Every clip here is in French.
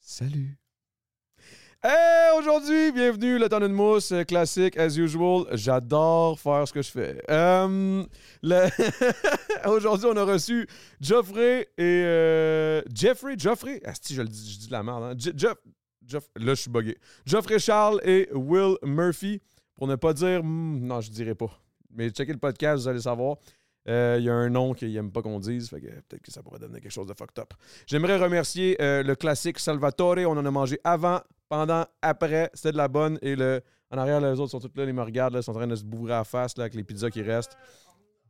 Salut. Hey, aujourd'hui, bienvenue, le temps d'une mousse, euh, classique, as usual. J'adore faire ce que je fais. Euh, le- aujourd'hui, on a reçu Geoffrey et... euh, Jeffrey, Geoffrey? Asti, je le dis, je dis de la merde. Hein? Je- Jeff, Jeff- là, je suis bugué. Geoffrey Charles et Will Murphy. Pour ne pas dire... hmm, non, je dirais pas. Mais checkez le podcast, vous allez savoir. Euh, Il y a un nom qu'ils n'aiment pas qu'on dise, fait que peut-être que ça pourrait donner quelque chose de fucked up. J'aimerais remercier euh, le classique Salvatore. On en a mangé avant, pendant, après. C'était de la bonne. Et le, en arrière, les autres sont tous là, ils me regardent, là, ils sont en train de se bourrer à la face là, avec les pizzas qui restent.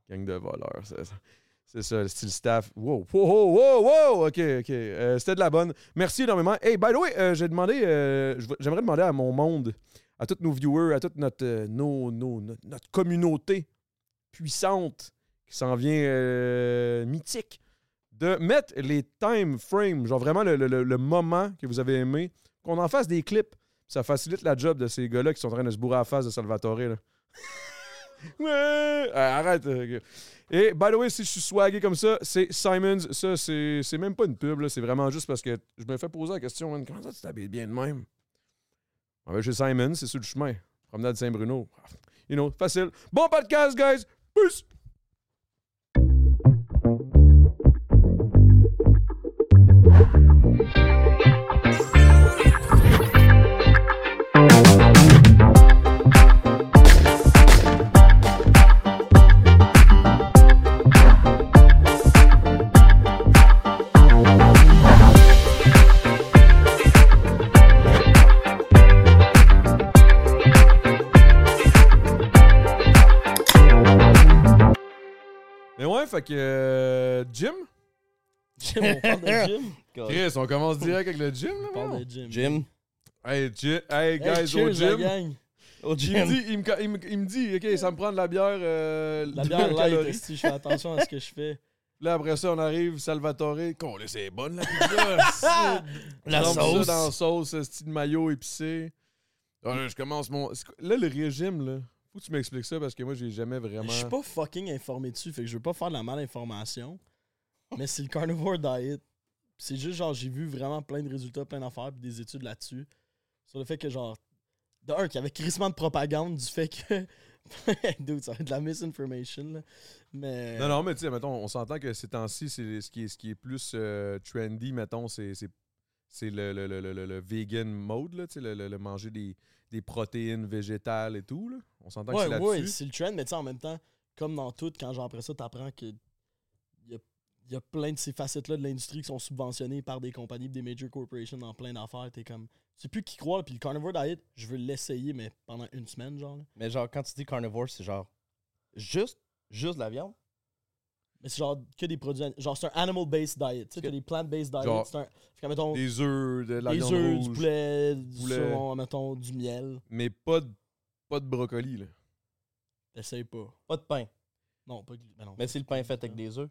Gang de voleurs, c'est ça. C'est ça, le style staff. Wow, wow, wow, wow, wow! OK, OK. Euh, C'était de la bonne. Merci énormément. Hey, by the way, euh, j'ai demandé, euh, je veux- j'aimerais demander à mon monde, à tous nos viewers, à toute notre, euh, nos- nos- notre, notre communauté puissante qui s'en vient euh, mythique de mettre les time frames, genre vraiment le, le- le- le moment que vous avez aimé, qu'on en fasse des clips. Ça facilite la job de ces gars-là qui sont en train de se bourrer à la face de Salvatore. Là. Ouais, arrête. euh, Et by the way, si je suis swagué comme ça, c'est Simons. Ça, c'est c'est même pas une pub. là, C'est vraiment juste parce que je me fais poser la question man, comment ça tu t'habilles bien de même On va chez Simons, c'est sur le chemin. Promenade Saint-Bruno. You know, facile. Bon podcast, guys. Peace. Mais ouais, fait que. euh, Jim Jim, on parle de Jim. Chris, on commence direct avec le gym, là, On parle voyons. de Jim. Jim. Hey, Jim- hey, guys, Hey, au cheers, la gym. gang. Oh, Il me, dit, il, me, ca- il me- il me dit, OK, ça me prend de la bière. euh, La de bière light, calories. si je fais attention à ce que je fais. Là, après ça, on arrive, Salvatore. Qu'on laisse, c'est bonne la pizza. La Trempe sauce. ça dans la sauce, ce style maillot épicé. Ah, là, je commence mon. c'est quoi- Là, le régime, là. Faut que tu m'expliques ça parce que moi, j'ai jamais vraiment. Je suis pas fucking informé dessus, fait que je veux pas faire de la malinformation. Mais c'est le carnivore diet. Puis C'est juste genre, j'ai vu vraiment plein de résultats, plein d'affaires, puis des études là-dessus. Sur le fait que genre, de un, qu'il y avait crissement de propagande du fait que. Dude, ça va être de la misinformation, là. Mais. Non, non, mais tu sais, mettons, on s'entend que ces temps-ci, c'est ce qui est, ce qui est plus euh, trendy, mettons, c'est c'est- c'est le, le, le, le- le- le vegan mode, là, tu sais, le, le- le manger des, des protéines végétales et tout. Là. On s'entend que Ouais, c'est ouais, là-dessus. c'est le trend, mais tu sais, en même temps, comme dans tout, quand genre après ça, t'apprends que y a, y a plein de ces facettes-là de l'industrie qui sont subventionnées par des compagnies, pis des major corporations dans plein d'affaires, t'es comme. Tu sais plus qui croire, puis le carnivore diet, je veux l'essayer, mais pendant une semaine, genre. là. Mais genre, quand tu dis carnivore, c'est genre juste, juste de la viande. Mais c'est genre que des produits. an- Genre, c'est un animal-based diet. Tu sais, t'as des plant-based diets. Genre- C'est un. fait que, mettons, des, Des œufs, de la viande œufs, du rouge, poulet, du poulet. saumon, mettons, du miel. mais pas de, pas de brocoli. Là. T'essayes pas. Pas de pain. Non, pas. glu- ben non. Mais c'est le pain fait avec des œufs.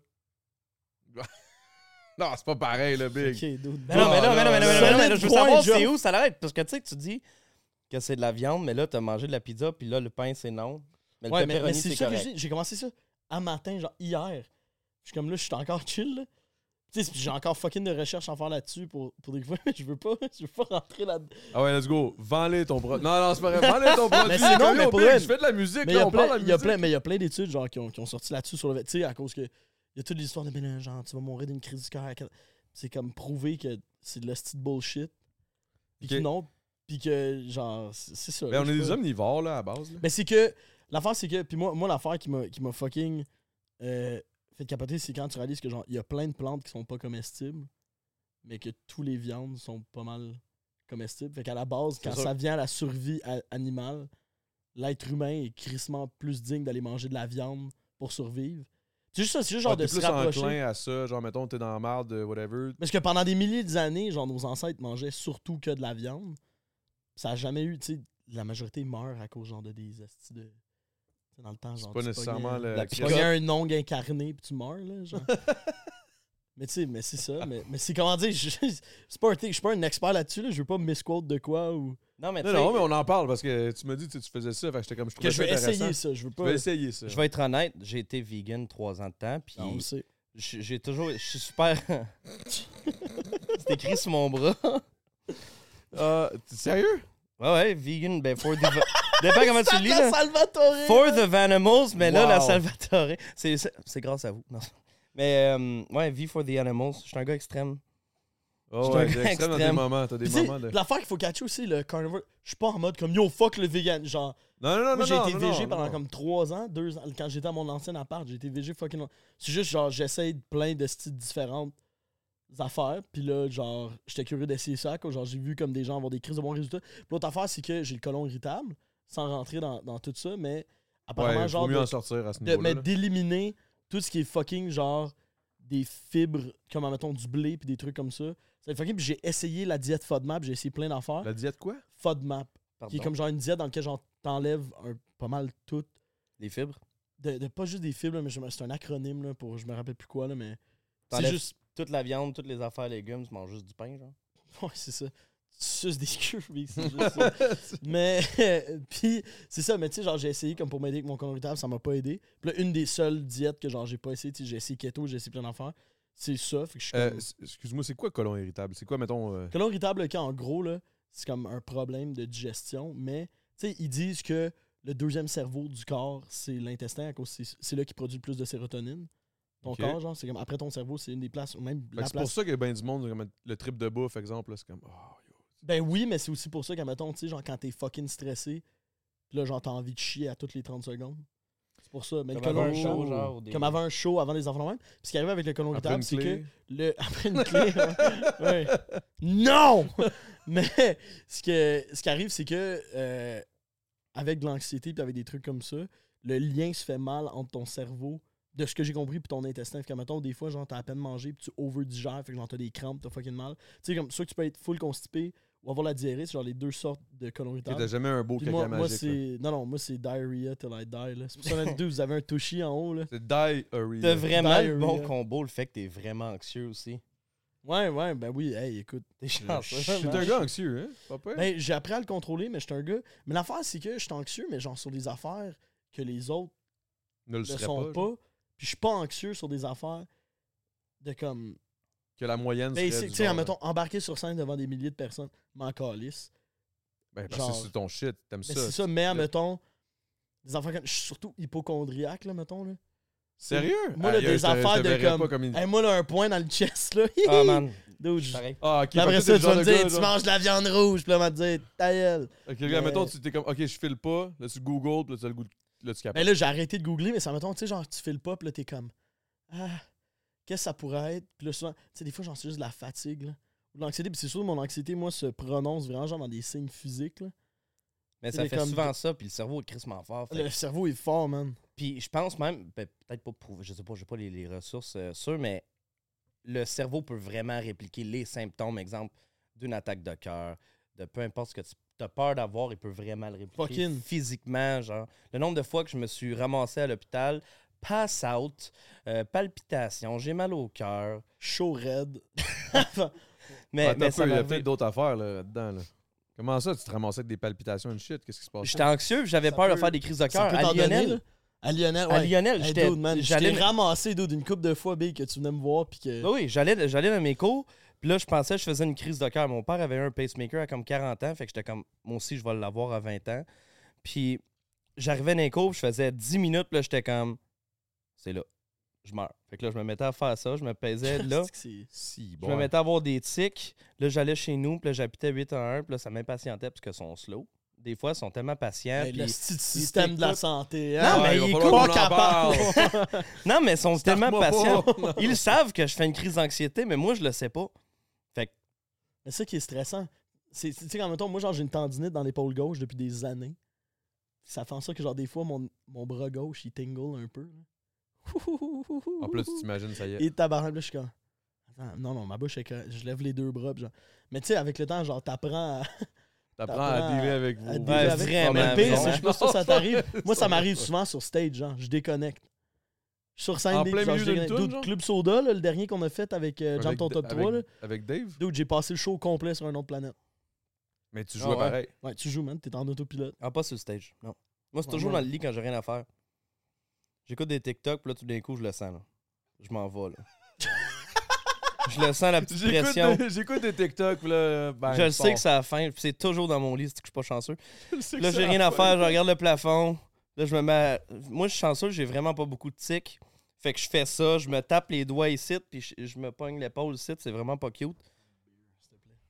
Non, c'est pas pareil, le big. Ok, dude. Mais non, mais non, mais non, mais non, mais non, mais non, mais non, je Solide veux point, savoir c'est Jeff. où ça l'arrête. Parce que tu sais, que tu dis que c'est de la viande, mais là, t'as mangé de la pizza, puis là, le pain, c'est non. Mais le Ouais, mais, mais pepperoni, c'est c'est ça que correct. je dis. J'ai commencé ça à matin, genre hier. Je suis comme là, je suis encore chill. là. Tu sais, puis j'ai encore fucking de recherche à faire là-dessus pour, pour découvrir, mais je veux pas, je veux pas rentrer là-dedans. Ah ouais, let's go. Vends-les ton produit. Non, non, c'est pas vrai. Vends-les ton produit. Mais c'est non, Comme mais yo, pour big, elle- Je fais de la musique, Mais il y là, a on parle de plein, la il y a musique. plein, mais il y a plein d'études genre qui ont, qui ont sorti là-dessus sur le, tu sais, à cause que il y a toute l'histoire de ben là, genre tu vas mourir d'une crise du cœur. à quel- C'est comme prouver que c'est de la petite bullshit. Puis Ok. que non, puis que genre c'est c'est ça. Mais là, Ben, on je est sais des pas. omnivores, là, à base. là. Mais c'est que. L'affaire, c'est que. Puis moi, moi l'affaire qui m'a qui m'a fucking. euh, fait capoter, c'est quand tu réalises que, genre, il y a plein de plantes qui sont pas comestibles, mais que tous les viandes sont pas mal comestibles. Fait qu'à la base, C'est quand sûr. ça vient à la survie a- animale, l'être humain est crissement plus digne d'aller manger de la viande pour survivre. C'est juste ça, c'est juste genre Ah, de T'es se plus rapprocher. enclin à ça. Genre, mettons, t'es dans la marde, euh, whatever. Parce que pendant des milliers d'années, genre nos ancêtres mangeaient surtout que de la viande. Ça a jamais eu, tu sais, la majorité meurt à cause genre de des astis de tu sais, dans le temps genre C'est pas tu nécessairement pognais- le. la tu picote. pognais un ongle incarné puis tu meurs là, genre. mais tu sais, mais c'est ça, mais, mais c'est comment dire, je c'est pas un thé- je suis pas un expert là-dessus là, je veux pas misquote de quoi ou Non, mais tu Non, sais, non, mais on en parle parce que tu me dis que tu faisais ça. Fait que j'étais comme, je que trouvais je ça vais intéressant. essayer ça, je veux Je pas vais essayer ça. je vais être honnête, j'ai été vegan trois ans de temps, puis Non, on le sait. j'ai j'ai toujours. Je suis super. c'est écrit sur mon bras. Euh, t'es sérieux? Ouais, ouais, vegan, ben, for the. va- Dépend comment tu le lis, la là. Salvatore! For the Animals, mais là, la Wow. Salvatore. C'est c'est- c'est grâce à vous. Non. Mais, euh, ouais, V for the Animals. Je suis un gars extrême. Oh, Je ouais, suis t'es un extrême dans des extrême. moments. T'as des Tu sais, moments de. L'affaire qu'il faut catcher aussi, le carnivore, je suis pas en mode comme yo fuck le vegan. Genre, Non, non, non, non. moi j'ai non, été non, VG non, pendant non. comme 3 ans, 2 ans. Quand j'étais à mon ancien appart, j'ai été VG fucking long. C'est juste genre, j'essaye de plein de styles différentes affaires. Puis là, genre, j'étais curieux d'essayer ça. quoi. Genre, j'ai vu comme des gens avoir des crises de bons résultats. Puis l'autre affaire, c'est que j'ai le colon irritable, sans rentrer dans, dans tout ça, mais apparemment, Ouais, genre, faut mieux de- en sortir à ce de, mais niveau-là. là. d'éliminer tout ce qui est fucking genre des fibres comme mettons du blé puis des trucs comme ça. C'est fucking puis j'ai essayé la diète FODMAP, j'ai essayé plein d'affaires. La diète quoi? FODMAP Pardon. qui est comme genre une diète dans laquelle genre t'enlèves un- pas mal tout Les fibres. de, de- pas juste des fibres là, mais je me- c'est un acronyme là, pour je me rappelle plus quoi là mais c'est T'enlèves- juste Toute la viande, toutes les affaires, légumes, tu manges juste du pain, genre. ouais, c'est ça. Tu suces des curvy, c'est juste ça. Mais, euh, puis, c'est ça, mais tu sais, genre, j'ai essayé comme pour m'aider avec mon colon irritable, ça m'a pas aidé. Puis là, une des seules diètes que, genre, j'ai pas essayé, tu sais, j'ai essayé keto, j'ai essayé plein d'affaires, c'est ça. Fait que je suis Euh, comme- s- Excuse-moi, c'est quoi colon irritable? C'est quoi, mettons. euh, Colon irritable, le cas, en gros, là, c'est comme un problème de digestion, mais, tu sais, ils disent que le deuxième cerveau du corps, c'est l'intestin, à cause c'est c'est là qui produit le plus de sérotonine. Ton Ok. corps, genre, c'est comme après ton cerveau, c'est une des places, ou même fait que la C'est pour place. ça que ben du monde, comme le trip de bouffe, exemple, là, c'est comme. oh, yo. Ben oui, mais c'est aussi pour ça qu'à mettons, tu sais, genre, quand t'es fucking stressé, pis là, genre, t'as envie de chier à toutes les 30 secondes. C'est pour ça. Mais le Comme avant colon un show, irritable- genre. ou des- comme avant un show, avant les enfants de même. Puis ce qui arrive avec le colon Après une irritable, c'est que clé. le après une clé. ouais. Ouais. Non! Mais ce, que, ce qui arrive, c'est que euh, avec de l'anxiété puis avec des trucs comme ça, le lien se fait mal entre ton cerveau, de ce que j'ai compris, puis ton intestin. Fait que, mettons, des fois, genre, t'as à peine mangé puis tu overdigères, fait que, genre, t'as des crampes, t'as fucking mal. Tu sais, comme ça que tu peux être full constipé ou avoir la diarrhée, c'est genre les deux sortes de colon T'as irritable. jamais un beau Puis caca moi, moi, magique. là. c'est. Non, non, moi, c'est diarrhea till I die. là. C'est pour ça, même deux, vous avez un touchy en haut, là. C'est diarrhea. T'as vraiment le bon Diarrhea. combo, le fait que t'es vraiment anxieux aussi. Ouais, ouais, ben oui, hey, écoute. T'es je suis chanceux. T'es man. un gars anxieux, hein? Pas peur? Ben, j'ai appris à le contrôler, mais j'étais un gars. Mais l'affaire, c'est que je suis anxieux, mais genre sur des affaires que les autres ne le ne serait sont pas. pas. genre. Puis je suis pas anxieux sur des affaires de comme. Que la moyenne Ben, serait. c'est du tu sais, genre, mettons, embarquer sur scène devant des milliers de personnes, m'en calisse. Ben, parce que genre- c'est ton shit, t'aimes Mais ça. c'est ça, mais mettons, des affaires comme. Je suis surtout hypochondriaque, là, mettons, là. Sérieux? Moi, là, Aïe, aïe, des je te- je te affaires de verrais pas comme- une- Hey, moi, là, un point dans le chest, là. Ah, man. Dude, Je suis je- pareil. Ah, ok. Puis après fait que t'es ça, le tu vas genre de me dire, gars, tu genre- manges de la viande rouge, puis là, on va te dire, ta gueule. Ok, regarde, Mais- mettons, tu t'es comme, ok, je file pas. Là, tu googles, puis là, tu as le goût. de- Là, tu capes. Ben là, j'ai arrêté de googler, mais ça mettons, tu sais, genre, tu files pas, puis là, t'es comme, ah, qu'est-ce que ça pourrait être? Puis là, souvent, tu sais, des fois, j'en suis juste de la fatigue, là. Ou de l'anxiété, puis c'est sûr, mon anxiété, moi, se prononce vraiment, genre, dans des signes physiques, là. Mais C'est ça des fait comme- souvent ça, puis le cerveau est crissement fort. fait Le cerveau est fort, man. Puis je pense même, ben, peut-être pas pour, je sais pas, j'ai pas les, les ressources euh, sûres, mais le cerveau peut vraiment répliquer les symptômes, exemple, d'une attaque de cœur, de peu importe ce que tu as peur d'avoir, il peut vraiment le répliquer Fucking. physiquement, genre. Le nombre de fois que je me suis ramassé à l'hôpital, pass out, euh, palpitations, j'ai mal au cœur. Chaud, raide. Mais, Attends mais un ça peu, il y a m'arrive- peut-être d'autres affaires là, là-dedans. Là. Comment ça, tu te ramassais avec des palpitations et une shit? Qu'est-ce qui se passe? J'étais anxieux, j'avais Ça peur de peut- faire des crises de Ça cœur. peut À t'en donner, Lionel, là. À Lionel, ouais. à Lionel, Hey, j'étais- dude, man, je j'allais t'ai ramassé, dude, une coupe de fois, B, que tu venais me voir, puis que... Ben oui, j'allais, j'allais dans mes cours, puis là, je pensais que je faisais une crise de cœur. Mon père avait eu un pacemaker à comme 40 ans, fait que j'étais comme, moi aussi, je vais l'avoir à 20 ans. Puis j'arrivais dans les cours, puis je faisais 10 minutes, puis là, j'étais comme, c'est là, je meurs. Fait que là, je me mettais à faire ça, je me pesais là. C'est que c'est- Si, Je bon. me mettais à avoir des tics. Là, j'allais chez nous, puis là, j'habitais 8 à 1, puis là, ça m'impatientait parce qu'ils sont slow. Des fois, ils sont tellement patients. Hey, puis- le petit système de la santé, Non, hein? mais il va il est falloir pas qu'on en parle. Non, mais ils sont tellement Starte-moi patients. pas. Ils savent que je fais une crise d'anxiété, mais moi, je le sais pas. Mais c'est ça qui est stressant. C'est, tu sais, quand même, moi, genre, j'ai une tendinite dans l'épaule gauche depuis des années. Ça fait en sorte que, genre, des fois, mon, mon bras gauche, il tingle un peu. là. En plus, tu t'imagines, ça y est. Et tabarnak, là, je suis comme. Attends, non, non, ma bouche est correcte. Je lève les deux bras, pis genre. Mais tu sais, avec le temps, genre, t'apprends à. T'apprends t'apprends à dealer à- avec vous. à dealer Ouais, avec. vraiment, Mais le pire, c'est, je hein. vraiment. sais pas si toi, ça t'arrive. Moi, ça m'arrive souvent sur stage, genre, je déconnecte. Je suis Sur scène, En des- plein genre, milieu je d'une déconnecte. tune, Dude, genre? Club Soda, là, le dernier qu'on a fait avec euh, Jump Avec- Ton Top avec- 3, là. Avec Dave? Dude, j'ai passé le show complet sur une autre planète. Mais tu Ah jouais ouais. pareil. Ouais, tu joues, man, t'es en autopilote. Ah, pas sur le stage, non. Moi, c'est Ouais, toujours moi- dans le lit quand j'ai rien à faire. J'écoute des TikTok, puis là, tout d'un coup, je le sens, là. Je m'en vais, là. Je le sens, la petite pression. J'écoute, j'écoute des TikTok, puis là, ben, je le sais pars. que c'est la fin. puis C'est toujours dans mon lit, c'est que je suis pas chanceux. Je sais que Là, c'est j'ai la rien à fin. faire, je regarde le plafond. Là, je me mets. à- Moi, je suis chanceux, j'ai vraiment pas beaucoup de tics. Fait que je fais ça, je me tape les doigts ici, puis je, je me pogne l'épaule ici, c'est vraiment pas cute.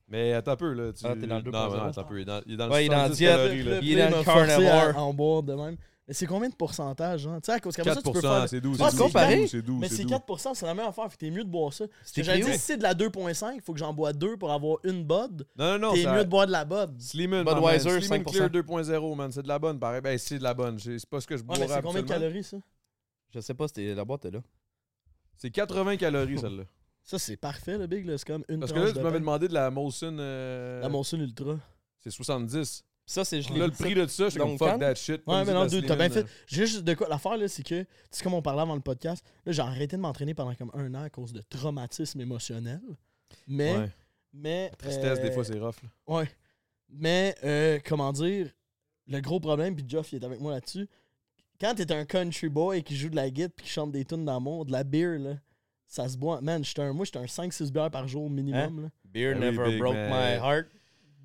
Mais attends un peu, là. Tu... Ah, t'es dans le Non, 2.0. mais non, attends un peu. Il est dans, il est dans Ouais, il est dans la 70 diète. calories, là. Il est dans le forcé à carnivore. en boire de même. Mais c'est combien de pourcentage, hein? Tu sais, à cause qu'après ça, tu peux 4%, faire. c'est 12. Ah, c'est c'est 12, comparé? C'est 12, Mais c'est c'est 12. 4%, c'est la meilleure affaire. Fait que t'es mieux de boire ça. C'était J'avais dit, cute. si c'est de la 2.5, faut que j'en bois deux pour avoir une bod. Non, non, non. T'es ça- mieux de boire de la bod. Slimin, Budweiser, Budweiser, Slimin 5%. Clear 2.0, man. C'est de la bonne, pareil. Ben, c'est de la bonne. C'est c'est pas ce que je Ouais, boirais mais c'est combien de habituellement. calories, ça? Je sais pas, c'était la boîte est là. C'est 80 calories, celle-là. Ça, c'est parfait, le big, là. C'est comme une Parce que tranche là, tu de m'avais pain. demandé de la Molson. euh, La Monsoon Ultra. C'est 70. Ça, c'est je l'ai Là, le dit, ça. prix de ça, je suis comme Donc, fuck quand? that shit. Ouais, Comme mais dit non, la dude, t'as bien Slimin, fait. J'ai Juste de quoi. L'affaire, là, c'est que, tu sais, comme on parlait avant le podcast, là, j'ai arrêté de m'entraîner pendant comme un an à cause de traumatisme émotionnel. Mais, Ouais. mais. Tristesse, des euh, fois, c'est rough. là. Ouais. Mais, euh, comment dire, le gros problème, puis Geoff, il est avec moi là-dessus, quand t'es un country boy qui joue de la guitare puis qui chante des tunes d'amour, de la beer, là, ça se boit. Man, j'étais un, moi, j'étais un 5-6 bières par jour minimum. Là. Beer Ben oui, never big, broke mais- my heart.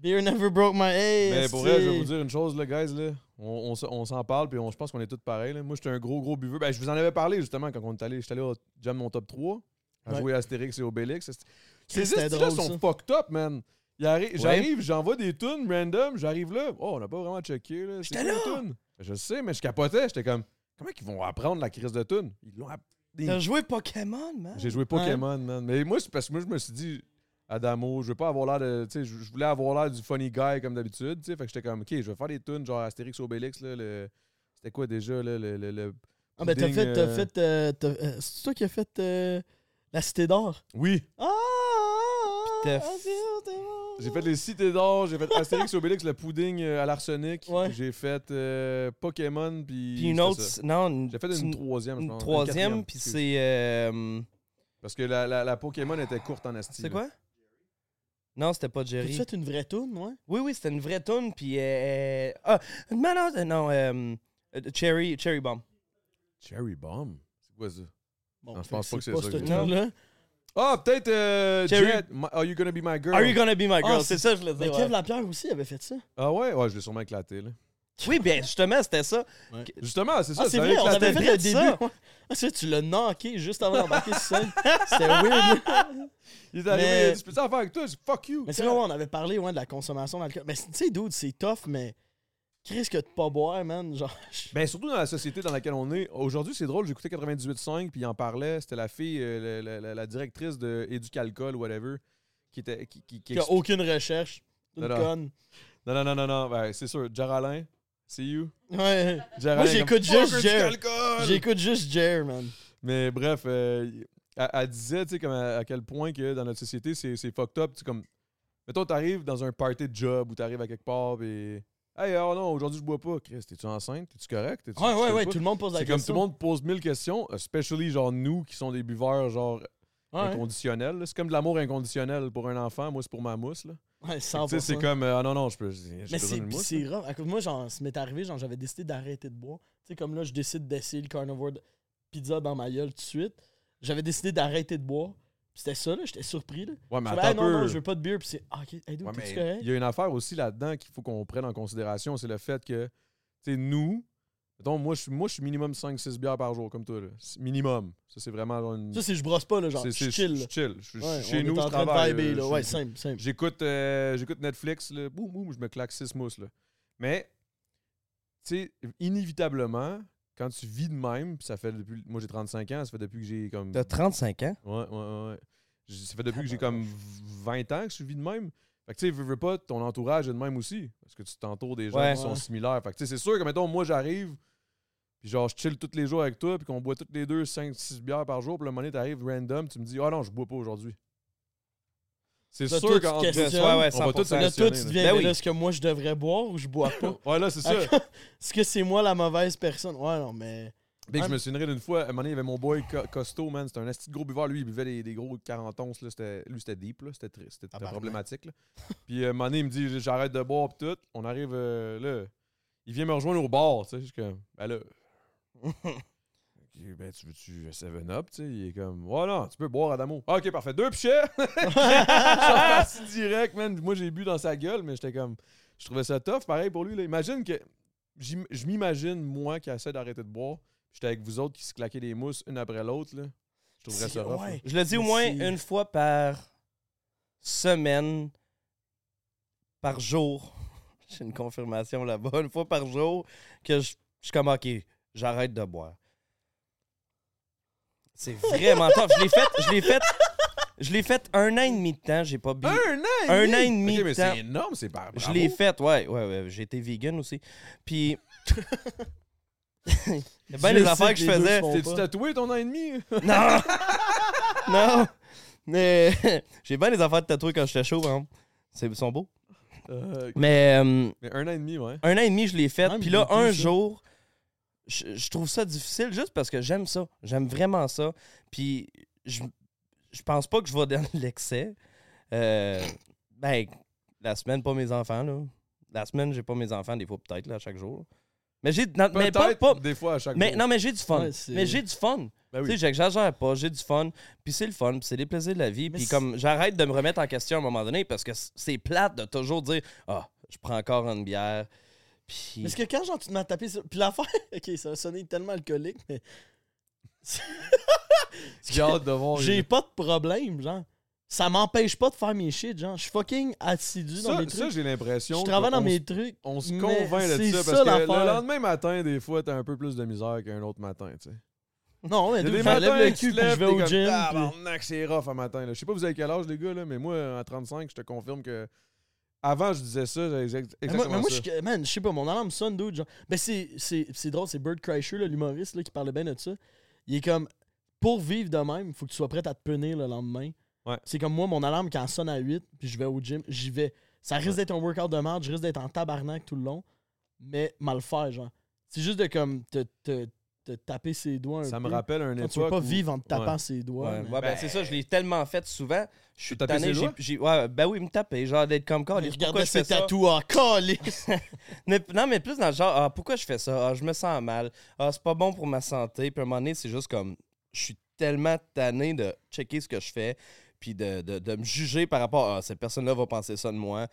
Beer never broke my ass. Mais pour vrai, je vais c'est- vous dire une chose, là, guys. Là. On, on s- on s'en parle, puis on- je pense qu'on est tous pareils. là. Moi, j'étais un gros, gros buveur. Ben, je vous en avais parlé, justement, quand on est allé. J'étais allé au Jam Mon Top 3, à Ouais. jouer Astérix et Obélix. C'est- Ces C'était estis-là drôle, sont ça. fucked up, man. Il arri- J'arrive, j'envoie des tunes random, j'arrive là. Oh, on n'a pas vraiment checké. Là. C'est J'étais quoi les là! tunes? Je sais, mais je capotais. J'étais comme, comment ils vont apprendre la crise de tunes? Ils l'ont app- des T'as joué Pokémon, man? J'ai joué Pokémon, man. Mais moi, c'est parce que moi, je me suis dit, Adamo, je veux pas avoir l'air de. Tu sais, je je voulais avoir l'air du funny guy comme d'habitude. Tu sais, fait que j'étais comme, OK, je vais faire des tunes genre Astérix Obélix, là. Le... C'était quoi déjà, là, le. le- le- Ah, ben, t'as pudding, fait. t'as euh, fait euh, t'as- euh, c'est toi qui as fait euh, la Cité d'Or. Oui, Ah, ah, ah, t'as ah, f- c'est bon, c'est bon. j'ai fait les Cités d'Or, j'ai fait Astérix Obélix, le pudding euh, à l'arsenic. Ouais. J'ai fait euh, Pokémon, puis. Puis une c'était autre, ça. non, une, J'ai fait une, une- troisième, je une pense. troisième, quatrième, puis excuse. c'est. euh, Parce que la, la, la Pokémon était courte en Asti. C'est là. quoi? Non, c'était pas T'as Jerry. fait une vraie toune, ouais? Oui, oui, c'était une vraie toune, puis... euh, euh, ah, non, non, euh, non, euh, euh, Cherry, Cherry Bomb. Cherry Bomb? C'est quoi ça? Bon, Non, je fait pense pas que c'est ça pas que cette j'ai fait. toune-là. Ah, peut-être. euh, Cherry- Jet, my- Are You Gonna Be My Girl? Are you gonna be my girl? Ah, c'est ça, je le dis. Mais ouais. Kev Lapierre aussi avait fait ça. Ah ouais? Ouais, je l'ai sûrement éclaté, là. Oui, bien, justement, c'était ça. Justement, c'est ça. Ah, je c'est l'avais vrai, on éclaté. avait fait le vite, ça. début. ouais. Ah, c'est vrai, tu l'as knocké juste avant d'embarquer sur scène. C'était weird. là. Il est arrivé, il a Mais- dit, je peux ça faire avec toi? Je dis, fuck you. Mais c'est vrai, ouais, on avait parlé ouais, de la consommation d'alcool. Mais c'est- tu sais, dude, c'est tough, mais qu'est-ce que de pas boire, man? Genre, je- Ben, surtout dans la société dans laquelle on est. Aujourd'hui, c'est drôle, j'écoutais 98.5, puis il en parlait. C'était la fille, euh, la, la- la- la directrice de Éducalcool, whatever, qui était. Qui, qui- qui qu'il y a expli- aucune recherche. Une Non, non. conne. Non, non, non, non, non. Ben, c'est sûr. Jaralin, c'est you. Ouais. Jaralin, Moi, j'écoute juste Jer. Éducalcool. J'écoute juste Jer, man. Mais bref, euh, elle, elle disait, tu sais, comme à, à quel point que dans notre société, c'est c'est fucked up. Tu sais, comme, mettons, t'arrives dans un party de job ou t'arrives à quelque part, et hey, oh non, aujourd'hui, je bois pas. Chris, t'es-tu enceinte? T'es-tu correct? T'es-tu- Ouais, tu ouais, fais ouais. pas? Tout le monde pose la C'est comme question. tout le monde pose mille questions, euh, especially genre nous qui sont des buveurs genre Ouais, ouais. inconditionnels. là. C'est comme de l'amour inconditionnel pour un enfant, moi c'est pour ma mousse. Là. Ouais, Tu sais, c'est 100%. comme euh, ah non non, je peux j'ai Mais besoin c'est d'une pis mousse. c'est rough. À cause- Moi, genre, ça m'est arrivé, genre, j'avais décidé d'arrêter de boire. Tu sais, comme là, je décide d'essayer le carnivore de- pizza dans ma gueule tout de suite. J'avais décidé d'arrêter de boire. Pis C'était ça, là. J'étais surpris, là. Ouais, mais Je fais, attends Ah, non, un peu. non, je veux pas de bière. Puis c'est, ah, ok, hey, dude, Ouais, t'es-tu mais correct? il y a une affaire aussi là-dedans qu'il faut qu'on prenne en considération, c'est le fait que, tu sais, nous, mettons, moi, je suis- moi, je suis minimum 5-6 bières par jour, comme toi, là. C'est Minimum. Ça, c'est vraiment genre une... Ça, c'est je brosse pas, là, genre, c'est- je c'est- suis chill. là. Je chill. Je suis Ouais, chez on nous, est en je train travaille. de viber, euh, là. je- Ouais, simple, simple. J'écoute euh, j'écoute Netflix, là, boum, boum, je me claque 6 mousses, là. Mais, tu sais, inévitablement, quand tu vis de même, puis ça fait depuis... Moi, j'ai 35 ans, ça fait depuis que j'ai comme... T'as 35 ans? Ouais, ouais, ouais. ouais. J- Ça fait depuis que j'ai comme 20 ans que je vis de même. Fait que tu sais, veux, veux pas, ton entourage est de même aussi. Parce que tu t'entoures des gens Ouais. qui sont Ouais. similaires. Fait que tu sais, c'est sûr que, mettons, moi j'arrive, puis genre, je chill tous les jours avec toi, puis qu'on boit tous les deux 5-6 bières par jour, puis le moment donné, t'arrives random, tu me dis, ah non, je bois pas aujourd'hui. C'est Là, sûr toi, tu qu'en te Ouais, ouais, questionnes. On va 100%. tous Là, toi, tu là. deviens, Ben mais oui. là, est-ce que moi, je devrais boire ou je bois pas? Ouais, là, c'est ça. Est-ce que c'est moi la mauvaise personne? Ouais, non, mais. Dès que je me souviendrai d'une fois, à un moment donné, il y avait mon boy Co- Costo, man. C'était un asti de gros buveur. Lui, il buvait des, des gros 40 onces. Là. C'était, lui, c'était deep. Là. C'était, très, c'était très Tabarnak. problématique. Là. Puis, euh, à un moment donné, il me dit J'arrête de boire, pis tout. On arrive euh, là. Il vient me rejoindre au bar. Tu sais, je suis comme Ben là. Ok, Ben, tu veux-tu 7-Up? Tu sais, il est comme, ouais, non, tu peux boire Adamo. Ah, ok, parfait. Deux pichets! Je suis reparti direct, man. Moi, j'ai bu dans sa gueule, mais j'étais comme, je trouvais ça tough. Pareil pour lui, là. Imagine que, j'im- je m'imagine, moi, qui essaie d'arrêter de boire, j'étais avec vous autres qui se claquaient des mousses une après l'autre, là. Je trouverais C'est- ça rough. ouais. Je le dis au Mais moins c'est- une fois par semaine, par jour. J'ai une confirmation là-bas, une fois par jour, que je, je suis comme, OK, j'arrête de boire. C'est vraiment top. Je l'ai fait, je l'ai fait, je l'ai fait un an et demi de temps, j'ai pas bu. là. Un an Un et demi! an et demi Ok, mais de temps. c'est énorme, c'est par Je bravo. l'ai fait, ouais, ouais, ouais. J'ai été vegan aussi. Puis. Il y a bien Dieu des sait que affaires que je les deux faisais. se font T'es-tu pas. tatoué ton an et demi? Non! non! Mais j'ai bien les affaires de tatouer quand j'étais chaud, par exemple. C'est- Ils sont beaux. Euh, Mais euh, mais un an et demi, ouais. un an et demi, je l'ai fait. Ouais, mais Puis là, il est un tout ça. jour, je, je trouve ça difficile juste parce que j'aime ça. J'aime vraiment ça. Puis je, je pense pas que je vais dans l'excès. Euh, ben, la semaine, pas mes enfants, là. La semaine, j'ai pas mes enfants, des fois, peut-être, là, à chaque jour. Mais j'ai. non, mais pas- Peut-être, pas- des fois, à chaque mais, jour. non, mais j'ai du fun. Ouais, c'est- mais j'ai du fun. Ben oui. Tu sais, j'exagère pas, j'ai du fun, puis c'est le fun, puis c'est les plaisirs de la vie, Mais puis c'est- comme j'arrête de me remettre en question à un moment donné parce que c- c'est plate de toujours dire ah, je prends encore une bière. Puis Parce que quand genre, tu te mets à taper sur. Puis l'affaire, ok, ça a sonné tellement alcoolique, mais. J'ai hâte de voir. J'ai pas de problème, genre. Ça m'empêche pas de faire mes shit, genre. Je suis fucking assidu dans Ça, mes ça trucs. j'ai l'impression. Je travaille qu'on dans se- mes trucs. On se mais convainc de c'est ça ça, parce que le l'affaire. lendemain matin, des fois, t'as un peu plus de misère qu'un autre matin, tu sais. Non, mais Il y a d'où des je me matins, lève tu le te cul, puis je lèves, vais t'es au comme, gym. Ah, puis- barnac, c'est rough un matin. Là. Je sais pas vous avez quel âge, les gars, là, mais moi, à 35, je te confirme que. Avant, je disais ça, j'avais exact- Mais moi, exactement mais moi, ça. je, man, je sais pas, mon alarme sonne, dude. Genre, ben, c'est, c'est, c'est drôle, c'est Bert Kreischer, là, l'humoriste, là, qui parlait bien de ça. Il est comme, pour vivre de même, faut que tu sois prêt à te punir le lendemain. Ouais. C'est comme moi, mon alarme, quand elle sonne à 8, puis je vais au gym, j'y vais. Ça risque d'être un workout de merde, je risque d'être en tabarnak tout le long, mais mal faire, genre. C'est juste de, comme, te, te, te taper ses doigts un Ça peu. me rappelle un Genre, époque. Tu veux pas où- vivre en te tapant Ouais. ses Ouais, doigts. mais- ouais, ben, c'est ça, je l'ai tellement fait souvent. Je suis Te taper tanné, ses j'ai, doigts? j'ai- ouais, ben oui, me taper, genre d'être comme quoi, Il pourquoi regardait je fais ses ça. tatous en calice. Mais- non, mais plus dans le genre, ah, pourquoi je fais ça? Ah, je me sens mal. Ah, c'est pas bon pour ma santé. Puis à un moment donné, c'est juste comme, je suis tellement tanné de checker ce que je fais, puis de, de- de me juger par rapport à ah, cette personne-là va penser ça de moi.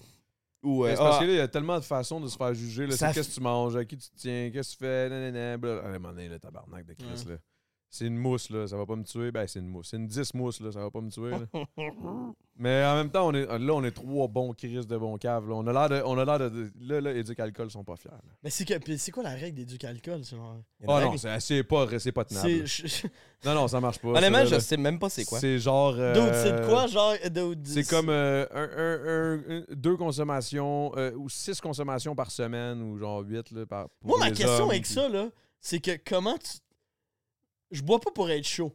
Ou, euh, Mais c'est parce ah, que là, il y a tellement de façons de se faire juger. là. Ça C'est Qu'est-ce que tu manges, à qui tu te tiens, qu'est-ce que tu fais, nanana, blablabla. À un moment donné, Ah, le tabarnak de Chris, là. C'est une mousse, là, ça va pas me tuer. Ben, c'est une mousse. C'est une 10 mousses, là, ça va pas me tuer. là. Mais en même temps, on est, là, on est trois bons Chris de bons caves. là. On a l'air de. On a l'air de, de- là, là, Éduc Alcool sont pas fiers. là. mais c'est, que, puis c'est quoi la règle des ducs alcool, c'est genre- il y en a Ah un non, c'est c'est pas, c'est pas tenable. C'est, là. je- Non, non, ça marche pas. Honnêtement, ça, je là, sais même pas c'est quoi. C'est genre. euh, Dude, c'est de quoi, genre? dude, C'est comme euh, un- un- un- un- deux consommations euh, ou six consommations par semaine ou genre huit là, par. pour Moi, ma les question hommes, avec puis- ça, là, c'est que comment tu. Je bois pas pour être chaud.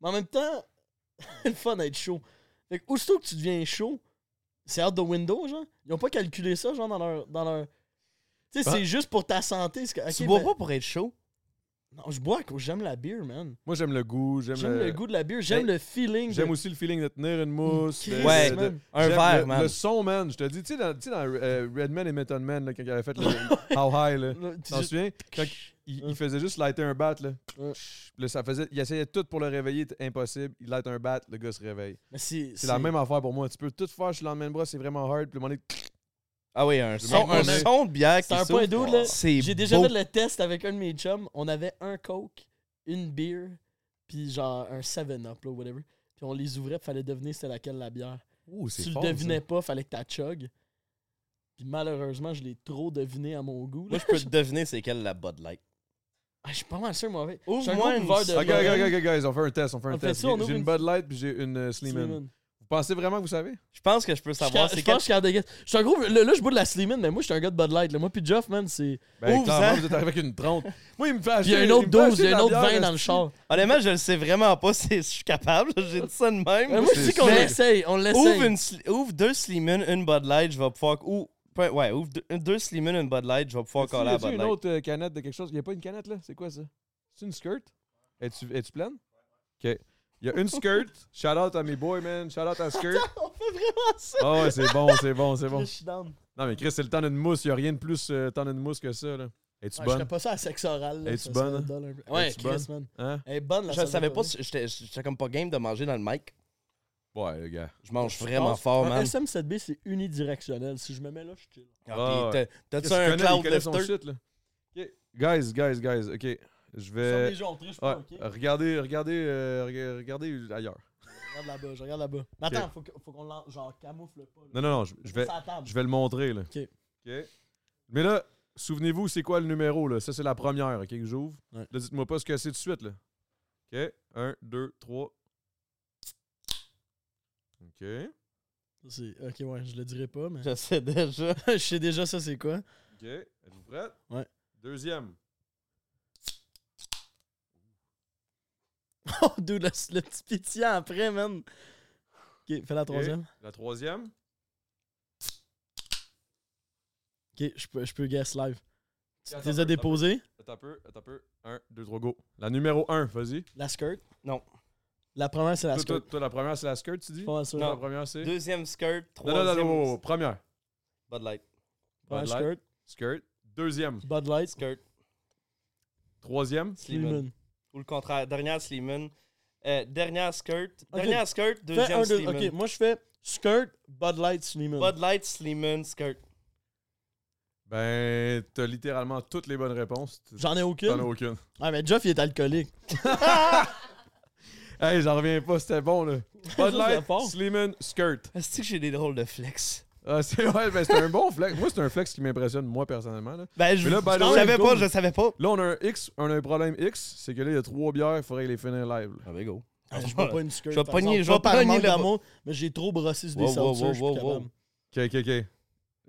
Mais en même temps, le fun d'être chaud. Fait que, aussitôt que tu deviens chaud, c'est out the window, genre. Ils ont pas calculé ça, genre, dans leur. Dans leur... Tu sais, Ah. c'est juste pour ta santé. c'est que- tu ok, bois ben- pas pour être chaud? Non, je bois à cause j'aime la bière, man. Moi, j'aime le goût, j'aime J'aime le... goût de la bière, j'aime Ben, le feeling. J'aime de- Mm, aussi le feeling de tenir une mousse. de- Ouais. de- de- man. Un j'aime verre, le, man. Le son, man. Je te dis, tu sais, dans, tu sais, dans, euh, Redman et Method Man, là, quand il avait fait le How High, là. Le- tu- T'en souviens? Quand il, il faisait juste lighter un bat, là. Ouais. Puis là, ça faisait, il essayait tout pour le réveiller, c'était impossible. Il light un bat, le gars se réveille. Mais c'est. C'est la même affaire pour moi. Tu peux tout faire, je suis dans le même bras, c'est vraiment hard. Puis le moment donné, Ah oui, un son, pas un mal. son de bière qui C'est un s'ouvre. point d'eau, là. C'est J'ai déjà beau. fait le test avec un de mes chums. On avait un Coke, une bière, puis genre un 7-Up, là, whatever. Puis on les ouvrait, puis fallait deviner c'était laquelle la bière. Ouh, c'est Si tu le fort, devinais ça. pas, fallait que t'as chug. Puis malheureusement, je l'ai trop deviné à mon goût. Là. Moi, je peux te deviner c'est quelle la Bud Light. Ah, je suis pas mal sûr, moi. avec- Au Je suis un moins gros buveur une- de Ok, Lorraine, ok, ok, ok, Ah, guys, on fait un test, on fait un On fait test. ça, J'ai- on ouvre j'ai une une- Bud Light puis j'ai une euh, Sleeman. Sleeman. Vous pensez vraiment que vous savez? Je pense que je peux Je suis ca- savoir c'est je quelle. pense que je suis en dégueu. Je suis un gros. Là, là, je bois de la Sleeman, mais moi, je suis un gars de Bud Light. Là. Moi, puis Jeff, man, c'est. Ben, Ouh, clairement, ça- vous êtes arrivé avec une 30. Moi, il me fait Puis acheter. il y a une autre me fait dose, acheter il y a de une la autre bière, vin dans le esti. char. Honnêtement, je le sais vraiment pas si je suis capable. J'ai dit ça de même. Mais moi, je C'est dis qu'on sûr. l'essaye. On l'essaye. Ouvre, une Sli- ouvre deux Slimane, une Bud Light, je vais pouvoir. Ou, peu- ouais, ouvre deux, deux Slimane, une Bud Light, je vais pouvoir Y coller à a-tu Bud une Light. autre euh, canette de quelque chose? Il a pas une canette, là? C'est quoi, ça? C'est une skirt? Es-tu es-tu pleine? OK. Il y a une skirt. Shout-out à mes boys, man. Shout-out à skirt. On fait vraiment ça. Ah ouais, c'est bon, c'est bon, c'est bon. Je suis down. Non, mais Chris, c'est le temps d'une mousse. Il n'y a rien de plus euh, temps d'une mousse que ça, là. Es-tu Ouais, je ferais bonne? pas ça à sexe oral. là, Es-tu ça bonne? hein? serait dull un peu. Ouais, Es-tu Chris, man. Hein? Elle est bonne, la Je savais pas salade si j'étais j'étais comme pas game de manger dans le mic. Ouais, le gars. Je mange Je vraiment pense- Ah, fort, un man. SM7B, c'est unidirectionnel. Si je me mets là, je suis chill. Ah, puis ouais. t'as- Qu'est-ce T'as-tu un qu'il connaît? Il cloud connaît son lifter? shit, là. OK. Guys, guys, guys, OK. Je Somme vais... des gens, on triche Euh, Ouais, pas, ok? regardez, regardez, euh, rega- regardez ailleurs. Je regarde là-bas, je regarde là-bas. Mais attends, faut que- faut qu'on l'en- genre camoufle pas. là. Non, non, non, je, je vais, Ça à table. je vais le montrer, là. OK. OK. Mais là, souvenez-vous, c'est quoi le numéro, là? Ça, c'est la première, OK, que j'ouvre. Ouais. Là, dites-moi pas ce que c'est de suite, là. OK. Un, deux, trois. OK. Ça, c'est- Ok, ouais, je le dirai pas, mais. Je sais déjà. je sais déjà ça, c'est quoi. OK. Êtes-vous prête? Ouais. Deuxième. Oh, dude, le, le petit pétillant après, man. Ok, fais la troisième. La troisième. Ok, je peux, je peux guess live. Tu Attends les un peu, as attends déposés. Attends un peu, attends un peu. Un, deux, trois, go. La numéro un, vas-y. La skirt. Non. La première, c'est la Toi, toi, skirt. toi, la première, c'est la skirt, tu Je dis? suis pas mal sûr. La Non. première, c'est... Deuxième skirt, Non, non, non, troisième. non, non, non, première. Bud Light. Première Bud Light. skirt. Skirt. Deuxième. Bud Light. Skirt. Troisième. Slimane. Slimane. Ou le contraire. Dernière Slimane. Euh, dernière skirt. Ok. Dernière skirt, Fais deuxième un, deux. Slimane. Ok, moi je fais skirt, Bud Light, Slimane. Bud Light, Slimane, skirt. Ben, t'as littéralement toutes les bonnes réponses. J'en T'en ai as aucune. aucune. Ah, mais Jeff, il est alcoolique. Hey, j'en reviens pas, c'était bon, là. Bud Ça, Light, c'est fort. Slimane, Skirt. Est-ce que j'ai des drôles de flex? Ah, c'est ouais, ben, c'est un bon flex. Moi, c'est un flex qui m'impressionne, moi, personnellement. Là. Ben, je Mais là, by the je way, savais go. pas, je savais pas. là, on a un X, on a un problème X, c'est que là, il y a trois bières, il faudrait les finir live. là. Ah ben go. Ah, je bois pas une skirt. Je vais par pogner- exemple. je vais Pas par pogner manque le- d'amour, mais j'ai trop brassé sur des Wow, wow, seltzers, wow, je suis plus wow, wow. capable. Ok, ok,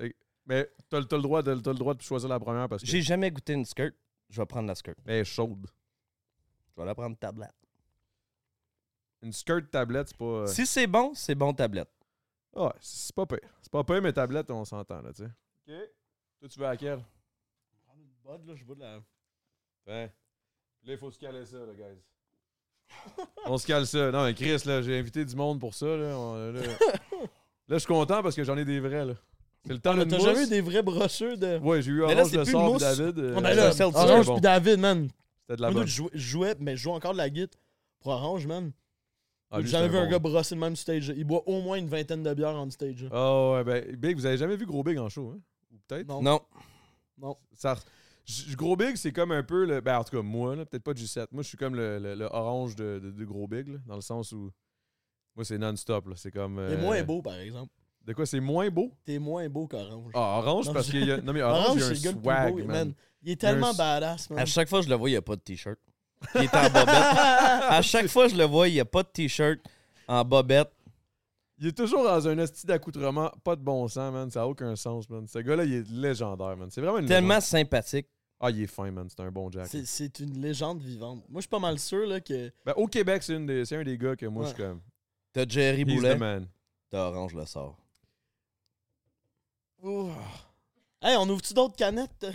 ok. Et- Mais t'as le t'as le droit, de- t'as le droit de choisir la première parce que J'ai jamais goûté une skirt. Je vais prendre la skirt. elle est chaude. Je vais la prendre tablette. Une skirt tablette, c'est pas. euh, Si c'est bon, c'est bon tablette. Ouais, c'est pas pire. C'est pas pire, mais tablette, on s'entend, là, tu sais. Ok. Toi, tu veux à quelle? Bud, là, je bois de la. Ben. Là, il faut se caler ça, là, guys. on se cale ça. Non, mais Chris, là, j'ai invité du monde pour ça, là. On- là, là, je suis content parce que j'en ai des vrais, là. C'est le temps de Ah, T'as mousse. jamais eu des vrais brocheux de. Ouais, j'ai eu Mais là, Orange c'est de plus sort mousse. David. euh, Oh, ben mais là, là, c'était seltzer, Orange bon. puis David, man. de la Moi, bonne. dude, je jouais- je jouais, mais je jouais encore de la guitare pour Orange, man. Ah, lui, J'ai jamais c'est vu un bon. gars brosser le même stage. Il boit au moins une vingtaine de bières en stage. là. Ah ouais, ben, Big, vous avez jamais vu Gros Big en show, hein? Ou peut-être? Non. Non. Ça, j- j- gros Big, c'est comme un peu le. Ben, en tout cas, moi, là, peut-être pas G7. Moi, je suis comme le, le- le orange de, de- de Gros Big, là, dans le sens où. Moi, c'est non-stop, là. C'est comme. T'es euh, moins beau, par exemple. De quoi C'est moins beau T'es moins beau qu'Orange. Ah, orange, Non, parce je- qu'il y a. Non, mais orange, Orange, il y a c'est un le gars le swag, plus beau, man. man. Il est y a un tellement s- badass, man. À chaque fois, je le vois, il n'y a pas de t-shirt. Il est en bobette. à chaque fois, je le vois, il n'y a pas de t-shirt en bobette. Il est toujours dans un esti d'accoutrement, pas de bon sens, man. Ça n'a aucun sens, man. Ce gars-là, il est légendaire, man. C'est vraiment une Tellement légende. sympathique. Ah, il est fin, man. C'est un bon Jack. C'est- C'est une légende vivante. Moi, je suis pas mal sûr là, que. Ben, au Québec, c'est, une des- c'est un des gars que moi, je suis comme. T'as Jerry He's Boulet, the man. t'as Orange le sort. Hey, on ouvre-tu d'autres canettes?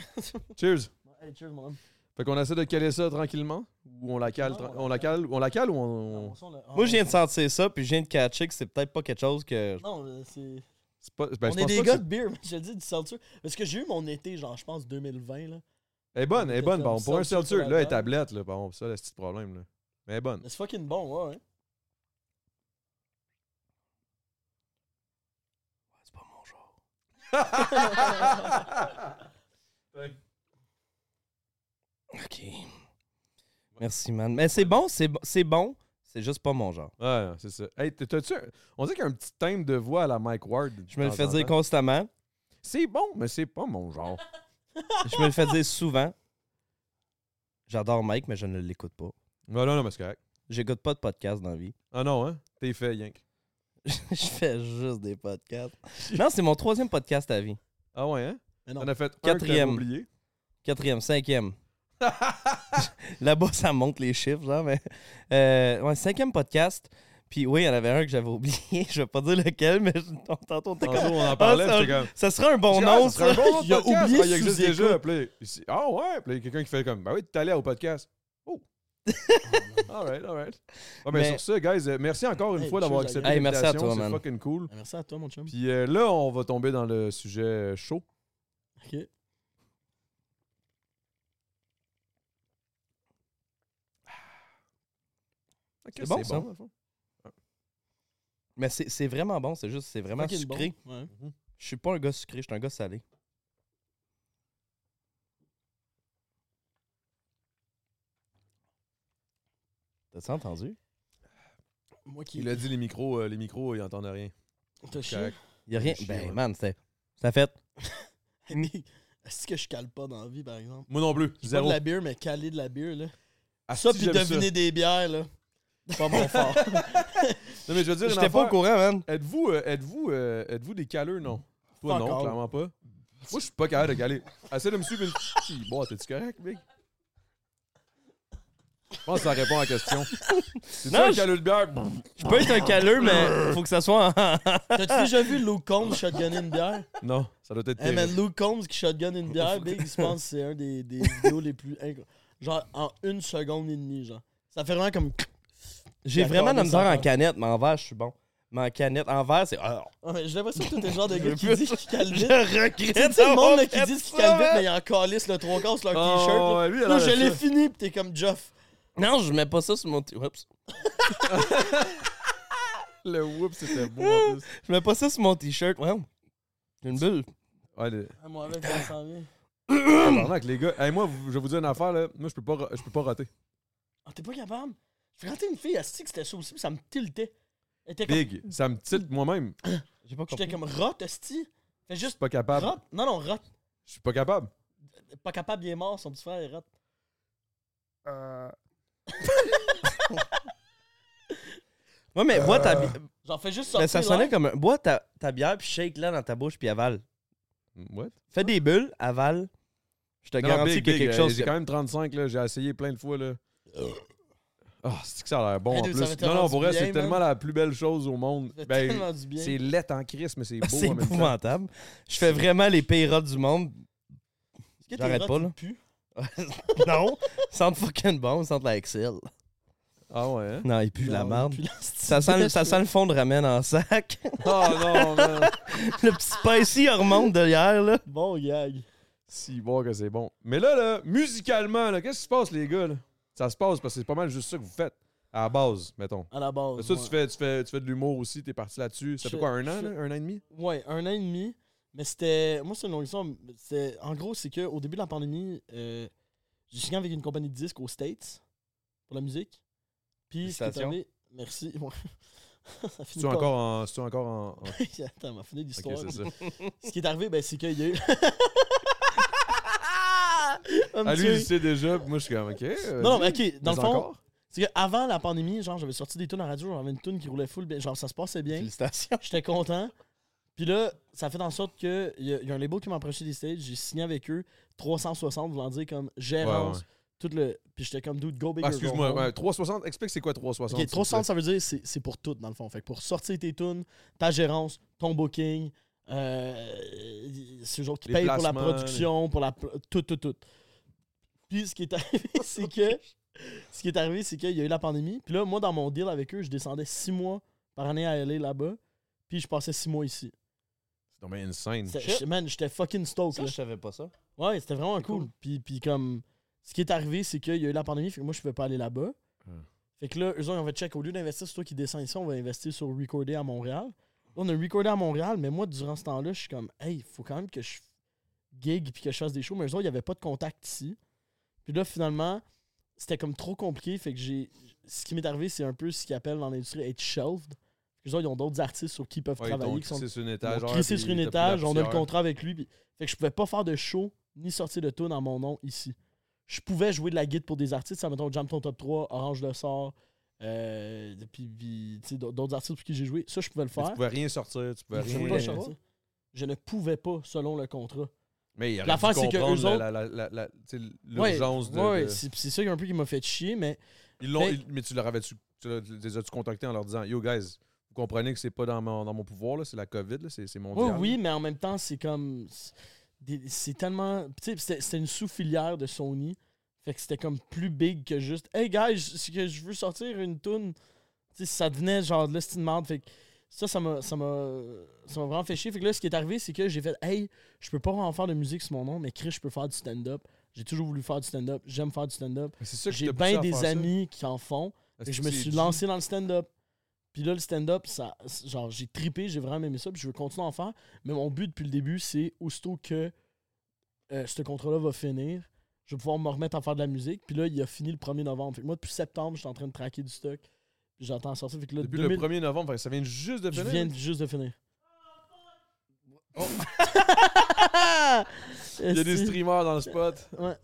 Cheers. hey, cheers, mon homme. Fait qu'on essaie de caler ça tranquillement ou on la cale, tra- on la cale, on la cale ou on, on- Moi, je viens de sentir ça, puis je viens de catcher que c'est peut-être pas quelque chose que. Ah, Ah, Non, euh, c'est. c'est pas, ben, on je est pense des pas que gars de beer, mais je le dis, du seltzer. Parce que j'ai eu mon été, genre, je pense, 2020, là. c'est- Elle est bonne, elle est bonne, par exemple. Pour un Seltzer sur seltzer, la là, elle est table. tablette, là, par exemple. Ça, c'est le petit problème, là. Mais elle est bonne. Mais c'est fucking bon, ouais, ouais. C'est pas mon genre. Ok. Merci, man. Mais c'est bon, c'est bon, c'est bon. C'est juste pas mon genre. Ouais, non, c'est ça. Hey, t- t'as-tu un- On dirait qu'il y a un petit thème de voix à la Mike Ward. de Je me le temps fais en dire temps. constamment. C'est bon, mais c'est pas mon genre. Je me le fais dire souvent. J'adore Mike, mais je ne l'écoute pas. non, non, non, mais c'est correct. J'écoute pas de podcast dans la vie. Ah non, hein? T'es fait, Yank. je fais juste des podcasts. Non, c'est mon troisième podcast à vie. Ah ouais, hein? Mais non. T'en as fait Quatrième. un que t'avais oublié. Quatrième, cinquième. Là-bas, ça monte les chiffres, genre, mais. euh, ouais, cinquième podcast. Puis oui, il y en avait un que j'avais oublié. Je vais pas dire lequel, mais je- on t'entend. Ah. Tantôt, on en parlait, ça- j'étais comme... Ça serait un bon Ah, nom, ça serait ça. un bon nom de Il a podcast. oublié Ah, il existe sous-écoute. déjà. Puis là, il- il- Ah ouais? Puis là, il y a quelqu'un qui fait comme, ben oui, t'es allé au podcast. Oh! alright, alright. Ouais, mais, Mais- sur ça, guys, euh, merci encore une Hey, fois d'avoir cheers, accepté la gang. Hey, merci à l'invitation. toi, C'est man. fucking cool. Ah, Merci à toi, mon chum. Puis euh, là, on va tomber dans le sujet euh, chaud. Ok. Ah. Ok, C'est bon, ça. dans le fond. Mais c'est c'est vraiment bon, c'est juste, c'est vraiment Fucking sucré. bon. Ouais. Je suis pas un gars sucré, je suis un gars salé. T'as-tu entendu? Moi qui. Il a dit les micros, euh, les micros, ils entendent rien. T'as chié? Correct. Y a rien. Chier, Ben, ouais. man, c'était. Ça fait. Nick, Est-ce que je cale pas dans la vie, par exemple? Moi non plus, Zéro. zéro. de la bière, mais caler de la bière, là. Ah, ça, si, puis j'aime ça. deviner des bières, là. C'est Pas mon fort. Non, mais je veux dire, une J'étais pas au affaire. courant, man. Êtes-vous euh, êtes-vous euh, êtes-vous des caleux non Toi Fuck non, all. clairement pas. Moi je suis pas capable de caler. Essaye de me suivre une Si, bon, t'es-tu correct, mec Je pense que ça répond à la question. C'est Non, ça un je- caleux de bière Je peux être un caleux, mais faut que ça soit en. T'as-tu déjà vu Luke Combs shotgunner une bière? Non, ça doit être Hey man, terrible. Luke Combs qui shotgun une bière, Big, je pense que c'est un des, des vidéos les plus. inc- Genre, en une seconde et demie, genre. Ça fait vraiment comme. J'ai D'accord, vraiment de mais la misère ça en va. canette, mais en verre, je suis bon. Mais en canette, en verre, c'est. Ah, Ah, mais J'ai l'impression que t'es le genre de gars Je qui veux dit qu'il cale je vite. regrette. Tu sais, le monde là, qui d'avoir fait dit qu'il ça, cale vite, man. mais il en calisse le trois quarts sur leur Oh, t-shirt. là. ouais, lui, il a Là, l'air je de l'ai ça. fini, pis t'es comme Jeff. Non, je mets pas ça sur mon. t- Oups. Le whoop, c'était beau en plus. Je mets pas ça sur mon t-shirt. Wow. J'ai une bulle. Ouais, le- Ah, moi, avec, ça s'en vient. tabarnak, les gars. Hey, moi, vous- je vais vous dire une affaire là. Moi, je peux pas, ra- je peux pas rater. Ah, t'es pas capable? Je fréquentais une fille, astique, c'était ça aussi, pis ça me tiltait. Elle était comme- Big, ça me tilte moi-même. J'ai pas J'étais compris. comme rot, hostie. Fais juste Pas capable. rot. Non, non, rot. Je suis pas capable. Pas capable, il est mort, son petit frère est rot. Ouais, mais bois ta bière. Genre, fais juste sortir. Mais Ben, ça sonnait l'air. comme un. Bois ta, ta bière, puis shake-la dans ta bouche, puis avale. What Ah. Fais des bulles, avale. Je te Non, non, garantis big, qu'il y a big, quelque euh, chose. J'ai quand même 35, là. J'ai essayé plein de fois, là. Ah, c'est que ça a l'air bon Hey, en dude, ça fait plus. Non, tellement non, du pour vrai, bien, c'est man. tellement la plus belle chose au monde. Ça fait Ben, tellement du bien. c'est laid en crise, mais c'est beau C'est en même temps. épouvantable. Je fais vraiment les pires du monde. Est-ce que t'es j'arrête rot pas, ou là. pu? non. Sente fucking bon, sente la Excel. Ah ouais, hein? Non, il pue la Non, merde. puis là, c'est- Ça sent, le- ça sent le fond de ramen en sac. Oh non, man. le petit spicy remonte derrière, là. Bon gag. si bon que c'est bon. Mais là, là, musicalement, là, qu'est-ce qui se passe, les gars, là? Ça se passe parce que c'est pas mal juste ça que vous faites. À la base, mettons. À la base. Ça, ouais. tu fais, tu, fais, tu fais de l'humour aussi, t'es parti là-dessus. Ça fait Je- quoi, un an, je- là? Un an et demi? Ouais, un an et demi. Mais c'était. Moi, c'est une longue histoire. mais c'était- En gros, c'est que au début de la pandémie, euh, j'ai signé avec une compagnie de disques aux States pour la musique. Puis, ce qui est Félicitations. arrivé- Merci. Ouais. ça finit C'est-tu pas- encore en. C'est-tu encore en. en- Attends, m'a fini Ok, l'histoire. c'est ça. ce qui est arrivé, ben, c'est qu'il y a eu. Ah, À me lui, il tuer. sait déjà, puis moi, je suis comme, OK. euh, non, non, mais ok, dans le mais fond, encore? c'est qu'avant la pandémie, genre, j'avais sorti des tunes en radio, j'avais une tune qui roulait full, bien, genre, ça se passait bien. Félicitations. J'étais content. Puis là, ça fait en sorte que il y, a- y a un label qui m'a approché des stages, j'ai signé avec eux 360, voulant dire comme gérance, Ouais, tout le. Puis j'étais comme dude, go big. Ah, or go excuse-moi, home. ouais, 360, explique c'est quoi 360. Ok, s'il vous plaît. 360, ça veut dire c'est c'est pour tout dans le fond. Fait que pour sortir tes tunes, ta gérance, ton booking, euh, c'est eux autres qui Les payent pour la placements, les- production, pour la. pl- Tout, tout, tout. Puis ce qui est arrivé, c'est que. Ce qui est arrivé, c'est qu'il y a eu la pandémie. Puis là, moi, dans mon deal avec eux, je descendais six mois par année à aller là-bas. Puis je passais six mois ici. C'est donc bien insane. C'était- Shit. j'étais- Man, j'étais fucking stoked. Ça, là. je savais pas ça. Ouais, c'était vraiment C'est cool. cool. Puis, puis comme, ce qui est arrivé, c'est qu'il y a eu la pandémie, fait que moi, je pouvais pas aller là-bas. Hmm. Fait que là, eux autres, on va check, au lieu d'investir sur toi qui descends ici, on va investir sur recorder à Montréal. Là, on a recordé à Montréal, mais moi, durant ce temps-là, je suis comme, hey, faut quand même que je gig puis que je fasse des shows. Mais eux autres, il n'y avait pas de contact ici. Puis là, finalement, c'était comme trop compliqué. Fait que j'ai. Ce qui m'est arrivé, c'est un peu ce qu'ils appellent dans l'industrie être shelved. Eux autres, ils ont d'autres artistes sur qui ils peuvent Ouais, travailler. donc, qui sont c'est sur un ils m'ont étage. crissé sur une étage, on a le contrat avec lui. puis- Fait que je pouvais pas faire de show ni sortir de tune en mon nom ici. Je pouvais jouer de la guide pour des artistes, ça mettons Jam ton top 3, Orange le sort, euh, puis, puis, tu sais, d'au- d'autres artistes pour qui j'ai joué, ça je pouvais le Tu faire. pouvais rien sortir, tu pouvais Je pouvais rien. pas sortir. Je ne pouvais pas selon le contrat. Mais il aurait L'affaire, dû c'est que eux comprendre autres- la- la- la- la- tu sais, Ouais, l'urgence de- ouais, de. c'est c'est ça qui est un peu qui m'a fait chier, mais Ils l'ont- Fait- ils- Mais tu leur avais-tu. Tu leur- tu les as-tu contactés en leur disant Yo, guys, vous comprenez que c'est pas dans mon, dans mon pouvoir, là, c'est la COVID, là, c'est c'est Oui, mondial. oui, mais en même temps, c'est comme. c'est- des- C'est tellement. Tu sais, c'était- c'était une sous-filière de Sony. Fait que c'était comme plus big que juste. Hey, guys, je- c'est que je veux sortir une toune. Tu sais, ça devenait genre de l'hostie de merde. Fait que ça, ça m'a ça m'a ça m'a vraiment fait chier. Fait que là, ce qui est arrivé, c'est que j'ai fait Hey, je peux pas en faire de musique sur mon nom, mais Chris, je peux faire du stand-up. J'ai toujours voulu faire du stand-up. J'aime faire du stand-up. Mais C'est ça que je J'ai te poussais bien à des faire ça. amis qui en font. Et je me suis lancé dans le stand-up. Puis là, le stand-up, ça, genre, j'ai tripé, j'ai vraiment aimé ça, puis je veux continuer à en faire. Mais mon but depuis le début, c'est aussitôt que euh, ce contrat-là va finir, je vais pouvoir me remettre à faire de la musique. Puis là, il a fini le 1er novembre. Fait que moi, depuis septembre, je suis en train de traquer du stock. Puis j'attends sortir. Fait que là, Depuis 2000 le 1er novembre, fait que ça vient juste de je finir. viens juste de finir. Oh. Il y a des streamers dans le spot. Ouais.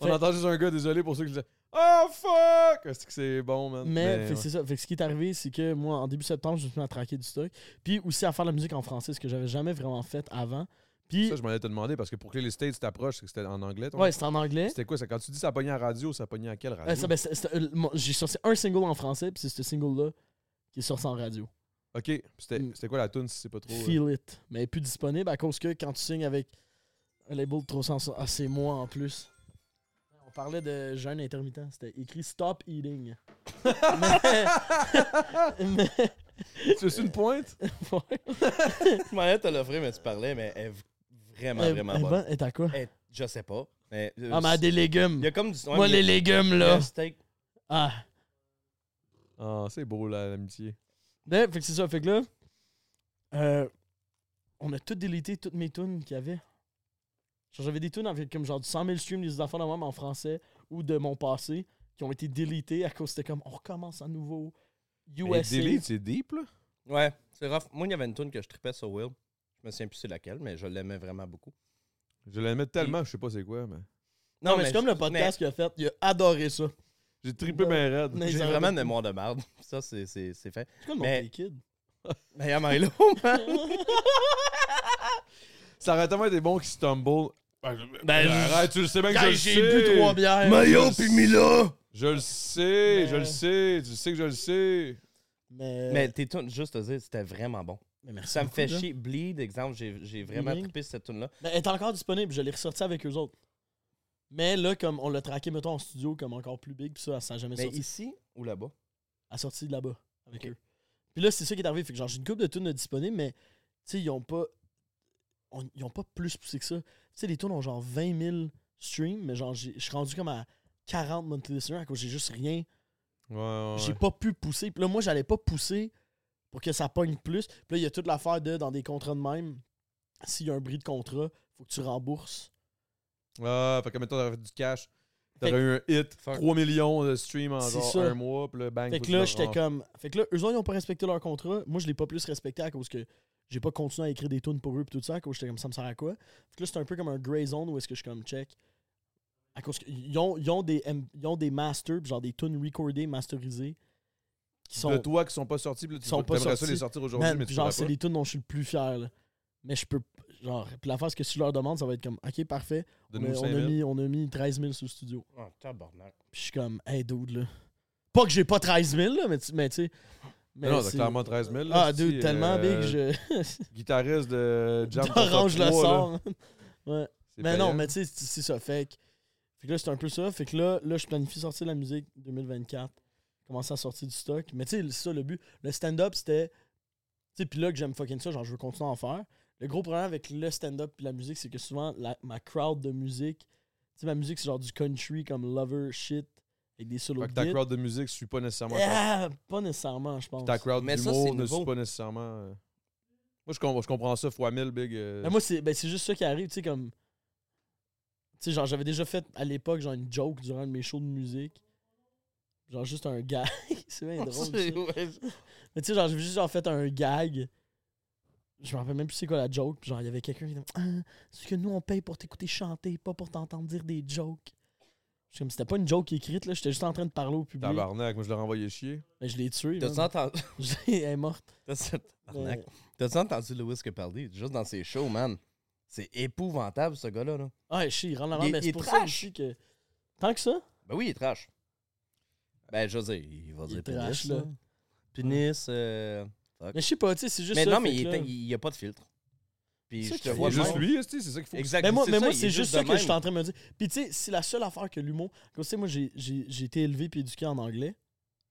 On Fait- entend juste un gars, désolé pour ceux qui disaient Oh fuck! Est-ce que c'est bon, man? Mais, fait Ben, que ouais. c'est ça. Fait que ce qui est arrivé, c'est que moi, en début septembre, je me suis mis à traquer du stock. Puis aussi à faire de la musique en français, ce que j'avais jamais vraiment fait avant. Puis, ça, je m'en allais te demander parce que pour que les States t'approchent, c'est que c'était en anglais. ton- ouais, c'était en anglais. C'était quoi ça? Quand tu dis ça pognait à radio, ça pognait à quelle radio? Euh, ça, ben, c'est- c'est- euh, mon- J'ai sorti un single en français, puis c'est ce single-là qui est sorti en radio. ok, puis c'était Mm. c'était quoi la tune si c'est pas trop. euh, Feel It. Mais elle est plus disponible à cause que quand tu signes avec un label de 300, ah, c'est moi en plus. On parlait de jeûne intermittent. C'était écrit Stop Eating. mais, mais- Tu veux euh, une pointe? ouais. Je m'en allais te l'offrir, mais tu parlais, mais elle est vraiment, Elle- vraiment ben, eh elle est bonne. bonne. Et t'as quoi? Elle- je sais pas. Mais, euh, Ah, mais elle a des légumes. Il y a comme du. ouais, Moi, mais les il y a- légumes, il y a là. un steak. Ah. Ah, c'est beau là, l'amitié. Ben, fait que c'est ça. Fait que là, euh, on a tout délité, toutes mes tunes qu'il y avait. Genre, j'avais des tunes avec comme genre du 100 000 streams des enfants de moi, mais en français ou de mon passé qui ont été délitées à cause c'était comme on recommence à nouveau. Mais USA. Delete, c'est deep là? Ouais, c'est rough. Moi, il y avait une tune que je tripais sur Will. Je me souviens plus c'est laquelle, mais je l'aimais vraiment beaucoup. Je l'aimais tellement, je sais pas c'est quoi, mais. Non, mais, c'est comme le podcast qu'il a fait. Il a adoré ça. J'ai trippé ben mes raides. Mais- J'ai Ils ont- vraiment une mémoire de merde. Ça, c'est- c'est c'est fait. C'est quoi le nom Mais- des kids? Mais à Milo, man. Ça aurait tellement été bon qu'il stumble. Ben, Arrête, tu le sais bien que je Hey, le J'ai sais. bu trois bières. Mayo pis Euh. Mila! Je le sais, Mais- je le sais, tu sais que je le sais. Mais, Mais t'es tout, juste te dire, c'était vraiment bon. mais merci Ça me beaucoup, fait là. chier. Bleed, exemple, j'ai j'ai vraiment Bleeding. trippé sur cette tune là Mais Ben, elle est encore disponible, je l'ai ressorti avec eux autres. Mais là, comme on l'a traqué, mettons, en studio, comme encore plus big, puis ça, ça n'a jamais Mais sorti. ici ou là-bas? à sortir de là-bas avec Ok. eux. Puis là, c'est ça qui est arrivé. Fait que genre, j'ai une couple de tunes de disponibles, mais tu sais, ils ont pas. on- ils ont pas plus poussé que ça. Tu sais, les tunes ont genre 20 000 streams, mais genre, j'ai- je suis rendu comme à 40 monthly listeners à cause j'ai juste rien. Ouais, ouais. J'ai pas pu pousser. Puis là, moi, j'allais pas pousser pour que ça pogne plus. Puis là, il y a toute l'affaire de dans des contrats de même. S'il y a un bris de contrat, faut que tu rembourses. Ah, fait que mettons, t'aurais fait du cash. T'aurais Fait eu un hit, Fuck. 3 millions de streams en C'est genre ça. un mois, puis le bang. Fait faut que tu là, le j'étais rentres. comme. Fait que là, eux autres, ils ont pas respecté leur contrat. Moi, je l'ai pas plus respecté à cause que j'ai pas continué à écrire des tunes pour eux et tout ça. À cause j'étais comme, ça me sert à quoi? Fait que là, c'est un peu comme un gray zone où est-ce que je suis comme check. À cause qu'ils ont, ils ont, des, M- ils ont des masters, pis genre des tunes recordées, masterisées, qui sont. De toi qui sont pas sortis, puis là, tu Ils sont pas t'aimerais ça sortis. les sortir aujourd'hui, Man, mais tu genre, pourrais c'est pas. les tunes dont je suis le plus fier, là. Mais je peux. Genre, pis l'affaire, c'est que si je leur demande, ça va être comme, ok, parfait. On a, Donne-nous on a 5 000. mis, on a mis 13 000 sous le studio. Oh, tabarnak. Puis je suis comme, hey, dude, là. Pas que j'ai pas 13 000, là, mais tu mais tu sais. mais non, t'as c'est- clairement 13 000. là, Ah, c'est-tu, dude, tellement euh, big, je. Guitariste de Jam Orange le 3, là. sort. man. Ouais. C'est Mais non, payant. mais tu sais, c'est c'est ça. Fait que, fait que là, c'est un peu ça. Fait que là, là, je planifie sortir la musique 2024. Commencer à sortir du stock. Mais tu sais, c'est ça le but. Le stand-up, c'était. Tu sais, puis là que j'aime fucking ça, genre, je veux continuer à en faire. Le gros problème avec le stand-up et la musique, c'est que souvent, la- ma crowd de musique. Tu sais, ma musique, c'est genre du country comme lover shit. Avec des solos Fait de que ta guitare. crowd de musique suit pas nécessairement ta- Ah, pas nécessairement, je pense. ta crowd Mais ça, c'est d'humour ne nouveau. suit pas nécessairement. euh. Moi, je comprends, je comprends ça fois 1000, big. euh, Mais moi, c'est ben, c'est juste ça qui arrive, tu sais, comme. Tu sais, genre, j'avais déjà fait à l'époque, genre, une joke durant un de mes shows de musique. Genre, juste un gag. c'est bien drôle. ça. Mais tu sais, genre, j'ai juste genre, fait un gag. Je me rappelle même plus c'est quoi la joke. Puis genre, il y avait quelqu'un qui disait ah, C'est que nous, on paye pour t'écouter chanter, pas pour t'entendre dire des jokes. Je suis comme, c'était pas une joke écrite, là. J'étais juste en train de parler au public. Tabarnak, moi, je l'ai renvoyé chier. Mais je l'ai tué. T'as-tu man. entendu... Je l'ai- Elle est morte. T'as-tu- tabarnak. Mais- T'as-tu entendu Lewis Capaldi? Juste dans ses shows, man. C'est épouvantable, ce gars-là. Là. Ah, je sais, il rentre la main, Il- mais il c'est est pour ça trash. aussi que. Tant que ça. Ben oui, il est trash. Ben, je veux dire, il va Il dire est trash, pénis, là. Pénis, euh, Mais je sais pas, tu sais, c'est juste. Mais ça, non, fait mais que il là- n'y a pas de filtre. Puis C'est ça je te qu'il vois Ouais, fait. juste non. même. lui, c'est c'est ça qu'il faut. Exact. Mais moi, c'est mais ça, moi il est c'est juste ça de que je suis même. en train de me dire. Puis tu sais, c'est la seule affaire que l'humour. Comme tu sais, moi, j'ai- j'ai j'ai été élevé puis éduqué en anglais.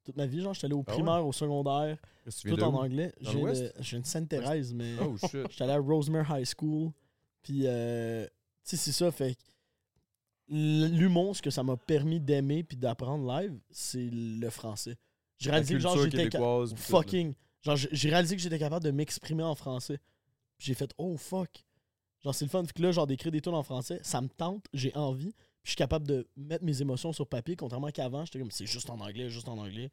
Toute ma vie, genre, j'étais allé au Ah ouais? primaire, au secondaire, Qu'est-ce que tu viens tout de en où? anglais. Dans J'ai l'Ouest? de- j'ai une Sainte-Thérèse, mais Oh shit. j'étais allé à Rosemere High School. Puis, euh, tu sais, c'est ça, fait que l'humour, ce que ça m'a permis d'aimer puis d'apprendre live, c'est le français. J'ai La réalisé que genre culture j'étais ca- québécoise. puis tout, là. fucking. Genre, j'ai- j'ai réalisé que j'étais capable de m'exprimer en français. Puis j'ai fait, oh fuck. Genre, c'est le fun. Fait que là, genre, d'écrire des tunes en français, ça me tente, j'ai envie. Puis je suis capable de mettre mes émotions sur papier, contrairement qu'avant, j'étais comme, c'est juste en anglais, juste en anglais.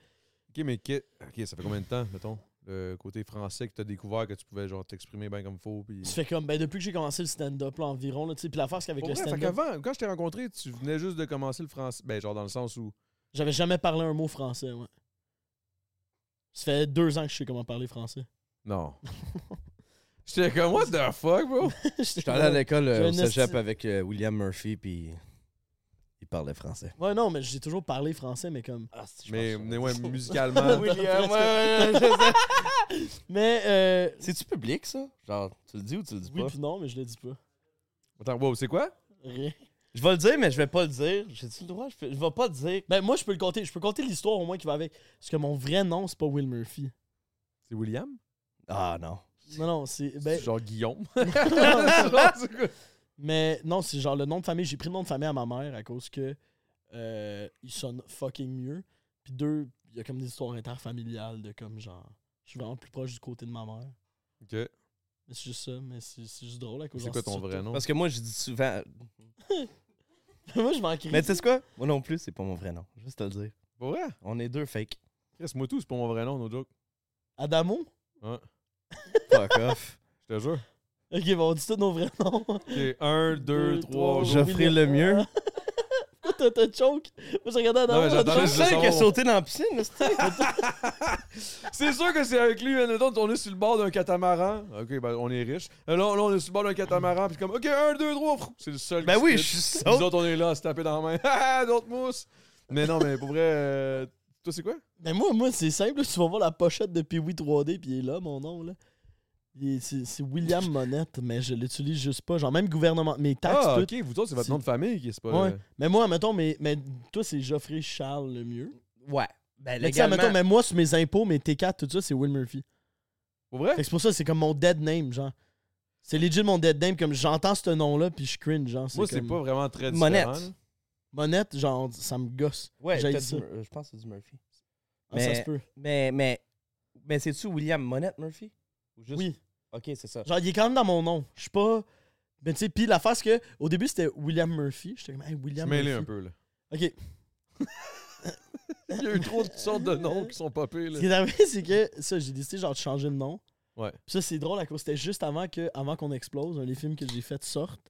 OK, mais que- OK, ça fait combien de temps, mettons, le côté français que tu as découvert que tu pouvais genre t'exprimer bien comme faut puis Tu fais comme, ben, depuis que j'ai commencé le stand-up, là, environ, là, tu sais. Puis l'affaire, c'est qu'avec Pour le vrai, fait stand-up, qu'avant, quand je t'ai rencontré, tu venais juste de commencer le français. Ben, genre dans le sens où. j'avais jamais parlé un mot français, ouais. Ça fait deux ans que je sais comment parler français. Non. J'étais comme, what the fuck, bro? J'étais allé à l'école J'ai euh, au une cégep esti- avec euh, William Murphy, puis il parlait français. Ouais, non, mais j'ai toujours parlé français, mais comme. Ah, mais, mais ouais, musicalement. William, ouais, Mais, euh, C'est-tu public, ça? Genre, tu le dis ou tu le dis Oui, pas? puis non, mais je le dis pas. Attends, wow, c'est quoi? Rien. Je vais le dire, mais je vais pas le dire. J'ai-tu le droit? Je, peux- je vais pas le dire. Ben, moi, je peux le compter. Je peux compter l'histoire au moins qui va avec. Parce que mon vrai nom, c'est pas Will Murphy. C'est William? Ah non. Non, non, c'est. Ben, C'est Genre Guillaume. non, c'est- C'est quoi? mais non, c'est genre le nom de famille. J'ai pris le nom de famille à ma mère à cause que euh, il sonne fucking mieux. Puis deux, il y a comme des histoires interfamiliales de comme genre. Je suis vraiment plus proche du côté de ma mère. Ok. Mais c'est juste ça, mais c'est c'est juste drôle à cause C'est genre, quoi ton vrai nom? Parce que moi, je dis souvent. Moi, je m'en crie. Mais tu sais quoi? Moi non plus, c'est pas mon vrai nom. Juste te le dire. Pour vrai? On est deux fake. Chris, moi tout, c'est pas mon vrai nom, no joke. Adamo Ouais, Fuck off. je te jure. Ok, ben, on dit tous nos vrais noms. Ok, un, deux, Deux, trois. trois, Je... Je- Geoffrey Lemieux. Pourquoi t'as t'as choke? Moi, je regardais Adamo. Non, mais j'attendais C'est Je le veux seul qui a savoir. sauté dans la piscine, là, c'est- C'est sûr que c'est avec lui, man. Mettons, on est sur le bord d'un catamaran. Ok, ben on est riche. Là, là, on est sur le bord d'un catamaran, puis comme, ok, un, deux, trois. frou, C'est le seul. Ben qui oui, se je fit. suis Nous saute. autres, on est là, à se taper dans la main. Ah, d'autres mousses. Mais non, mais pour vrai, euh, toi, c'est quoi? Mais moi, moi c'est simple. là, Tu vas voir la pochette de Pee-Wee 3D, puis il est là, mon nom. là. Il est- C'est c'est William Monette, mais je l'utilise juste pas. Genre, même gouvernement, mes taxes, Ah, tout. ok, vous autres, c'est votre C'est- nom de famille qui est pas. euh, Ouais. Mais moi, mettons, mais, mais toi, c'est Geoffrey Charles le mieux. Ouais. Ben, Mais tu sais, mettons, mais moi, sur mes impôts, mes T4, tout ça, c'est Will Murphy. Pour vrai? Fait que c'est pour ça, c'est comme mon dead name, genre. C'est legit mon dead name. Comme j'entends ce nom-là, puis je cringe, genre. Moi, c'est comme- pas vraiment très différent. Monette. là. Monette, genre, ça me gosse. Ouais, J'ai dit t'as dit ça. Mur- euh, je pense que c'est du Murphy. Ah, ça Mais- se peut. Mais, mais, mais c'est-tu William Monette Murphy? Ou juste- Oui. Ok, c'est ça. Genre, il est quand même dans mon nom. Je suis pas. Mais tu sais, puis l'affaire, c'est que au début, c'était William Murphy. J'étais comme, hey, Je William mêlé Murphy. un peu, là. Ok. Il y a eu trop de sortes de noms qui sont popés, Ce là. qui est arrivé, c'est que ça, j'ai décidé genre de changer de nom. Ouais. Puis ça, c'est drôle à cause. C'était juste avant que avant qu'on explose, un des films que j'ai fait sorte.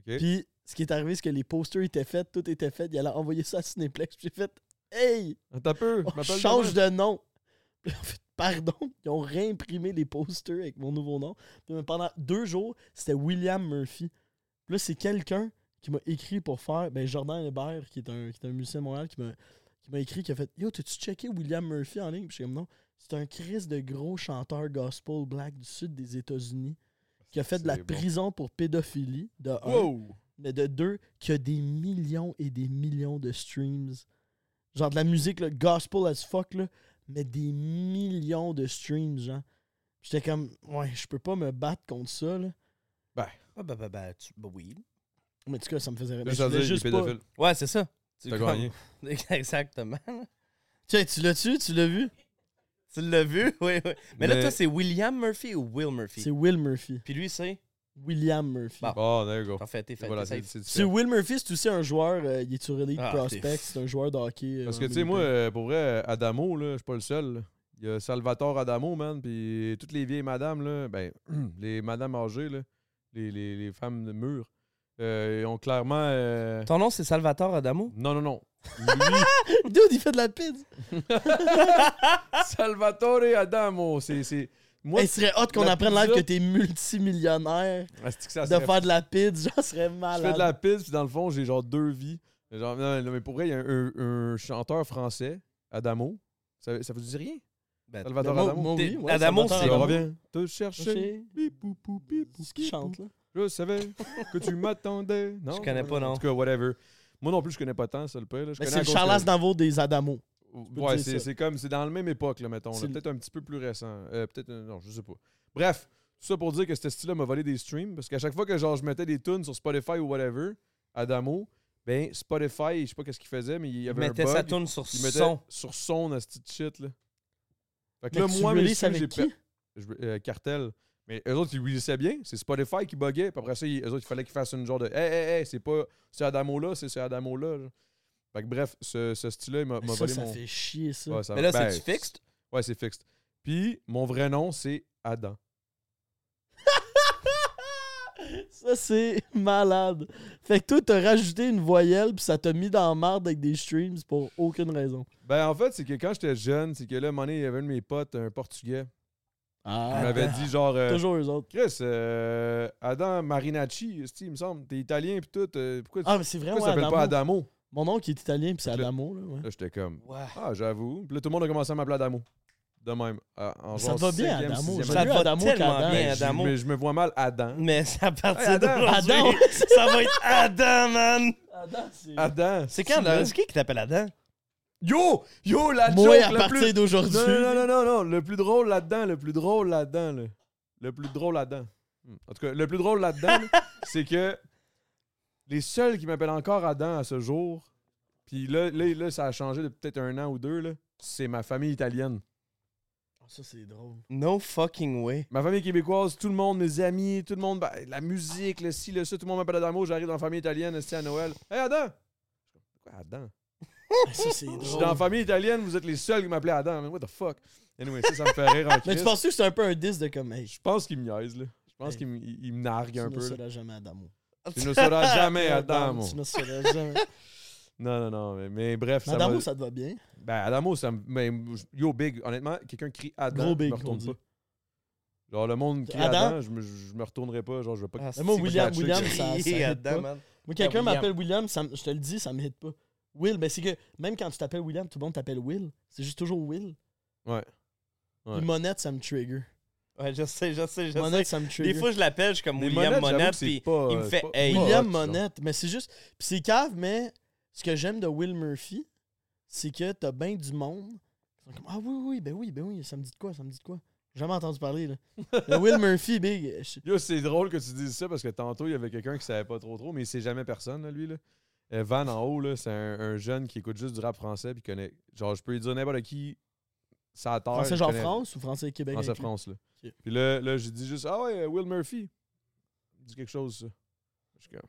Ok. Puis ce qui est arrivé, c'est que les posters étaient faits, tout était fait. Il allait envoyer ça à Cinéplex. Puis j'ai fait Hey! T'as peu, je On m'appelle change demain. de nom. Puis là, en fait, Pardon, ils ont réimprimé les posters avec mon nouveau nom. Puis pendant deux jours, c'était William Murphy. Puis là, c'est quelqu'un qui m'a écrit pour faire. Ben, Jordan Hébert, qui est un, qui est un musicien de Montréal, qui m'a, qui m'a écrit, qui a fait Yo, t'as-tu checké William Murphy en ligne Puis j'étais comme non. C'est un Chris de gros chanteur gospel black du sud des États-Unis qui a fait de la C'est bon. prison pour pédophilie, de un. Wow! Mais de deux, qui a des millions et des millions de streams. Genre de la musique, là, gospel as fuck, là, mais des millions de streams, genre. J'étais comme, ouais, je peux pas me battre contre ça, là. Ah, bah, bah, bah, tu- bah oui. Mais en tout cas, ça me faisait rire. Mais Juste à je voulais dire, il est juste pas- pédophile. Ouais, c'est ça. Tu T'as comme- gagné. Exactement. Tiens, tu l'as tué, tu l'as vu? Tu l'as vu? Oui, oui. Mais, là, Mais- toi, c'est William Murphy ou Will Murphy? C'est Will Murphy. Puis lui, c'est. William Murphy. Bon. Oh, there you go. En fait, t'es fait. Voilà, c'est t'es safe. c'est C'est différent. Will Murphy, c'est aussi un joueur, euh, il est sur Elite Ah, t'es Prospect, fou. c'est un joueur de hockey. euh, Parce que, en tu sais, moi, militaire. euh, pour vrai, euh, Adamo, là, je suis pas le seul. là. Il y a Salvatore Adamo, man, puis toutes les vieilles madames, là, ben, les madames âgées, là, les, les, les femmes de mur, euh, ils ont clairement... euh, Ton nom, c'est Salvatore Adamo? Non, non, non. Dude, il fait de la pide. Salvatore Adamo, c'est... c'est- Moi, Il serait hot qu'on la apprenne live pizza- que t'es multimillionnaire, asti que ça de serait faire de la pide, genre, serait Je malade. fais de la piste, puis dans le fond, j'ai genre deux vies. Genre, non, non, mais pour vrai, il y a un, un- un chanteur français, Adamo. Ça, ça vous dit rien? Ben, Salvatore Ben, moi- Adamo. moi, oui, T'es- ouais, Adamo, Salvatore c'est- on Adamo. revient. Te chercher. Bip, boup, boup, bip, boup, C'est ce qu'il bip, chante, là. boup. Je savais que tu m'attendais. Non, Je connais pas, non. En tout cas, whatever. Moi non plus, je connais pas tant ça, le pire. là. Je Mais connais c'est à le cause Charlas que- Navo des Adamo. peux Ouais, dire c'est ça. c'est comme, c'est dans la même époque, là, mettons. là. C'est le- Peut-être un petit peu plus récent. Euh, Peut-être, euh, non, je sais pas. Bref, tout ça pour dire que ce style-là m'a volé des streams, parce qu'à chaque fois que genre je mettais des tunes sur Spotify ou whatever, Adamo, Ben, Spotify, je sais pas qu'est-ce qu'il faisait, mais il y Il avait un mettait bug. sa tourne sur il mettait son. sur son à cette shit, là. Fait que Mais là, tu moi, mes releases sous, j'ai avec per- qui? je- euh, cartel. Mais eux autres, ils releasaient bien. C'est Spotify qui buguait. Puis après ça, ils- eux autres, il fallait qu'ils fassent une genre de Hey, hey, hey, c'est pas ce Adamo-là, c'est ce Adamo-là. genre. Fait que bref, ce, ce style-là, il m'a Mais m'a ça, volé ça mon. fait chier, ça. bah, Ouais, ça- Mais là, ben, c'est-tu fixe? Ouais, c'est fixe. Puis, mon vrai nom, c'est Adam. Ça, c'est malade. Fait que toi, t'as rajouté une voyelle, puis ça t'a mis dans la merde avec des streams pour aucune raison. Ben, en fait, c'est que quand j'étais jeune, c'est que là, à un moment donné, il y avait un de mes potes, un Portugais. Il Ah, m'avait dit genre. euh, Toujours eux autres. Chris, euh, Adam Marinacci, esti, il me semble. T'es italien pis tout. euh, pourquoi tu Ah, mais c'est vrai, pourquoi tu ouais, t'appelles Adamo. pas Adamo? Mon oncle est italien, puis c'est Fait que là- Adamo, là, ouais. Là, j'étais comme, Ouais. ah, j'avoue. Puis là, tout le monde a commencé à m'appeler Adamo. De même. à- en Ça genre te va bien, cinquième, Adamo. sixième J'aime Mm. année. Ça te mieux va Adamo tellement qu'Adamo. bien, Ben, je- Adamo. Mais je me vois mal Adam. Mais ça partir Hey, Adam. Adam! d'aujourd'hui, ça va être Adam, man. Adam, c'est... Adam. C'est quand, là? C'est qui qui t'appelle Adam? Yo! Yo, la Moi, joke à la partir plus... d'aujourd'hui... Non, non, non, non, non. Le plus drôle là-dedans, le plus drôle là-dedans, là. Le plus drôle là-dedans. Hmm. En tout cas, le plus drôle là-dedans, là, c'est que les seuls qui m'appellent encore Adam à ce jour, puis là, là, là, ça a changé de peut-être un an ou deux, là, c'est ma famille italienne. Ah, Ça, c'est drôle. No fucking way. Ma famille québécoise, tout le monde, mes amis, tout le monde, bah, la musique, le ci, le ça, tout le monde m'appelle Adamo, j'arrive dans la famille italienne, c'est à Noël. Hey Adam! Quoi, Adam? Ah, Ça, c'est Je suis dans la drôle. famille italienne, vous êtes les seuls qui m'appelaient Adam. Man, what the fuck? Anyway, ça, ça me fait rire en Mais Christ. tu penses que c'est un peu un disque de comme... Hey, Je pense qu'il me niaise, là. Je pense Hey. qu'il me- il- il me nargue tu un ne peu. là. seras jamais Adamo. Tu ne seras jamais Adamo. Tu ne seras jamais... Non, non, non, mais, mais bref, Mais ça Adamo, m'a- ça te va bien. Ben, Adamo, ça me... mais, Yo, Big, honnêtement, quelqu'un crie Adam, Gros Big, je me retourne on dit. pas. Genre, le monde crie Adam? Adam, je, me, je me retournerai pas, genre, je veux pas... Ah, Mais moi, c'est William, catché, William, que- ça- ça Hey, hit Adam, pas. man. Moi, quelqu'un William. m'appelle William, ça me- je te le dis, ça me hit pas. Will, ben c'est que même quand tu t'appelles William, tout le monde t'appelle Will. C'est juste toujours Will. Ouais. Ouais. Puis Monette, ça me trigger. Ouais, je sais, je sais, je sais. Monette, ça me trigger. Des fois, je l'appelle, je suis comme Les William j'avoue que Monette, c'est puis pas, il me euh, fait c'est pas- Hey. pas William hot, genre. Monette, mais c'est juste. Puis c'est cave, mais ce que j'aime de Will Murphy, c'est que t'as bien du monde. qui sont comme, ah oui, oui, ben oui, ben oui, ça me dit de quoi, ça me dit de quoi. J'ai Jamais entendu parler, là. Mais Will Murphy, big. je- Yo, c'est drôle que tu dises ça parce que tantôt, il y avait quelqu'un qui savait pas trop trop, mais il sait jamais personne, là, lui. Là. Euh, Van en haut, là, c'est un, un jeune qui écoute juste du rap français puis connaît. Genre, je peux lui dire n'importe qui, ça a tort. Français il genre connaît- France ou français Québec? Ah, Français inclus? France, là. Ok. Puis là, là j'ai dit juste, ah ouais, euh, Will Murphy. Dis quelque chose, ça. Je suis comme,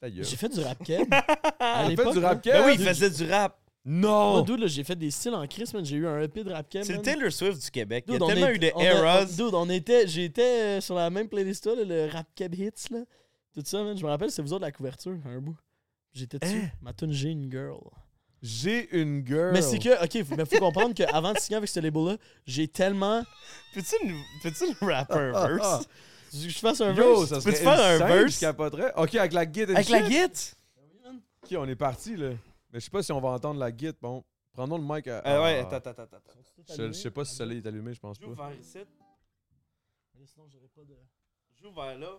ta gueule. J'ai fait du rap keb. Ben à T'as fait l'époque, du rap là. keb? oui, il faisait du rap. Moi, Non! dude, là, j'ai fait des styles en Chris, man. J'ai eu un EP de rap keb. C'est le man. Taylor Swift du Québec. Il y a Dude, on tellement est- eu de on a- eras. on- dude, on était, j'étais euh, sur la même playlist, là, le rap keb hits, là. Tout ça, man. Je me rappelle, c'est vous autres la couverture, un bout. J'étais dessus. Ma tune J'ai une girl. J'ai une girl. Hein? Mais c'est que, ok, faut- mais faut comprendre qu'avant de signer avec ce label-là, j'ai tellement. Peux-tu nous, peux-tu nous rapper un Ah, ah. verse? Je fasse un Yo, verse. ça Tu peux-tu serait faire un insane, verse? Je capoterais. Ok, avec la guide. and Avec la shit. guite? Ok, on est parti, là. Mais je sais pas si on va entendre la guide. Bon, prenons le mic. À... Ah ouais, à- attends, attends, attends. attends. Je, je sais pas si soleil est allumé, je pense pas. Joue vers ici. Sinon, j'aurais pas de. Joue vers là.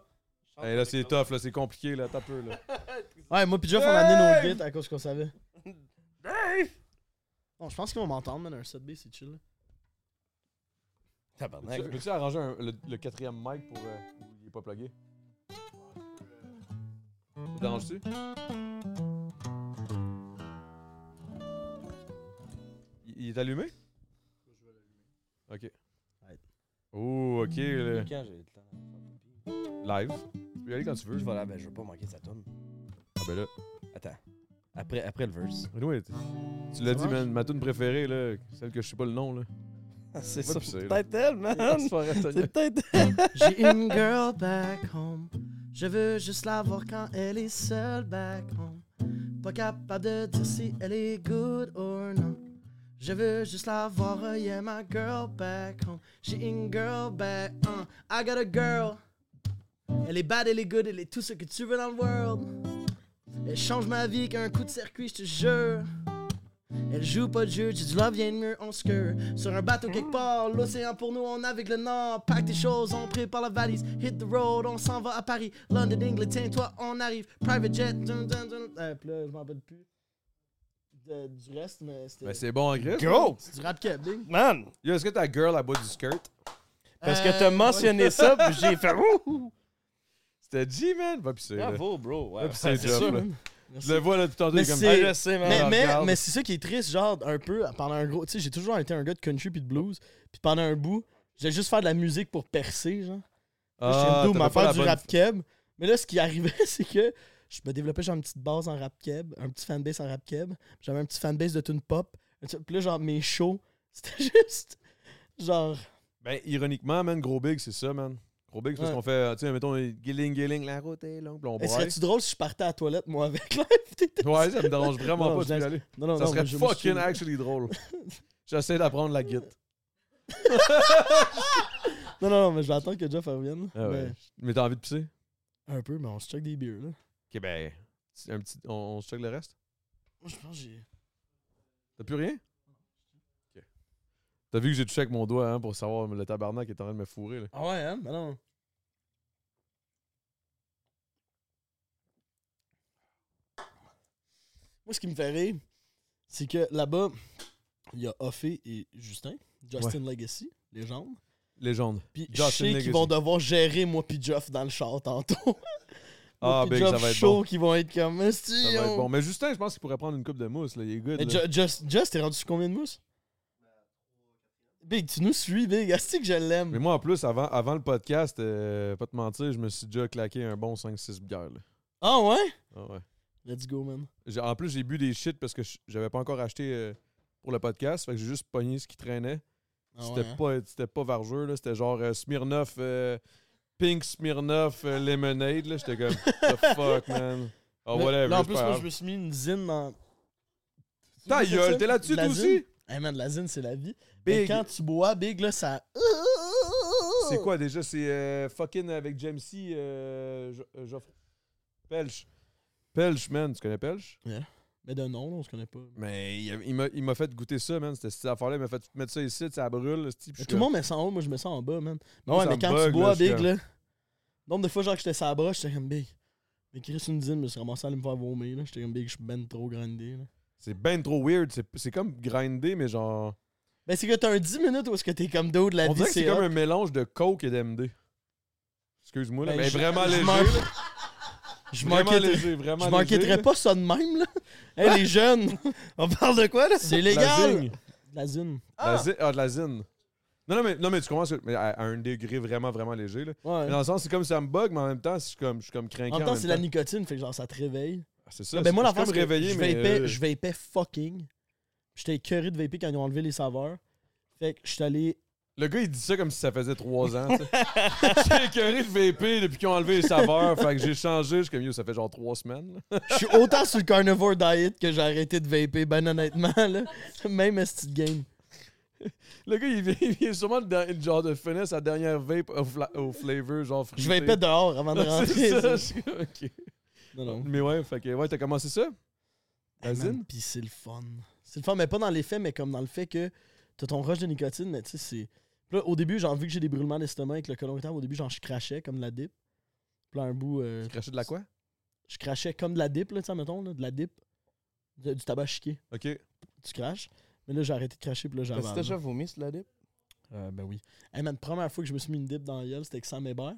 Chante Hey, Eh, là, avec c'est l'autre. tough, là, c'est compliqué, là, t'as peu, là. Ouais, moi, pis Jeff, on a Hey! amené nos guides à cause qu'on savait. Hey! Bon, je pense qu'ils vont m'entendre, man. Un 7B, c'est chill. là. Tabarnak. Peux-tu peux-tu arranger un- le, le quatrième mic pour. euh, il est pas plugué? Ça te dérange-tu? Il, il est allumé? Ok. Ouais. Oh, ok, le- Quand j'ai le temps de faire live. Tu peux y aller quand tu veux. pipi? Je vais là, ben je vais pas manquer sa tourne. Ah, ben là. Attends. Après, après le verse. Anyway, t- tu l'as dit, marche? man, ma tune préférée, là, celle que je sais pas le nom, là. Ah, c'est ça, ça. c'est C'est peut-être elle, man. Se faire C'est retenir. peut-être J'ai une girl back home. Je veux juste la voir quand elle est seule back home. Pas capable de dire si elle est good or non. Je veux juste la voir, oh yeah, my girl back home. J'ai une girl back home. I got a girl. Elle est bad, elle est good, elle est tout ce que tu veux dans le world. Elle change ma vie qu'un coup de circuit, je te jure. Elle joue pas de jeu, j'ai du love, vient de mieux, on se queue. Sur un bateau quelque part, l'océan pour nous, on navigue le nord. Pack des choses, on prépare la valise. Hit the road, on s'en va à Paris. London, England, tiens-toi, on arrive. Private jet, dun dun dun. Euh, pis là, je m'en rappelle plus. de- du reste, mais c'était. Ben, c'est bon en gris. Go! c'est du rap cabling. Man! Yo, est-ce que ta girl, à bout du skirt? Parce que Euh, t'as mentionné ça, puis j'ai fait ouh! C'était G, man! Va pisser, là. Bravo, bro. Ouais, Hop, c'est c'est top, sûr. là. Merci. Je le vois là tout tantôt, Mais il est comme c'est- Ah, je sais, man. Mais, Ah, mais, regarde. mais c'est ça qui est triste, genre, un peu, pendant un gros. Tu sais, j'ai toujours été un gars de country puis de blues. Puis pendant un bout, j'allais juste faire de la musique pour percer, genre. Là, Ah, j'étais une t'avais doom pas à faire la du bonne- rap keb. Mais là, ce qui arrivait, c'est que je me développais, genre, une petite base en rap keb, un petit fanbase en rap keb. J'avais un petit fanbase de tune pop. Puis là, genre, mes shows, c'était juste. Genre. Ben, ironiquement, man, gros big, c'est ça, man. Gros big, c'est Ouais. ce qu'on fait. ah, Tu sais, mettons, Gilling, Gilling, la route est longue, puis on Hey, braille. serait-tu Eh, drôle si je partais à la toilette, moi, avec là? Ouais, Oh ça me dérange vraiment Non, pas je de y laisse- aller. Non, non, Ça non, serait mais je me suis- fucking actually drôle. J'essaie d'apprendre la guite. Non, non, non, mais je vais attendre que Jeff revienne. Ah ouais. Mais t'as envie de pisser? Mais Un peu, mais on se check des bières, là. Ok, ben, c'est un petit... on, on se check le reste? Moi, je pense que j'ai. T'as plus rien? Ok. T'as vu que j'ai touché avec mon doigt hein, pour savoir le tabarnak qui est en train de me fourrer. Là. Ah ouais, hein? Ben non. Moi, ce qui me fait rire, c'est que là-bas, il y a Offé et Justin, Justin Legacy, légende. Légende. Puis je Justin sais Legacy. qu'ils vont devoir gérer moi puis Jeff dans le char tantôt. Moi Ah, puis big, Jeff ça va être chaud bon. qui vont être comme. Esti, Ça va être on- bon. Mais Justin, je pense qu'il pourrait prendre une coupe de mousse. Là. Il est good. Mais là. Ju- Just, Just, t'es rendu sur combien de mousses? Big, tu nous suis, Big. Asti que je l'aime. Ben, Mais moi, en plus, avant, avant le podcast, euh, pas te mentir, je me suis déjà claqué un bon 5-6 bières. là. Ah ouais? Ah ouais. Let's go, man. J'ai- En plus, j'ai bu des shit parce que je- j'avais pas encore acheté euh, pour le podcast. Fait que j'ai juste pogné ce qui traînait. Ah c'était ouais, hein? pas c'était pas vargeux, là. C'était genre euh, Smirnoff, euh, Pink Smirnoff euh, Lemonade, là. J'étais comme, the fuck, man. Oh, Là- whatever. Là, en c'est plus, pas moi, grave. je me suis mis une zine dans. Ta Tu sais ça? gueule, t'es là-dessus, La toi zine? aussi? Hey, man, la zine, c'est la vie. Mais Big. quand tu bois, Big, là, ça. C'est quoi déjà? C'est euh, fucking avec James C. Euh, Jo- euh, Joffre- Pelch. Pelch, man. Tu connais Pelch? Mais de nom, là, on se connaît pas. Mais il, a- il m'a- il m'a fait goûter ça, man. C'était cette affaire-là. Il m'a fait mettre ça ici, ça brûle. c'ti, puis je Mais suis tout comme- le monde met ça en haut, moi, je me sens en bas, man. Mais Moi, ouais, ça mais me quand bug, tu bois, là, je suis Big, comme- là. Nombre de fois, genre, que j'étais sur la broche, j'étais comme Big. Mais Chris, une zine, je me suis ramassé à aller me faire vomir, là. J'étais comme Big, je suis ben trop grindé, là. C'est ben trop weird. C'est- C'est comme grindé, mais genre. Ben, c'est que t'as un 10 minutes où est-ce que t'es comme d'eau de la On vie. dirait que c'est comme un mélange de coke et d'MD. Excuse-moi, là, Ben, mais je- vraiment je léger. m'en- là. Je Vraiment m'inquiéterais léger, vraiment je léger. m'inquiéterais là. pas ça de même, là. Hey, les jeunes, On parle de quoi, là? c'est La légal. zigne. De la zine. La zi- ah, de la zine. Non, non, mais, non, mais tu commences mais à, à un degré vraiment, vraiment léger. Là. Ouais. Mais Dans le sens, c'est comme ça me bug, mais en même temps, je suis comme, je suis comme craqué. En même temps, c'est la nicotine, fait que genre, ça te réveille. Ah, C'est ça. ben, moi, je la suis comme face, réveillé, je mais. vapais, euh, je vapais fucking. J'étais écœuré de vaper quand ils ont enlevé les saveurs. Fait que je suis allé. Le gars, il dit ça comme si ça faisait trois ans. tu sais. J'ai écœuré le VP depuis qu'ils ont enlevé les saveurs. fait que j'ai changé. Je suis comme, yo, ça fait genre trois semaines. là. Je suis autant sur le carnivore diet que j'ai arrêté de vaper, ben honnêtement, là. Même à cette game. Le gars, il vient, il vient sûrement de, de- genre de finir sa dernière vape au, fla- au flavor, genre fruité. Je vapais dehors avant de Ah, rentrer. c'est ça, ça. je suis comme, ok. Non, non. Mais ouais, fait que ouais, t'as commencé ça? La Hey, man, zine? Puis c'est le fun. C'est le fun, mais pas dans l'effet, mais comme dans le fait que t'as ton rush de nicotine, mais tu sais, c'est. Puis là, au début, genre, vu que j'ai des brûlements d'estomac avec le colon irritable, au début, genre, je crachais comme de la dip. Puis là, un bout, euh, Tu crachais de la quoi? je crachais comme de la dip, là, tu sais, mettons, là, de la dip. De- du tabac chiqué. Ok. Tu craches. Mais là, j'ai arrêté de cracher, puis là, j'avais. T'as envie. déjà vomi sur la dip? Euh, ben oui. Hey, man, première fois que je me suis mis une dip dans la gueule, c'était avec Sam Hébert,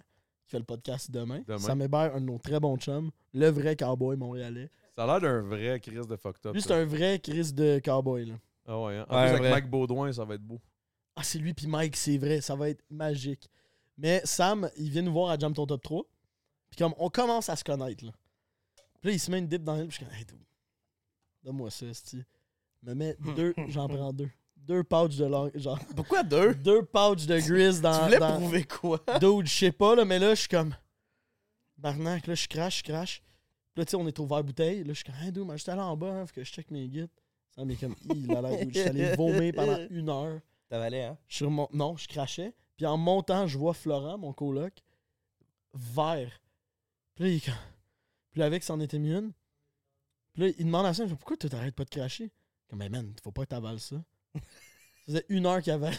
qui fait le podcast demain. Demain. Sam Hébert, un de nos très bons chums, le vrai cowboy montréalais. Ça a l'air d'un vrai crise de fucked up. Lui, c'est ça. un vrai Chris de cowboy, là. Ah ouais, hein? En Ouais, plus, vrai. avec Mike Baudouin, ça va être beau. Ah, c'est lui puis Mike, c'est vrai, ça va être magique. Mais Sam, il vient nous voir à Jump Ton Top 3. Puis comme, on commence à se connaître, là. Puis là, il se met une dip dans l'île, puis je suis comme, hey, dude, donne-moi ça, c'ti. Il Me met deux, j'en prends deux. Deux pouches de long, genre, Pourquoi deux? deux pouches de gris Tu dans... voulais dans- prouver quoi? Dude, je sais pas, là, mais là, je suis comme. Barnac, là, je crache, je crache. Puis là, tu sais, on est ouvert bouteille. Là, je suis comme, hey, dude, moi, j'étais allé en bas, hein, faut que je check mes guides. Ça m'est comme, il a l'air, dude, j'étais allé vomir pendant une heure. T'avalais, hein? Je suis remon- Non, je crachais. Puis en montant, je vois Florent, mon coloc, vert. Puis là, il est comme- Puis là, avec, s'en était mis une. Puis là, il demande à ça, il fait, pourquoi tu t'arrêtes pas de cracher? Comme, mais man, faut pas que t'avales ça. Ça faisait une heure qu'il avalait.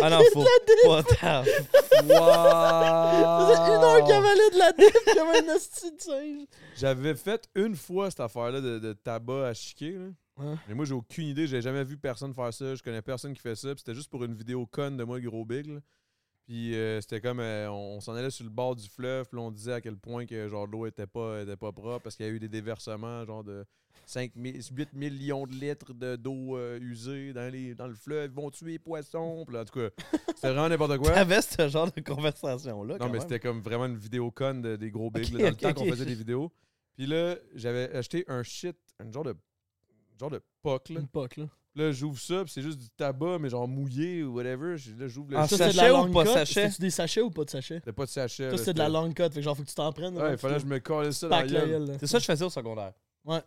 Ah non, faut pas t'av- Ça faisait une heure qu'il Ah. avalait de la dip comme un hostie de singe. J'avais fait une fois cette affaire-là de, de tabac à chiquer. Là. Ouais. Mais moi, j'ai aucune idée. J'ai jamais vu personne faire ça. Je connais personne qui fait ça. Puis c'était juste pour une vidéo conne de moi, gros big. là. Puis euh, c'était comme, euh, on, on s'en allait sur le bord du fleuve, puis là, on disait à quel point que genre l'eau était pas, était pas propre parce qu'il y a eu des déversements genre de 5 000 8 millions de litres de- d'eau euh, usée dans, les, dans le fleuve. Ils vont tuer les poissons. Puis là, en tout cas, c'était vraiment n'importe quoi. T'avais ce genre de conversation-là. Non, quand mais même. c'était comme vraiment une vidéo conne de- des gros bigs. Ok, là, dans ok, le temps ok. qu'on faisait des vidéos. Puis là, j'avais acheté un shit, un genre de genre de puck. Là, Mm. Une poque, là. là j'ouvre ça, puis c'est juste du tabac, mais genre mouillé ou whatever. Je- Là, j'ouvre le Ah, shit. ça, c'était de la sachet ou long pas cut? sachet? C'était-tu des sachets ou pas de sachets? C'était pas de sachet. Toi, là, c'était de la long cut, fait que genre, faut que tu t'en prennes. Ouais, il fallait que je me collais ça dans la gueule. C'est ça que je faisais au secondaire.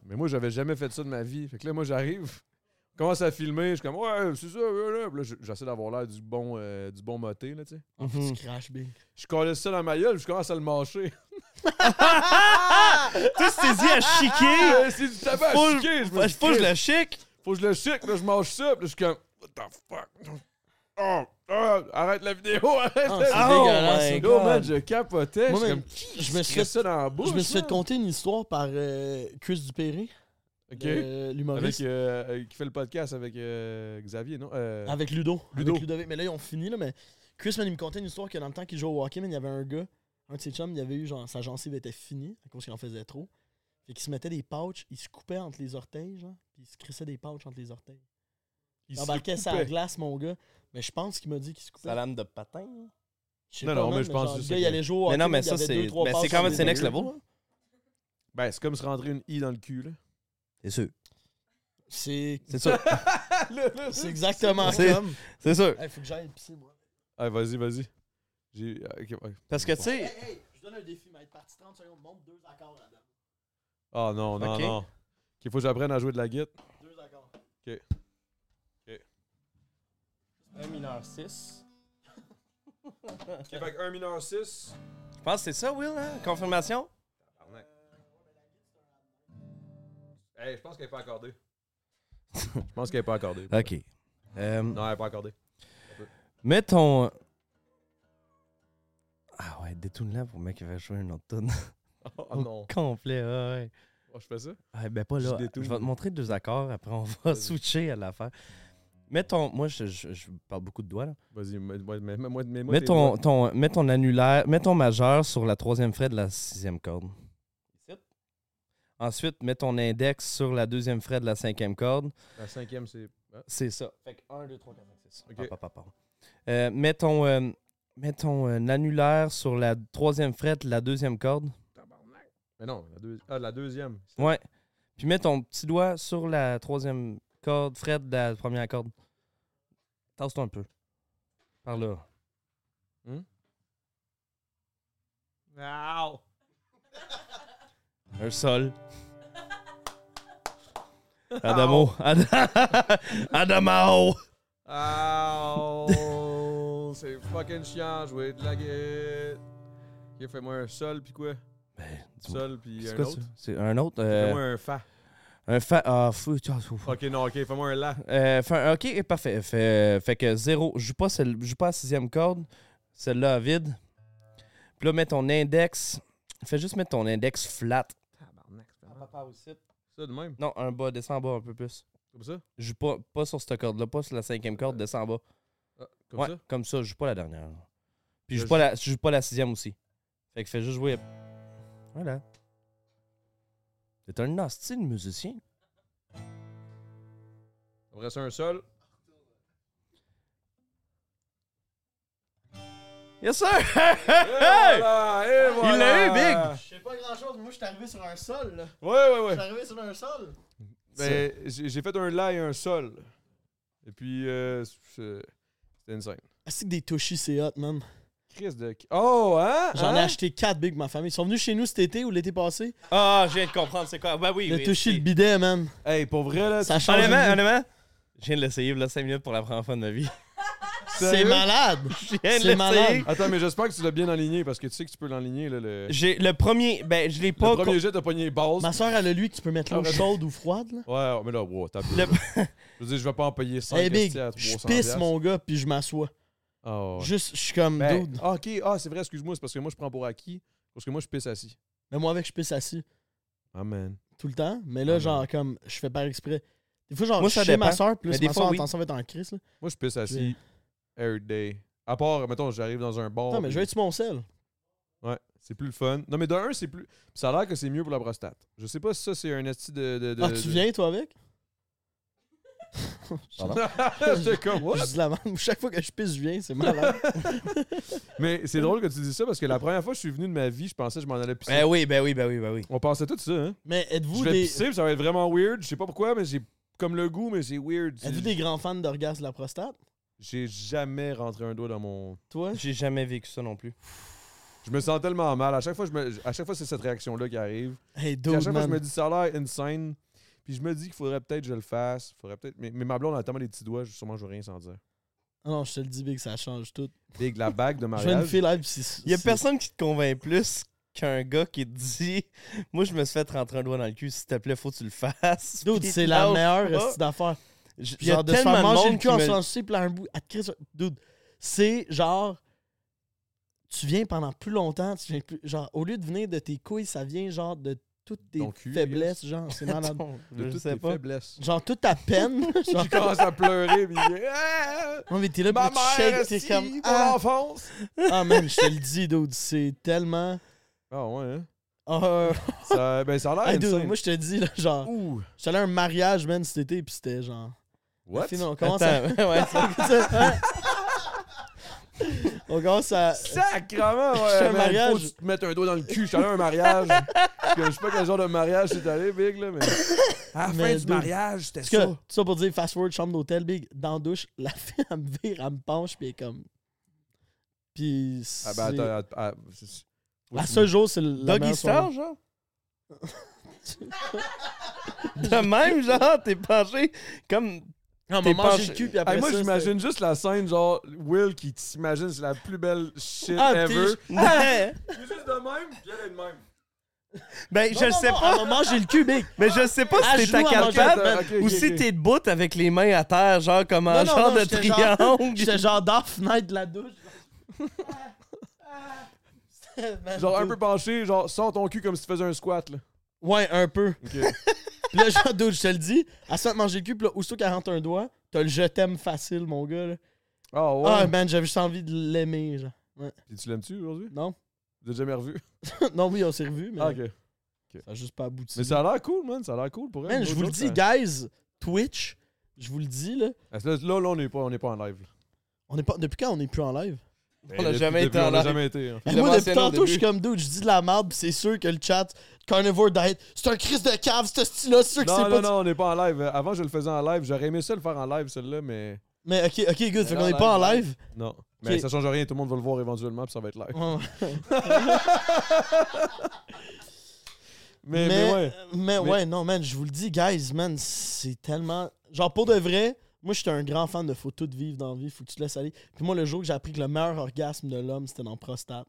Mais moi, j'avais jamais fait ça de ma vie. Fait que là, moi, j'arrive, je commence à filmer, je suis comme, ouais, c'est ça, ouais, là. Puis là, j- j'essaie d'avoir l'air du bon, euh, du bon moté, là, tu sais. Tu craches bien. Je collais ça dans ma gueule, puis je commence à le mâcher. Tu sais, dit à chiquer. Euh, c'est du tabac Faut- à chiquer, je me Ah! Faut dis, faut que je le chic. Faut que je le chic, là, je mange ça, puis là, je suis comme, what the fuck? Oh, oh, arrête la vidéo, arrête la Ah, c'est vidéo. dégueulasse. my Yo, God. man, je capotais. Moi, je suis même, comme, qui je me suis crée fait- ça dans la bouche. Je me suis là? fait conter une histoire par euh, Chris Dupéré, OK. le- Avec, l'humoriste. euh, euh, qui fait le podcast avec euh, Xavier, non? Euh, Avec Ludo. Ludo. Avec Ludovic. Mais là, ils ont fini, là, mais Chris, man, il me contait une histoire que dans le temps qu'il jouait au hockey, man, il y avait un gars, un de ses chums, il avait eu, genre, sa gencive était finie à cause qu'il en faisait trop. Fait qu'il se mettait des pouches, il se coupait entre les orteils, genre, puis il se crissait des pouches entre les orteils. il Il se embarquait ça à coupait. la glace, mon gars. Mais je pense qu'il m'a dit qu'il se coupait. lame de patin. là. Je sais Non, pas, non, man, mais je pense genre, juste Le gars, que- il allait jouer au hockey. Mais non, mais il ça, avait c'est- deux, trois ben, c'est passes quand même- sur c'est les next murs, level, là. Ben, c'est comme se rentrer une I dans le cul, là. C'est sûr. C'est C'est sûr. c'est exactement C'est- comme. C'est sûr. Hey, faut que j'aille pisser, moi. Ah, vas-y, vas-y. J'ai. ah, ok, ouais. Parce que, tu Hey, sais, hey, je donne un défi, mais être parti 30 secondes, monte deux accords là-dedans. Ah non, non, Ok. non. Qu'il faut que j'apprenne à jouer de la guitare. Deux accords. mineur 6. Québec 1 mineur 6. Je pense que c'est ça, Will, hein? Confirmation? Hey, je pense qu'elle n'est pas accordée. je pense qu'elle n'est pas accordée. OK. Euh, Non, elle n'est pas accordée. Mets ton. Ah ouais, détourne-la pour le mec qui va jouer un autre tonne. Oh non. Complet, ouais, Oh, je fais ça? ouais. Ouais, ben pas Je là. Je, détourne. vais te montrer deux accords, après on va Vas-y. switcher à l'affaire. Mets ton. Moi, je, je- je parle beaucoup de doigts, là. Vas-y, mets-moi. Mets-moi. mets, ton, ton, mets ton annulaire, mets ton majeur sur la troisième fret de la sixième corde. Ensuite, mets ton index sur la deuxième fret de la cinquième corde. La cinquième, c'est. Ah, C'est ça. Fait que 1, 2, 3, 4, 5, 6. Ok. mets ton, euh, mets ton euh, annulaire sur la troisième fret de la deuxième corde. tabarnak. Mais non, la, deux... ah, la deuxième. C'est- Ouais. Puis mets ton petit doigt sur la troisième corde, fret de la première corde. Tasse-toi un peu. Par là. Un sol. Adamo. Ad- Adamo. Ow! c'est fucking chiant jouer de la guitare. Ok, fais-moi un sol, puis quoi? Ben, dis-moi, Sol, puis c'est un quoi autre. ça? C'est un autre. euh, Fais-moi un fa. un fa. Ah, fou, tiens, fou, fou. Ok, non, ok, fais-moi un la. Euh, fin- ok, parfait. Fait, fait que zéro. Joue pas, celle, joue pas la sixième corde. Celle-là à vide. Puis là, mets ton index. Fais juste mettre ton index flat. Tabarnak, c'est pas mal. Ça de même? Non, un bas, descends en bas un peu plus. Comme ça? Joue pas, pas sur cette corde-là, pas sur la cinquième corde, descends en bas. Ah, Euh, comme ouais, ça? comme ça, joue pas la dernière. Puis Là, joue pas la, joue pas la sixième aussi. Fait que fais juste jouer. Voilà. T'es un nasty de musicien. Après ça, un sol. Yes, sir! Et voilà! Et voilà! Il l'a eu, Je sais pas grand chose, moi je suis arrivé sur un sol là. Ouais, ouais, Je ouais. suis arrivé sur un sol. Mais j'ai j'ai fait un la et un sol. Et puis, euh, c'est- c'était une scène. Ah, c'est que des touchis, c'est hot, man. Chris de. Oh, hein? J'en ai hein? acheté 4 bigs, ma famille. Ils sont venus chez nous cet été ou l'été passé. Ah, je viens de comprendre, c'est quoi? Ben oui, Le oui, touchy, c'est- le bidet, man. Hey, pour vrai, là, Ça change. Honnêtement, une vie. honnêtement, je viens de l'essayer, là, 5 minutes pour la première fois de ma vie. C'est malade. Je viens de C'est l'essayer. malade. Attends, mais j'espère que tu l'as bien enligné parce que tu sais que tu peux l'enligner. Là, le... J'ai le premier, ben, je l'ai le pas. co- premier jet, t'as pogné les bases. Ma soeur, elle a lui que tu peux mettre l'eau Ah, ouais. chaude ou froide, là. Ouais, mais là, wow, t'as Le- le... Je veux dire, je vais pas en payer 5 Hey, Eh, big, à 300 je pisse, piastres. mon gars, puis je m'assois. Ah, ouais. Juste, je suis comme Ben, dude. ah, ok, ah, c'est vrai, excuse-moi, c'est parce que moi, je prends pour acquis. Parce que moi, je pisse assis. Ah, Mais moi, avec, je pisse assis Amen. tout le temps. Mais Ah, là, man. genre, comme, je fais par exprès. Des fois, genre, Moi, je ça suis chez ma dépend. soeur, puis là, Mais c'est des ma fois, soeur, oui. attention, va être en crise, là. Moi, je pisse assis every day. À part, mettons, j'arrive dans un bar. Non, mais je vais être sur mon sel. Ouais, c'est plus le fun. Non, mais de un, c'est plus. Puis ça a l'air que c'est mieux pour la prostate. Je sais pas si ça, c'est un esti de. de, de- Ah, tu de- viens, toi, avec? J'étais comme, what? Je dis la même. Chaque fois que je pisse, je viens. C'est malade. Mais c'est drôle que tu dis ça parce que la première fois que je suis venu de ma vie, je pensais que je m'en allais pisser. Ben oui, ben oui, ben oui, ben oui. On pensait tout ça, hein? mais êtes-vous je vais des, pisser, puis ça va être vraiment weird. Je sais pas pourquoi, mais j'ai comme le goût, mais c'est weird. êtes-vous Ben, des grands fans d'orgasme de la prostate? J'ai jamais rentré un doigt dans mon. Toi? J'ai jamais vécu ça non plus. Je me sens tellement mal. À chaque fois, je me... à chaque fois c'est cette réaction-là qui arrive. Hey, Puis à dude, chaque fois, je me man. dis, ça a l'air insane. Puis je me dis qu'il faudrait peut-être que je le fasse. Faudrait peut-être... Mais, mais ma blonde a tellement des petits doigts, je- sûrement, je vais rien sans dire. Ah non, je te le dis, Big, ça change tout. Big, la bague de Je vois une mariage. fille live, pis c'est... Il y a c'est- personne qui te convainc plus qu'un gars qui te dit Moi, je me suis fait rentrer un doigt dans le cul, s'il te plaît, faut que tu le fasses. Dude, Puis c'est il la lâche meilleure pas. esti d'affaire. J- Il y a Genre de se faire tellement de manger le monde cul qui en me- se lancer, puis là, un bout. à te créer sur- Dude, c'est genre. Tu viens pendant plus longtemps, tu viens plus. Genre, au lieu de venir de tes couilles, ça vient genre de toutes tes Ton cul, faiblesses, genre, c'est malade. De Je toutes sais tes pas. faiblesses. genre, toute ta peine. genre, Je commence à pleurer, puis je dis, Ah! non, mais t'es là, Ma puis tu mère, shakes, t'es esti, comme. mon Ah, enfance! ah, man, je te le dis, dude, c'est tellement. Ah ouais, hein? Ah, Ça, ben, ça a l'air hey, dude, insane. moi, je te dis, là, genre, Ouh! j'allais à un mariage, man, cet été, puis c'était genre. What? Fine, on commence à. Attends, ouais, ça- on commence à. Sacrement, ouais! euh, Je suis à un man, mariage. Faut que tu te mettes un doigt dans le cul. Je suis allé à un mariage. Parce que je sais pas quel genre de mariage c'est allé, Big, là, mais. À la fin Mais du dude, mariage, c'était Parce que, ça. tout ça pour dire fast forward, chambre d'hôtel, big, dans la douche, la fille, elle me vire, elle me penche, puis elle est comme. Puis. Ah, ben, c'est- attends, attends, attends, c'est- c'est- la seule jour, c'est la Doggy meilleure Star, soirée. genre De même, genre, t'es penché comme. Non, T'es mais manger penché. le cul, puis Hey, après moi, ça, j'imagine juste la scène, genre, Will qui t'imagine, c'est la plus belle shit Ah, t'es- ever. ben, Il est juste de même, puis elle est de même. je le sais pas. On va manger le cul, big. Mais Ah, je sais pas À si t'es à genoux, à manger capable la tête, ok, ou ok, si ok. t'es debout avec les mains à terre, genre comme Non, un non, genre non, de j'étais genre- triangle. J'étais genre dans la fenêtre de la douche. Genre, un peu penché, genre, sors ton cul comme si tu faisais un squat, là. Ouais, un peu. Ok. Puis là, genre, dude, je te le dis, à se mettre manger le cul, puis là, aussitôt qu'elle rentre un doigt, t'as le je t'aime facile, mon gars. là. Ah ouais. Ah, man, j'avais juste envie de l'aimer, genre. Puis tu l'aimes-tu aujourd'hui? Non? T'as jamais revu? non, oui, on s'est revus, mais Ah, ok. ça a juste pas abouti. Mais ça a hein. l'air cool, man. Ça a l'air cool pour elle. Man, je vous le dis, gars. guys, Twitch, je vous le dis, là, Là, là, là, on n'est pas, on est pas en live. là. on est pas, depuis quand on est plus en live? Ben, a depuis- jamais été depuis, en On a live. jamais été. hein. Il l'a moi, depuis mentionné au tantôt, je suis début. comme, dude, je dis de la merde, pis c'est sûr que le chat, Carnivore Diet, c'est un crise de cave, ce style-là, c'est sûr que c'est Non, pas... non, non, on n'est pas en live. Euh, Avant, je le faisais en live. J'aurais aimé ça le faire en live, celle-là, mais Mais ok, ok, good, fait Mais là, qu'on est en pas en live, live. non. Mais Ok. ça change rien. Tout le monde va le voir éventuellement, puis ça va être live. Ouais. Mais, mais, mais, ouais. mais Mais- ouais, non, man, je vous le dis, guys, man, c'est tellement. Genre, pour de vrai, moi, j'étais un grand fan de faut tout vivre dans la vie, faut que tu te laisses aller. Puis moi, le jour que j'ai appris que le meilleur orgasme de l'homme, c'était dans prostate,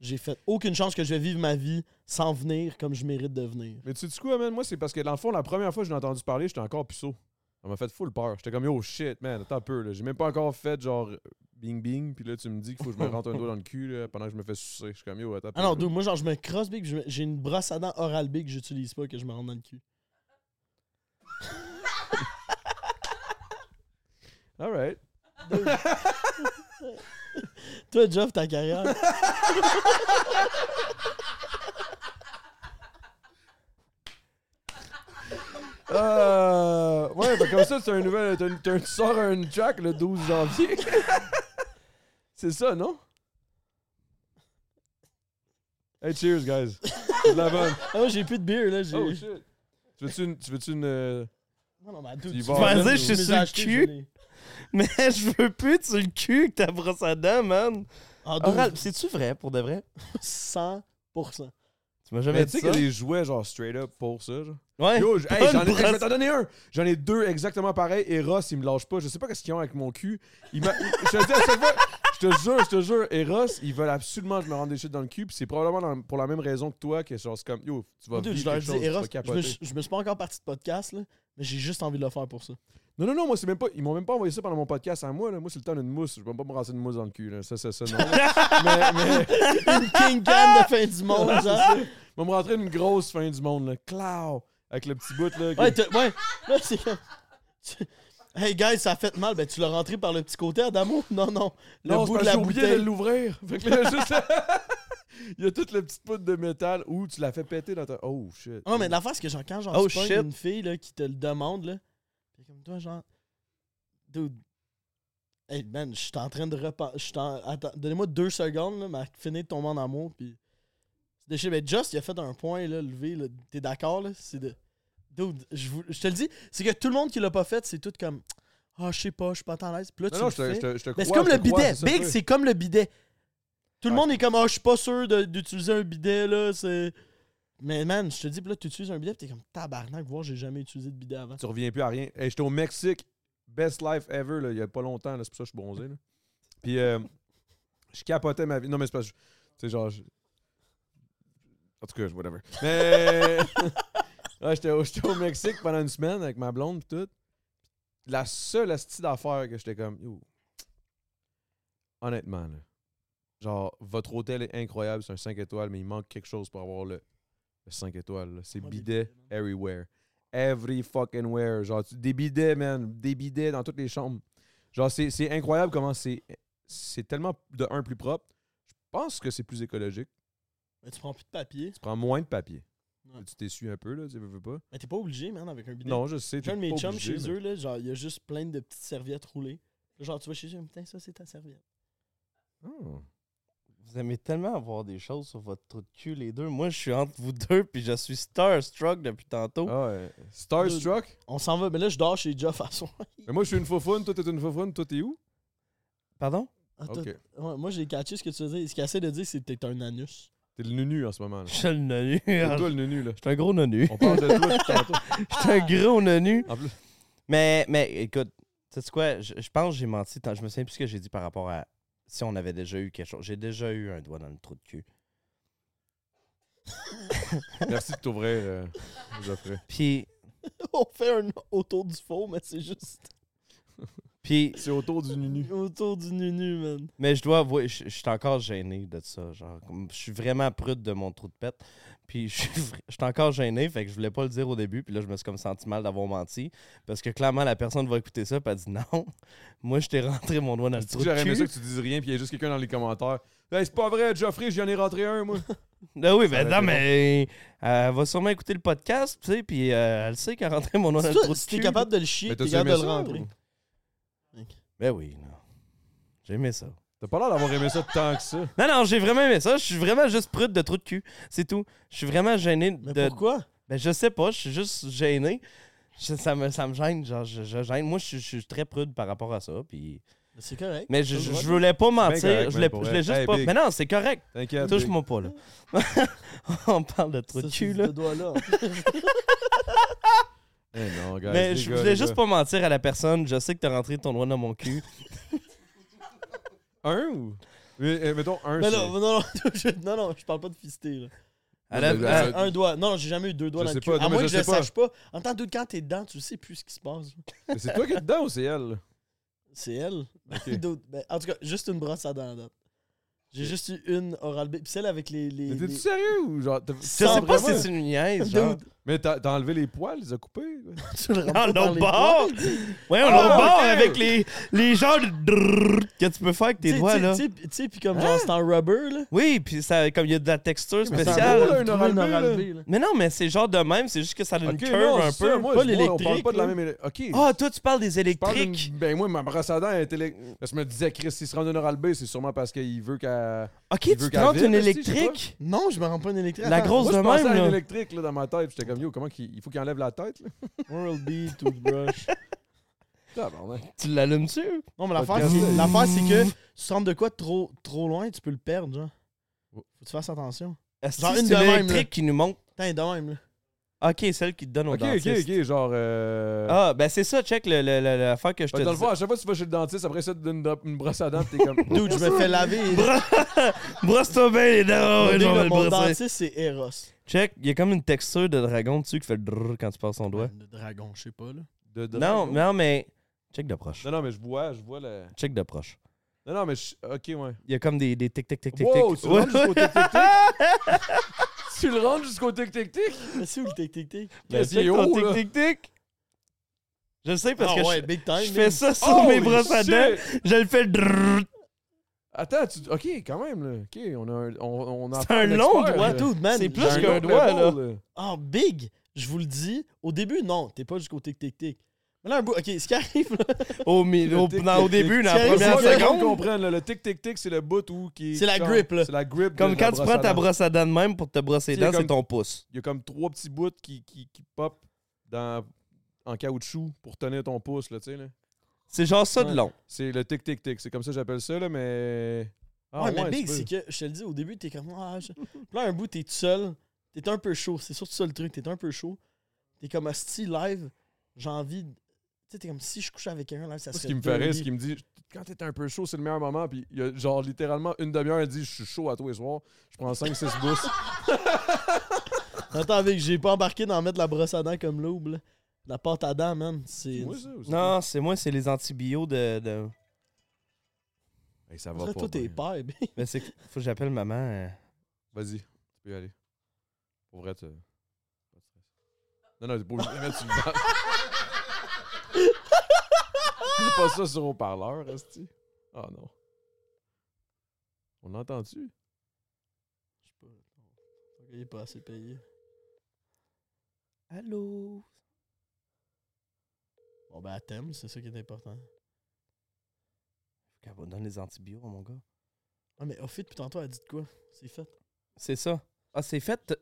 j'ai fait aucune chance que je vais vivre ma vie sans venir comme je mérite de venir. Mais tu sais quoi, man? Moi, c'est parce que dans le fond, la première fois que je l'ai entendu parler, j'étais encore puceau. Ça m'a fait full peur. J'étais comme, yo shit, man, attends un peu. là. J'ai même pas encore fait genre bing bing, puis là, tu me dis qu'il faut que je me rentre un doigt dans le cul là, pendant que je me fais sucer. Je suis comme, yo, attends. un peu, Ah non, là. dude, moi, genre, je me crosse big, puis je me- j'ai une brosse à dents oral big que j'utilise pas, que je me rends dans le cul. All right. Toi, Jeff, ta carrière. Euh, ouais, fait comme ça, c'est un nouvel. t'as une- t'as- tu sors un track le 12 janvier. c'est ça, non? Hey, cheers, guys. C'est de la bonne. ah, moi, j'ai plus de beer, là. j'ai- Oh, shit. Tu veux-tu une. Tu veux-tu une euh, Non, non, mais dude, Tu y tu vas, vas man, dire, ou- je suis sur le cul. Mais je veux plus sur le cul que ta brosse à dents, man. En Oral, c'est-tu vrai, pour de vrai? 100%. Tu m'as jamais Mais tu dit sais ça? qu'il y a des jouets, genre straight up pour ça, genre. Ouais. Yo, j- hey, Bonne j'en ai- hey, je vais brosse. t'en donner un. J'en ai deux exactement pareils. Et Ross, il me lâche pas. Je sais pas qu'est-ce qu'ils ont avec mon cul. Il m'a- il- je te dis à chaque fois, je te jure, je te jure. Et Ross, ils veulent absolument que je me rende des shit dans le cul. Puis c'est probablement dans- pour la même raison que toi, que genre, c'est comme, yo, tu vas Dude, vivre je leur quelque dis, chose, tu Eros, vas je me, capoter. je me suis pas encore parti de podcast, là, mais j'ai juste envie de le faire pour ça. Non, non, non, moi, c'est même pas. Ils m'ont même pas envoyé ça pendant mon podcast à moi. Là. Moi, c'est le temps d'une mousse. Je vais pas me rasser une mousse dans le cul. Là. Ça, c'est ça, non. mais, mais, Une King Cam de fin du Ah, monde, genre. je vais me rentrer une grosse fin du monde. Là. Clau! Avec le petit bout, là. que- Ouais, t'as- ouais. Là, c'est comme. Tu, Hey guys, ça a fait mal. Ben, tu l'as rentré par le petit côté, Adamo? Non, non. Le non, c'est bout parce de la que j'ai oublié bouteille. de l'ouvrir. Fait que là, il y a juste... il y a toute la petite poudre de métal où tu l'as fait péter dans ta... Oh, shit. Non, Ah, mais l'affaire, c'est que genre, quand genre, Oh, tu pognes shit. une fille là, qui te le demande, là, t'es comme toi, genre, dude, hey man, je suis en train de repenser. Attends, donnez-moi deux secondes, là, mais fini de tomber en amour, puis. c'est déchiré. Ben, Just, il a fait un point, là, levé, là. T'es d'accord, là? C'est de. Dude, je vous- je te le dis, c'est que tout le monde qui l'a pas fait, c'est tout comme. Ah, je sais pas, je suis pas tant à l'aise. Puis là, tu Non, non, le je te, fais. je te, je te Mais c'est crois, comme je le te crois, bidet. ça, Big, toi. c'est comme le bidet. Tout le Ouais. monde est comme, ah, je suis pas sûr de- d'utiliser un bidet, là. c'est... Mais man, je te dis, puis là, tu utilises un bidet, puis t'es comme, tabarnak, voir, j'ai jamais utilisé de bidet avant. Tu reviens plus à rien. Hey, J'étais au Mexique. Best life ever, là, il y a pas longtemps. là, C'est pour ça que je suis bronzé. là. Puis, euh, je capotais ma vie. Non, mais c'est parce que... je- Tu sais, genre... je- En tout cas, je- whatever. Mais... Ouais, J'étais au, j'étais au Mexique pendant une semaine avec ma blonde et tout. La seule astuce d'affaires que j'étais comme... Yo. Honnêtement, là, genre, votre hôtel est incroyable, c'est un 5 étoiles, mais il manque quelque chose pour avoir le, le 5 étoiles. là. C'est Moi, des bidet bidets, everywhere. Every fucking where. Genre, tu- des bidets, man. Des bidets dans toutes les chambres. Genre, c'est c'est incroyable comment c'est c'est tellement de un plus propre. Je pense que c'est plus écologique. Mais tu prends plus de papier. Tu prends moins de papier. Ouais. Tu t'essuies un peu, là, tu veux, veux pas. Mais t'es pas obligé, man, avec un bidet. Non, je sais. J'ai un t'es de mes pas chums obligé, chez mais- eux, là, genre, il y a juste plein de petites serviettes roulées. Genre, tu vas chez eux, putain, ça, c'est ta serviette. Oh. Vous aimez tellement avoir des choses sur votre trou de cul, les deux. Moi, je suis entre vous deux, puis je suis starstruck depuis tantôt. Ah ouais. Starstruck. On s'en va, mais là, je dors chez Jeff à soir. Mais moi, je suis une faufoune, toi, t'es une faufoune, toi, t'es où? Pardon? Ah, t'as- Ok. ouais, moi, j'ai catché ce que tu veux dire. Ce qu'il essaie de dire, c'est que t'es un anus. T'es le nunu en ce moment, là. Je suis le nonu. C'est Je toi le nunu, là. suis un gros nonu. On parle de toi depuis tantôt. Je suis un gros nonu. En plus, Mais, mais écoute, tu sais quoi? Je, je pense que j'ai menti. tant- Je me souviens plus ce que j'ai dit par rapport à si on avait déjà eu quelque chose. J'ai déjà eu un doigt dans le trou de cul. merci de t'ouvrir, euh, Geoffrey. Puis, On fait un autour du faux, mais c'est juste. puis C'est autour du nunu. Autour du nunu, man. Mais je dois avouer, je, je suis encore gêné de ça. Genre, comme, je suis vraiment prude de mon trou de pète. Puis je suis, vra- je suis encore gêné, fait que je voulais pas le dire au début. Puis là, je me suis comme senti mal d'avoir menti. Parce que clairement, la personne va écouter ça, puis elle dit non. Moi, je t'ai rentré mon doigt dans le Est-ce que trou de J'aurais aimé ça cul. que tu dises rien, puis il y a juste quelqu'un dans les commentaires. Hey, c'est pas vrai, Geoffrey, j'en ai rentré un, moi. Ah oui, Ça ben aurait non, été mais euh, elle va sûrement écouter le podcast, tu sais, puis euh, elle sait qu'elle a rentré mon doigt dans Si le toi- trou de si t'es cul. capable de le chier, Mais t'es t'as-tu capable aimé de le ça? rentrer. ou- Ben oui, non. J'ai aimé ça. T'as pas l'air d'avoir aimé ça tant que ça. Non, non, j'ai vraiment aimé ça. Je suis vraiment juste prude de trou de cul. C'est tout. Je suis vraiment gêné Mais de, pourquoi? Ben, je sais pas, je suis juste gêné. Je- ça, me, ça me gêne, genre, je, je gêne. Moi, je, suis- je suis très prude par rapport à ça. Puis... C'est correct. Mais je, T'as le je, droit je de- voulais pas mentir. correct, je voulais, man, pour je vrai. voulais juste Hey, pas. Big. Mais non, c'est correct. T'inquiète. Big. Touche-moi pas, là. On parle de Ça, trou de c'est cul, ce là. doigt-là. Eh non, gars, Mais les je gars, voulais les juste gars. pas mentir à la personne. Je sais que t'as rentré ton doigt dans mon cul. Un ou. Oui, eh, mettons un. Mais c'est- non, non, non, je, non, non, je parle pas de fister. Là. À la- mais- à- Euh, un doigt. Non, j'ai jamais eu deux doigts je dans sais le cul. pas, non, à mais moins je que je le sais pas. sache pas. En tant que quand t'es dedans, tu sais plus ce qui se passe. Mais C'est toi qui es dedans ou c'est elle? C'est elle. Ok. D'autres- ben, en tout cas, juste une brosse à dents à date. J'ai juste eu une oral B. Puis celle avec les. les, Mais les- t'es-tu sérieux ou genre. t'as- Je sais Sans pas vraiment. si c'est une niaise, Dude, genre. Mais t'as t'as enlevé les poils, les as coupés? tu le rentres Non, pas dans l'autre les bord! doigts. Ouais, on Ah, l'autre bord ok. avec les, les genres de drrrr que tu peux faire avec Tu tes sais, doigts, tu sais, là. tu sais, puis- Tu sais, puis comme genre, c'est en rubber, là. Oui, puis ça, comme il y a de la texture Mais c'est un spéciale. beau, là, une Trouver Oral-B, là. Oral-B, là. Mais non, mais c'est genre de même, c'est juste que ça a une Ok, curve non, un c'est ça, moi, je- pas peu. moi, on parle l'électrique, pas de la là. même. Ok. Ah, toi, tu parles des Je parle d'une- électriques. Ben moi, ma brosse à dents est élec- Parce que Je me disais, Chris, s'il se rend une oral B, c'est sûrement parce qu'il veut qu'elle. Ok, Il veut tu te qu'elle rentres vibre, une est-ce que électrique. Non, je me rends pas une électrique. La Attends, grosse- Moi, je de pensais même, à là. une électrique là, dans ma tête. puis J'étais comme, yo, comment qu'il- il faut qu'il enlève la tête? Là? Oral B, toothbrush. Tabarnak. Tu l'allumes-tu? Non, mais Podcast. l'affaire, c'est, l'affaire, c'est que tu sens de quoi trop, trop loin, tu peux le perdre, genre. Oh. Faut que tu fasses attention. Est-ce Genre que une c'est de même, l'électrique qui nous montre. Putain, de même, là. Ok, celle qui te donne au Ok, ok, dentiste. ok. Genre. euh, Ah, ben c'est ça, check l'affaire le, le, l'affaire que je te Fait que dans le fond, dis. à chaque fois que tu vas chez le dentiste, après ça, tu te donnes une, une brosse à dents, pis t'es comme. Oh. Dude, je me fais laver. Brosse-toi bien les darons, Regardez, et on là, va le mon brosser. dentiste, c'est Eros. Check, il y a comme une texture de dragon dessus qui fait le drrrr quand tu passes ton doigt. Le dragon, je sais pas, là. de- de- Non, non, mais. Check de proche. Non, non, mais je vois, je vois le. Check de proche. Non, non, mais je. Ok, ouais. Il y a comme des, des tic tic tic tic Wow, tic. tu le rentres jusqu'au tic-tic-tic. tu le rentres jusqu'au tic-tic-tic. Mais c'est où le tic-tic-tic? Qu'est-ce qu'il est check ton haut, là? tic tic tic. Je le sais parce Ah que ouais, je, big time. je fais man. ça sur Holy mes brosses à dents. shit! Je le fais. drrrr. Attends, tu... OK, quand même, là. OK, on a un... On, on a C'est affaire à un long expert, doigt, là. Ouais, dude, man. C'est J'ai plus j'ai- qu'un autre doigt, level, là. Ah, big. Je vous le dis. Au début, non. T'es pas jusqu'au tic-tic-tic. Mais là, un bout. Ok, ce qui arrive, là, Au, mi- Le au- tic, dans- au tic, début, tic. dans la Sérieux, première Moi, je seconde. comprends, là, le tic-tic-tic, c'est le bout où... qui C'est la genre, grip, là. C'est la grip. de Comme la quand tu brosse prends à ta dents. brosse à dents de même pour te brosser les Tu sais, dents, c'est comme- ton pouce. Il y a comme trois petits bouts qui, qui, qui pop dans, en caoutchouc pour tenir ton pouce, là, tu sais, là. C'est genre ça de Ouais. long. C'est le tic-tic-tic. C'est comme ça que j'appelle ça, là, mais... Ah, ouais, mais tu big, peux. c'est que, je te le dis, au début, t'es comme, ah, je- Puis là, un bout, t'es tout seul, t'es un peu chaud, c'est surtout ça le truc, t'es un peu chaud, t'es comme, hostie, live, j'ai envie, de- tu sais, t'es comme, si je couche avec quelqu'un, là, ça Moi, Ce serait qui me dingue. ferait, c'est qu'il me dit quand t'es un peu chaud, c'est le meilleur moment. Puis il y a genre littéralement une demi-heure, il dit je suis chaud à tous les soirs. Je prends 5-6 bousses. Attends, big, j'ai pas embarqué d'en mettre la brosse à dents comme l'aube, là. La pâte à dents, man, c'est... Moi, ça aussi. Non, c'est moi, c'est les antibiotiques de. de- Hey, ça Là, va pas. toi, t'es bien. père, big. Mais c'est que- faut que j'appelle maman. euh. Vas-y, tu peux y aller. Pour vrai, tu. Non, non, t'es pas obligé de la mettre sur le banc. Mets pas ça sur haut-parleur, Esti. Ah non. On l'entend-tu? Je sais pas, il est pas assez payé. Allô? Bon, ben, à thème, c'est ça qui est important. Faut qu'elle me donne les antibiotiques, mon gars. Ah, mais Ophit, puis tantôt, elle dit de quoi? C'est fait. C'est ça. Ah, c'est fait.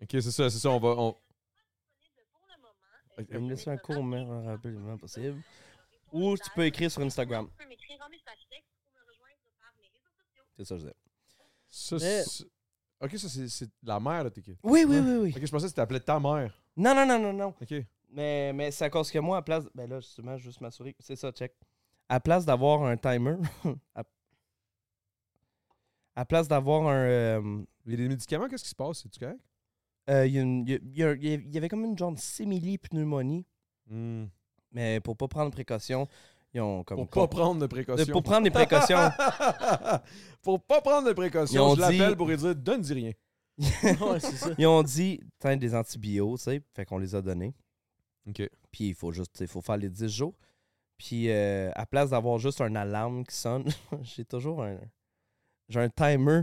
Ok, c'est ça, c'est ça, on va. On... Je vais me laisser un court mais un rapidement possible. Ou tu peux écrire sur Instagram. C'est ça, je disais. Ça, Mais- c'est- Ok, ça, c'est- c'est la mère de Tiki. Oui, oui, oui, oui. Ok, je pensais que tu t'appelais ta mère. Non, non, non, non, non. Ok. Mais, mais c'est à cause que moi, à place. Ben là, justement, juste m'assurer. C'est ça, check. À place d'avoir un timer. à... à place d'avoir un. euh, Il y a des médicaments, qu'est-ce qui se passe? C'est-tu correct? euh, Il y a une- il y a- il y a- il y avait comme une genre de simili-pneumonie. Hmm. Mais pour pas prendre précaution, ils ont comme. Pour pas prendre de précautions. Euh, pour prendre des précautions. pour pas prendre de Ils ont précautions. Je dit- l'appelle pour lui dire donne dis rien. ouais, c'est ça. ils ont dit, tiens, des antibiotiques, tu sais. Fait qu'on les a donnés. OK. Puis il faut juste, il faut faire les 10 jours. Puis euh, à place d'avoir juste un alarme qui sonne, j'ai toujours un. J'ai un timer.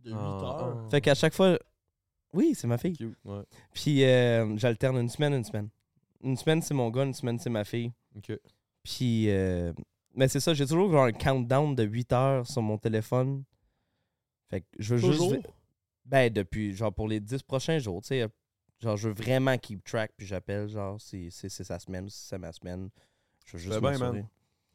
De Ah, 8 heures. Fait qu'à chaque fois. Oui, c'est ma fille. Cute. Ouais. Puis euh, j'alterne une semaine, une semaine. Une semaine, c'est mon gars, une semaine, c'est ma fille. OK. Puis. euh, Mais c'est ça, j'ai toujours genre, un countdown de 8 heures sur mon téléphone. Fait que je veux Toujours? juste. Ben, depuis, genre, pour les 10 prochains jours, tu sais. euh, Genre, je veux vraiment keep track, puis j'appelle, genre, si si c'est sa semaine, si c'est ma semaine. Je veux juste. fais bien, m'assurer. man.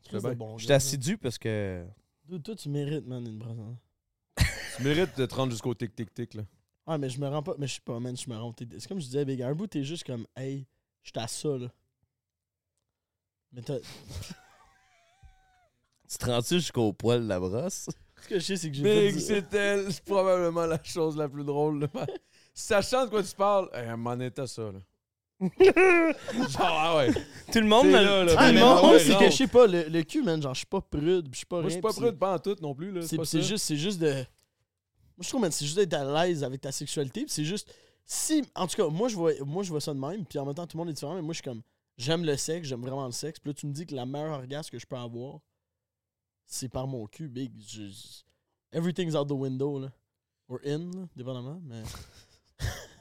Chris de bien. bon J'étais gars, assidu parce que. Dude, toi, tu mérites, man, une brosse. hein. Tu mérites de te rendre jusqu'au tic-tic-tic, là. Ah, mais je me rends pas. Mais je sais pas, man, je me rends. t'es- C'est comme je disais, Big, à un bout, t'es juste comme, hey, je à ça, là. Mais t'as. Tu te rends-tu jusqu'au poil de la brosse? Ce que je sais, c'est que j'ai fait Big, du- c'était probablement la chose la plus drôle. là. Sachant de quoi tu parles, hey, elle m'en était ça, là. Genre, ah ouais. Tout le monde T'es me- là, là, tout Ah, le mais non, monde- moi, ouais, c'est non. que je sais pas, le, le cul, man, genre, je suis pas prude, puis je suis pas Moi, je suis rien, pas puis prêt de pantoute non plus, là. c'est- C'est pas c'est ça. juste, c'est juste de. Moi, je trouve, man, c'est juste d'être à l'aise avec ta sexualité, puis c'est juste. Si. En tout cas, moi, je vois, moi, je vois ça de même, puis en même temps, tout le monde est différent, mais moi, je suis comme, j'aime le sexe, j'aime vraiment le sexe, puis là, tu me dis que la meilleure orgasme que je peux avoir, c'est par mon cul, Big. Je- Everything's out the window, là. Or in, là, dépendamment, mais.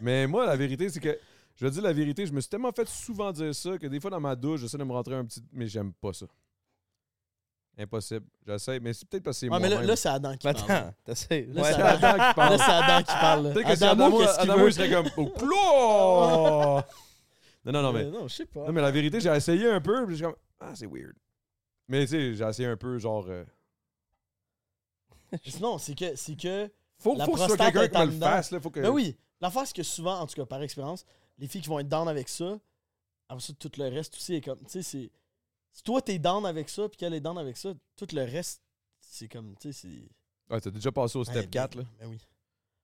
Mais moi, la vérité, c'est que. Je vais dire la vérité, je me suis tellement fait souvent dire ça que des fois dans ma douche, j'essaie de me rentrer un petit. Mais j'aime pas ça. Impossible. J'essaie, mais c'est peut-être parce que c'est Ouais, Ah, mais là, moi-même. là c'est Adam qui Mais parle. Attends, t'essayes. Ah. Là, Ouais. C'est ça- Adam qui Là, parle. c'est Adam qui parle. Peut-être que si Adamo, Adamo, qu'est-ce qu'il Adamo, veut? il serait comme au plat. Non, non, non, mais, Euh, Non, je sais pas. non, mais la vérité, j'ai essayé un peu, puis j'ai comme ah, c'est weird. Mais tu sais, j'ai essayé un peu genre euh, Sinon, c'est que. C'est que... faut, La faut que ce soit prostate quelqu'un qui est en me le dedans. fasse là, faut que Ben oui, l'affaire, c'est que souvent, en tout cas, par expérience, les filles qui vont être down avec ça, après ça, tout le reste aussi est comme. Tu sais, c'est. Si toi, t'es down avec ça, puis qu'elle est down avec ça, tout le reste, c'est comme. Tu sais, c'est. Ouais, Ah, t'as déjà passé au step Ben, 4 là. Ben oui.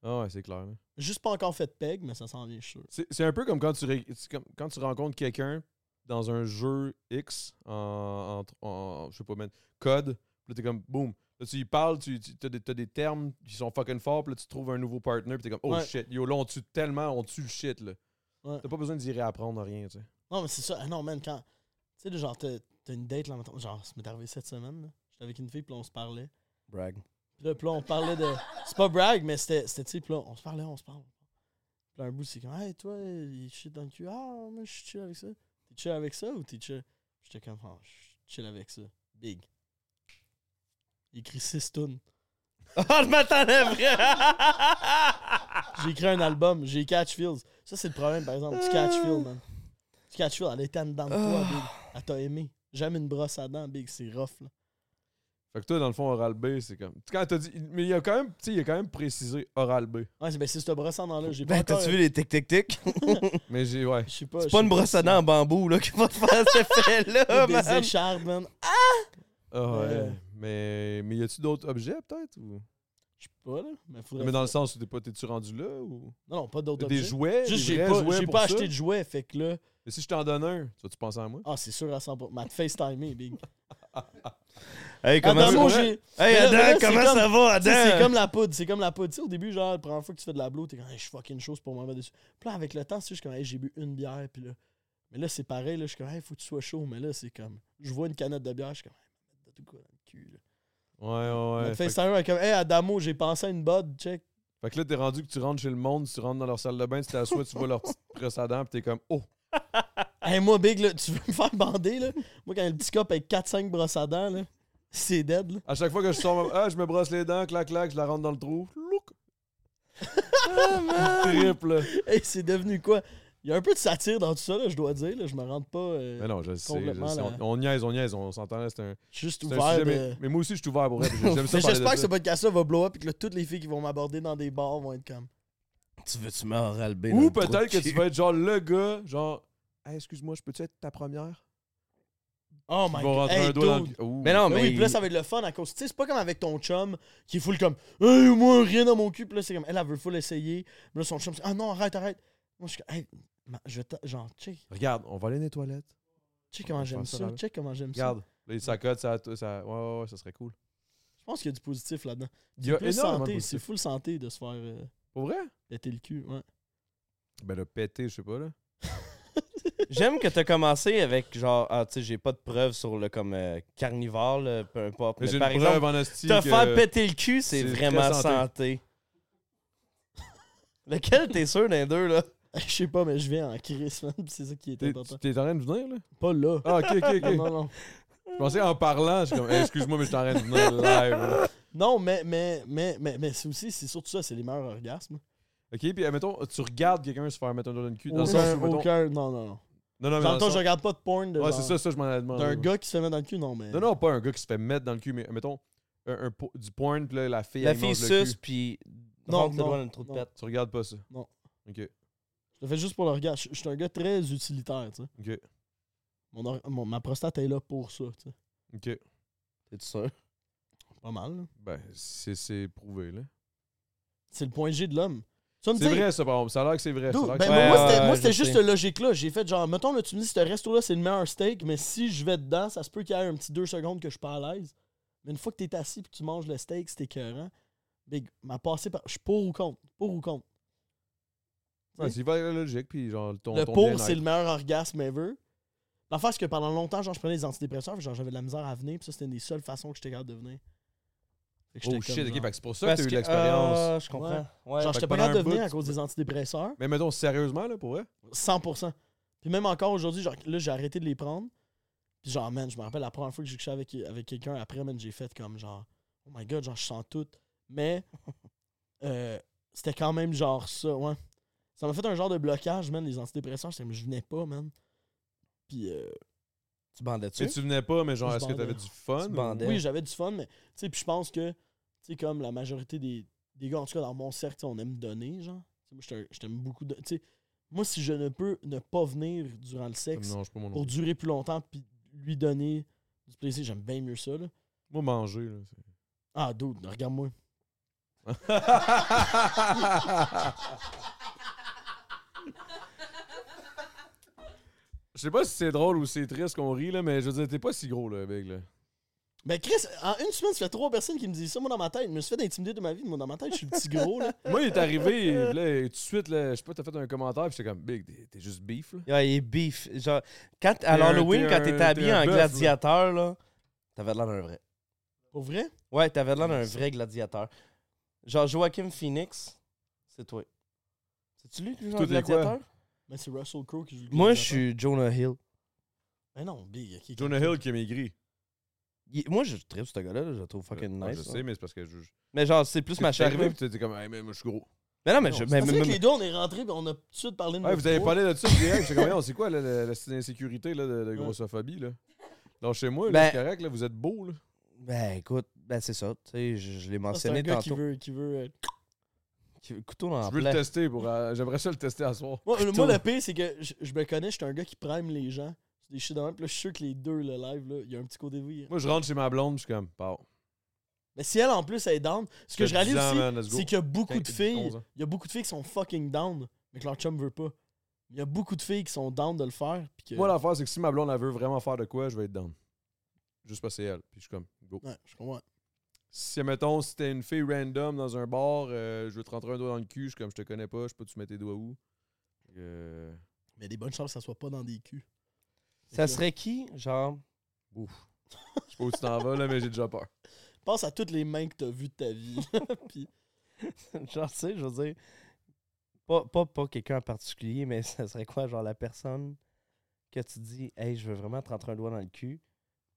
Ah ouais, c'est clair. là. Juste pas encore fait de peg, mais ça s'en vient, je suis sûr. C'est c'est un peu comme quand tu ré- c'est comme quand tu rencontres quelqu'un dans un jeu X en, en- en- je sais pas man, code, puis là t'es comme boum. Là, tu y parles, tu, tu as, des, t'as des termes qui sont fucking forts, puis là, tu trouves un nouveau partner, puis t'es comme, oh Ouais. shit, yo, là, on tue tellement, on tue le shit, là. Ouais. T'as pas besoin d'y réapprendre rien, tu sais. Non, mais c'est ça. Ah Non, man, quand. Tu sais, là, genre, t'as t'as une date, là, mettons. Genre, ça m'est arrivé cette semaine, là. J'étais avec une fille, puis là, on se parlait. Brag. Puis là, puis là, on parlait de. C'est pas brag, mais c'était, c'était, tu sais, puis là, on se parlait, on se parle. Puis là, un bout, c'est comme, hey, toi, il shit dans le cul. Ah, moi, je suis chill avec ça. T'es chill avec ça ou t'es chill? J'étais comme, Ah, je suis chill avec ça. Big. J'ai écrit 6 tunes. Ah, je m'attendais vrai! J'ai écrit un album, j'ai Catchfields. Ça, c'est le problème, par exemple, du Catchfield, man. Du Catchfield, elle était en dedans Ah. de toi, Big. Elle t'a aimé. J'aime une brosse à dents, Big, c'est rough, là. Fait que toi, dans le fond, oral B, c'est comme. Quand t'as dit. Mais il a quand même, tu sais, il a quand même précisé oral B. Ouais, c'est, ben, c'est cette brosse à dents-là, j'ai pas ben, encore... euh, t'as-tu vu les tic-tic-tic? Mais j'ai. Ouais. Je sais pas. C'est pas une brosse à dents Ah, ben, en bambou, là, qui va te faire cet effet-là, Des man. écharpes, man. Ah ouais. Euh. Mais. Mais y a-tu d'autres objets, peut-être ou... Je sais pas, là. Mais faudrait. Mais dans le sens où t'es pas. T'es-tu rendu là ou. Non, non, pas d'autres Des objets. jouets. Juste, des j'ai vrais pas, jouets j'ai pour pas ça? acheté de jouets, fait que là. Mais si je t'en donne un, tu vas-tu penser à moi? Ah, c'est sûr à 100%. Ma FaceTime, eh, big. Hey, comment, Adam, moi, ça... vrai? j'ai. hey, Mais là, mais Adam, là, c'est comment comme- ça va, tu sais, Adam? C'est comme la poudre, c'est comme la poudre. Tu sais, au début, genre, la première fois que tu fais de la blow, t'es comme, Hey, je suis fucking chose pour m'en mettre dessus. Puis là, avec le temps, tu sais, je suis comme, Hey, j'ai bu une bière, puis là. Mais là, c'est pareil, là, je suis comme, hey, faut que tu sois chaud. Mais là, c'est comme, je vois une canette de bière, je suis comme, hey, de tout quoi dans le cul, là. Ouais, ouais, ouais. Notre Fait, que- FaceTime est comme, hey, Adamo, j'ai pensé à une bod, check. fait que là, t'es rendu que tu rentres chez le monde, tu rentres dans leur salle de bain, tu t'assois, tu vois leur petite brosse à dents, pis t'es comme, oh! Hey, moi, Big, là, tu veux me faire bander, là? Moi, quand il y a le petit cop avec 4-5 brosses à dents, là, c'est dead, là. À chaque fois que je sors, ah, je me brosse les dents, clac, clac, je la rentre dans le trou. Look! Ah, Triple! Hey, c'est devenu quoi? Il y a un peu de satire dans tout ça, là, je dois dire. Là. Je me rentre pas. euh, Mais non, je le sais. je le Complètement, sais. là. On, on niaise, on niaise, on s'entend, là, c'est un. je suis juste c'est un ouvert. sujet, mais- de- mais, moi aussi, je suis ouvert pour elle. J'aime ça. Mais parler de j'espère que ça. ce podcast-là va blow up et que là, toutes les filles qui vont m'aborder dans des bars vont être comme. Tu veux-tu me oral B? Ou peut-être que tu vas être genre le gars, genre, Hey, excuse-moi, je peux-tu être ta première? Oh Ils my vont god. rentrer Hey, un doigt dans le. dude. Ouh. Mais non, Mais mais. oui, puis là, ça va être le fun à cause. Tu sais, c'est pas comme avec ton chum qui est full comme. Hey, moi, rien dans mon cul. Puis là, c'est comme. Elle, elle veut full essayer. Puis là, son chum, c'est, Ah non, arrête, arrête. Moi, je suis comme. Hey, ma- je vais. t'a- Genre, check. Regarde, on va aller dans les toilettes. On Check comment va j'aime faire ça, ça. là. Check comment j'aime ça. Regarde. Là, ça cote, ça, ça. Ouais, ouais, ouais, ça serait cool. Je pense qu'il y a du positif là-dedans. Il y a Plus énormément de santé. C'est positifs. full santé de se faire euh, Pour vrai? péter le cul. Ouais. Ben, le pété, je sais pas, là. J'aime que t'as commencé avec genre, ah, tu sais, j'ai pas de preuves sur le comme euh, carnivore, là, peu importe. Mais Mais, j'ai par une exemple, preuve en hostie. te que- faire péter le cul, c'est c'est très vraiment santé. santé. Lequel t'es sûr d'un deux, là? Je sais pas, mais je viens en crise, man. C'est ça qui est T'es important. t'es en train de venir, là? Pas là. Ah, ok, ok, ok. Non, non, non. Je pensais en parlant, je suis comme, Hey, excuse-moi, mais je suis en train de venir live. là. Non, mais, mais, mais, mais, mais c'est aussi, c'est surtout ça, c'est les meilleurs orgasmes. Ok, puis admettons, tu regardes quelqu'un se faire mettre un doigt dans le cul. Dans le sens Aucun, où, mettons- aucun, non, non, non. Non, non, mais. dans le J'entends, sens- je regarde pas de porn de Ouais, genre- c'est ça, ça, je m'en ai demandé. d'un moi. gars qui se met dans le cul, non, mais. Non, non, pas un gars qui se fait mettre dans le cul, mais mettons, un, un po- du porn, puis là, la fille. La elle fille mange le suce, cul. puis Non, rentre le non, doigt dans le trou de non. pète. Tu regardes pas ça. Non. Ok. Je le fais juste pour l'orgasme. Je, je suis un gars très utilitaire, tu sais. Ok. Mon or- mon- ma prostate est là pour ça, tu sais. Ok. T'es sûr? Pas mal, là. Ben, c'est c'est prouvé, là. C'est le point G de l'homme. Ça me C'est dit- vrai, ça, par contre. Ça a l'air que c'est vrai. ça a Dude, l'air ben, que c'est vrai. ouais, moi, c'était- ouais, moi, je c'était juste sais. cette logique-là. J'ai fait genre, mettons, là, tu me dis, ce resto-là, c'est le meilleur steak, mais si je vais dedans, ça se peut qu'il y ait un petit deux secondes que je suis pas à l'aise. Mais une fois que t'es assis et que tu manges le steak, c'est écœurant. Big, m'a passé par. Je suis pour ou contre. Pour ou contre. Ouais, c'est hyper logique, puis genre, ton. le ton pour, bien-être. c'est le meilleur orgasme ever. L'affaire, c'est que pendant longtemps, genre, je prenais des antidépresseurs, puis genre, j'avais de la misère à venir, puis ça, c'était une des seules façons que j'étais capable de venir. Fait que j'étais Oh comme, shit, ok, genre- euh, fait que c'est pour ça que t'as eu l'expérience. Ah, je comprends. Ouais. genre, fait que j'étais pas pendant capable de un venir bout, à cause des antidépresseurs. Mais mettons, sérieusement, là, pour vrai. 100%. Puis même encore aujourd'hui, genre, là, j'ai arrêté de les prendre. Puis genre, man, je me rappelle la première fois que j'ai couché avec, avec quelqu'un, après, man, j'ai fait comme genre, oh my god, genre, je sens tout. Mais euh, c'était quand même genre ça, ouais. Ça m'a fait un genre de blocage, man, les antidépresseurs. J'étais comme, je venais pas, man. Puis euh, Tu bandais-tu? Mais tu venais pas, mais genre, Je est-ce que bandais. t'avais du fun? Tu ou- bandais. oui, j'avais du fun, mais tu sais, puis je pense que, tu sais, comme la majorité des, des gars, en tout cas dans mon cercle, tu sais, on aime donner, genre. Tu sais, moi, je t'aime beaucoup. de- Tu sais, moi, si je ne peux ne pas venir durant le sexe, Non, je suis pas mon nom. pour durer plus longtemps puis lui donner du plaisir. J'aime bien mieux ça. Là. Moi, manger, là. c'est- Ah, dude, regarde-moi. Je sais pas si c'est drôle ou c'est triste qu'on rit, là, mais je veux dire, t'es pas si gros, là, Big, là. Ben Chris, en une semaine, ça fait trois personnes qui me disent ça, moi, dans ma tête. Je me suis fait intimider de ma vie, moi, dans ma tête, je suis le petit gros, là. Moi, il est arrivé, euh, là, tout de suite, là, je sais pas, t'as fait un commentaire, puis j'étais comme, Big, t'es- t'es juste beef, là. Ouais, il est beef. Genre, quand, à un- l'Halloween, t'es quand un- t'étais t'es habillé un en bœuf, là. gladiateur, là, t'avais l'air d'un vrai. Pour vrai? Ouais, t'avais l'air d'un vrai gladiateur. Genre, Joachim Phoenix, c'est toi. C'est-tu lui qui joue en Toi, t'es quoi? gladiateur? Ben, c'est Russell Crowe qui joue le Moi, je gladiateur. suis Jonah Hill. Ben non, Big. ok, Jonah Hill qui a maigri. Il- Moi, je tripe ce gars-là, là, je le trouve fucking Ouais, nice. Je là. sais, mais c'est parce que je. je- Mais genre, c'est plus T'es ma chair. arrivé, puis t'as dit comme, hey, mais moi, je suis gros. Mais non, mais Non, je. c'est mais- parce mais- que les deux, on est rentrés, puis on a tout de suite parlé de Ah, Ouais, notre vous avez poids. parlé de ça direct. J'étais comme, Voyons, c'est quoi là, la, la petite insécurité là, de, de grossophobie, là? Donc, chez moi, là, Ben- c'est correct, là, vous êtes beau, là. Ben écoute, ben c'est ça. Tu sais, je, je Ça, C'est l'ai un mentionné gars qui tantôt. veut, qui veut euh, Qui- Couteau dans la Je veux le plaie. tester pour. euh, J'aimerais ça le tester à soir. Moi, le- Plutôt. moi, le pire, c'est que je, je me connais, je suis un gars qui prime les gens. C'est des shit de même. Puis là, je suis sûr que les deux, le live, là, il y a un petit côté oui. Moi, je rentre chez ma blonde, puis je suis comme, pow. Mais si elle, en plus, elle est down, ce que je réalise 10 ans, aussi, man, let's go. c'est qu'il y a beaucoup de 15, filles. 11 ans. Il y a beaucoup de filles qui sont fucking down, mais que leur chum veut pas. Il y a beaucoup de filles qui sont down de le faire. Puis que... Moi, l'affaire, c'est que si ma blonde, elle veut vraiment faire de quoi, je vais être down. Juste parce que c'est elle. Puis je suis comme, go. Ouais, je comprends. Si, mettons, si t'es une fille random dans un bar, euh, je veux te rentrer un doigt dans le cul, je suis comme, je te connais pas, je peux te mettre tes doigts où? Euh, Mais des bonnes chances que ça soit pas dans des culs. Fait Ça que, serait qui, genre je sais pas où tu t'en vas, là, mais j'ai déjà peur. Pense à toutes les mains que t'as vues de ta vie. puis, Genre, tu sais, je veux dire. Pas, pas, pas quelqu'un en particulier, mais ça serait quoi, genre la personne que tu dis, hey, je veux vraiment te rentrer un doigt dans le cul,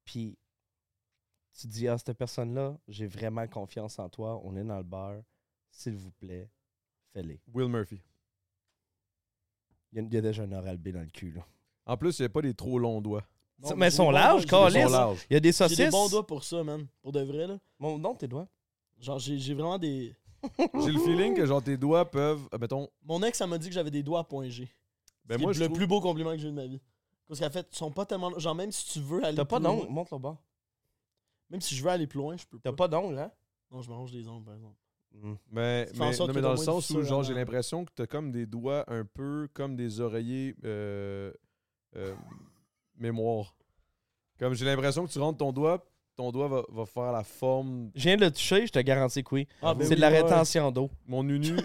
puis tu dis, ah, cette personne-là, j'ai vraiment confiance en toi, on est dans le bar, s'il vous plaît, fais-les. Will Murphy. Il y, a- il y a déjà un oral B dans le cul, là. En plus, il n'y a pas des trop longs doigts. Non, mais ils au sont bon larges, doigt, Ils j'ai des sont Calice. bons- larges. Il y a des J'ai saucisses. des bons doigts pour ça, man. Pour de vrai, là. Mon nom, tes doigts. Genre, j'ai j'ai vraiment des. J'ai le feeling que genre tes doigts peuvent, euh, mettons, Mon ex, elle m'a dit que j'avais des doigts à point G. ben C'est moi le je trouve, plus beau compliment que j'ai eu de ma vie. Parce qu'en fait, ils sont pas tellement. Genre, même si tu veux aller. T'as pas plus d'ongles, loin- montre le bas. Même si je veux aller plus loin, je peux pas. T'as pas d'ongles, hein? Non, je m'arrange des ongles, par exemple. Mm. mais, Tu fais en mais, sorte non, que mais dans le ton doigt sens où soit genre j'ai vraiment- l'impression que t'as comme des doigts un peu comme des oreillers euh, euh, mémoire. Comme j'ai l'impression que tu rentres ton doigt, ton doigt va, va faire la forme. Je viens de le toucher, je te garantis que oui. Ah, ben C'est oui, de la ouais. rétention d'eau. Mon unu,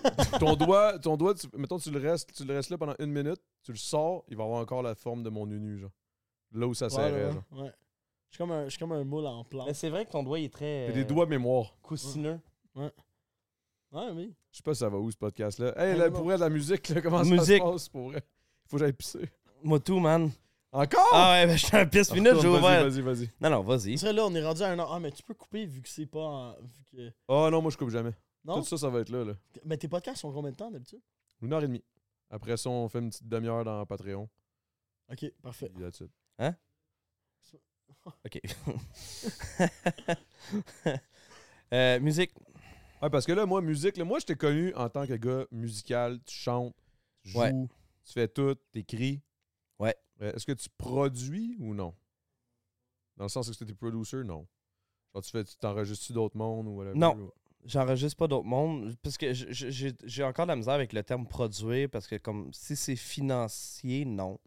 ton doigt, ton doigt, tu- mettons tu le restes, tu le restes là pendant une minute, tu le sors, il va avoir encore la forme de mon unu genre. Là où ça Ouais, serrait. ouais, genre. ouais. Ouais. Je suis comme un, je suis comme un moule en Mais planche. c'est vrai que ton doigt il est Euh, très. euh, T'as des doigts mémoire. coussineux. Ouais, oui. Je sais pas ça va où ce podcast là. Hey, Ouais, là, non, pour non. vrai, la musique, là, comment ça se Musique. passe pour vrai? Faut que j'aille pisser. Moi tout, man. Encore? Ah ouais, ben je suis un pisse minute, j'ai Retourne, ouvert. Vas-y, vas-y, vas-y. Non, non, Tu vas-y. sais, là, on est rendu à un an. Ah, mais tu peux couper vu que c'est pas. en- vu que... Oh non, moi je coupe jamais. Non? Tout ça, ça va être là, là. Mais tes podcasts sont combien de temps d'habitude? Une heure et demie. Après ça, on fait une petite demi-heure dans Patreon. Ok, parfait. Puis là-dessus. Ok. Euh, musique. Ouais, parce que là, moi, musique, là, moi je t'ai connu en tant que gars musical. Tu chantes, tu joues, Ouais. tu fais tout, t'écris. Ouais. Euh, Est-ce que tu produis ou non? Dans le sens que tu es producer, non. Genre, tu fais, tu t'enregistres-tu d'autres mondes ou whatever? Non. J'enregistre pas d'autres mondes parce que j- j- j'ai j'ai encore de la misère avec le terme produire parce que comme si c'est financier, non.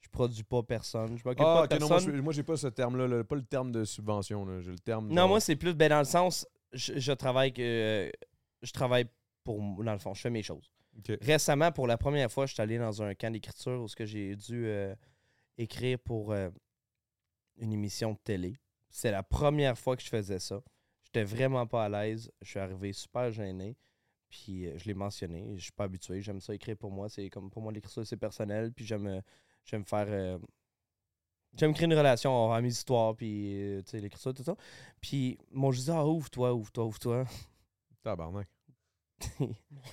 Je produis pas personne. Je m'occupe Ah, pas de ok, non, moi, personne. je- moi j'ai pas ce terme-là, là, pas le terme de subvention, là, j'ai le terme. Non, genre- moi, c'est plus. Ben, dans le sens, je, je travaille que. je travaille pour. m- Dans le fond, je fais mes choses. Ok. Récemment, pour la première fois, je suis allé dans un camp d'écriture où ce que j'ai dû euh, écrire pour euh, une émission de télé. C'est la première fois que je faisais ça. J'étais vraiment pas à l'aise. Je suis arrivé super gêné. Puis euh, je l'ai mentionné. Je suis pas habitué. J'aime ça écrire pour moi. C'est comme pour moi l'écriture, c'est personnel. Puis j'aime euh, j'aime faire. euh, j'aime créer une relation, avoir mes histoires, puis euh, tu sais, l'écriture, tout ça. Puis mon je disais, ah, ouvre-toi, ouvre-toi, ouvre-toi. Tabarnak.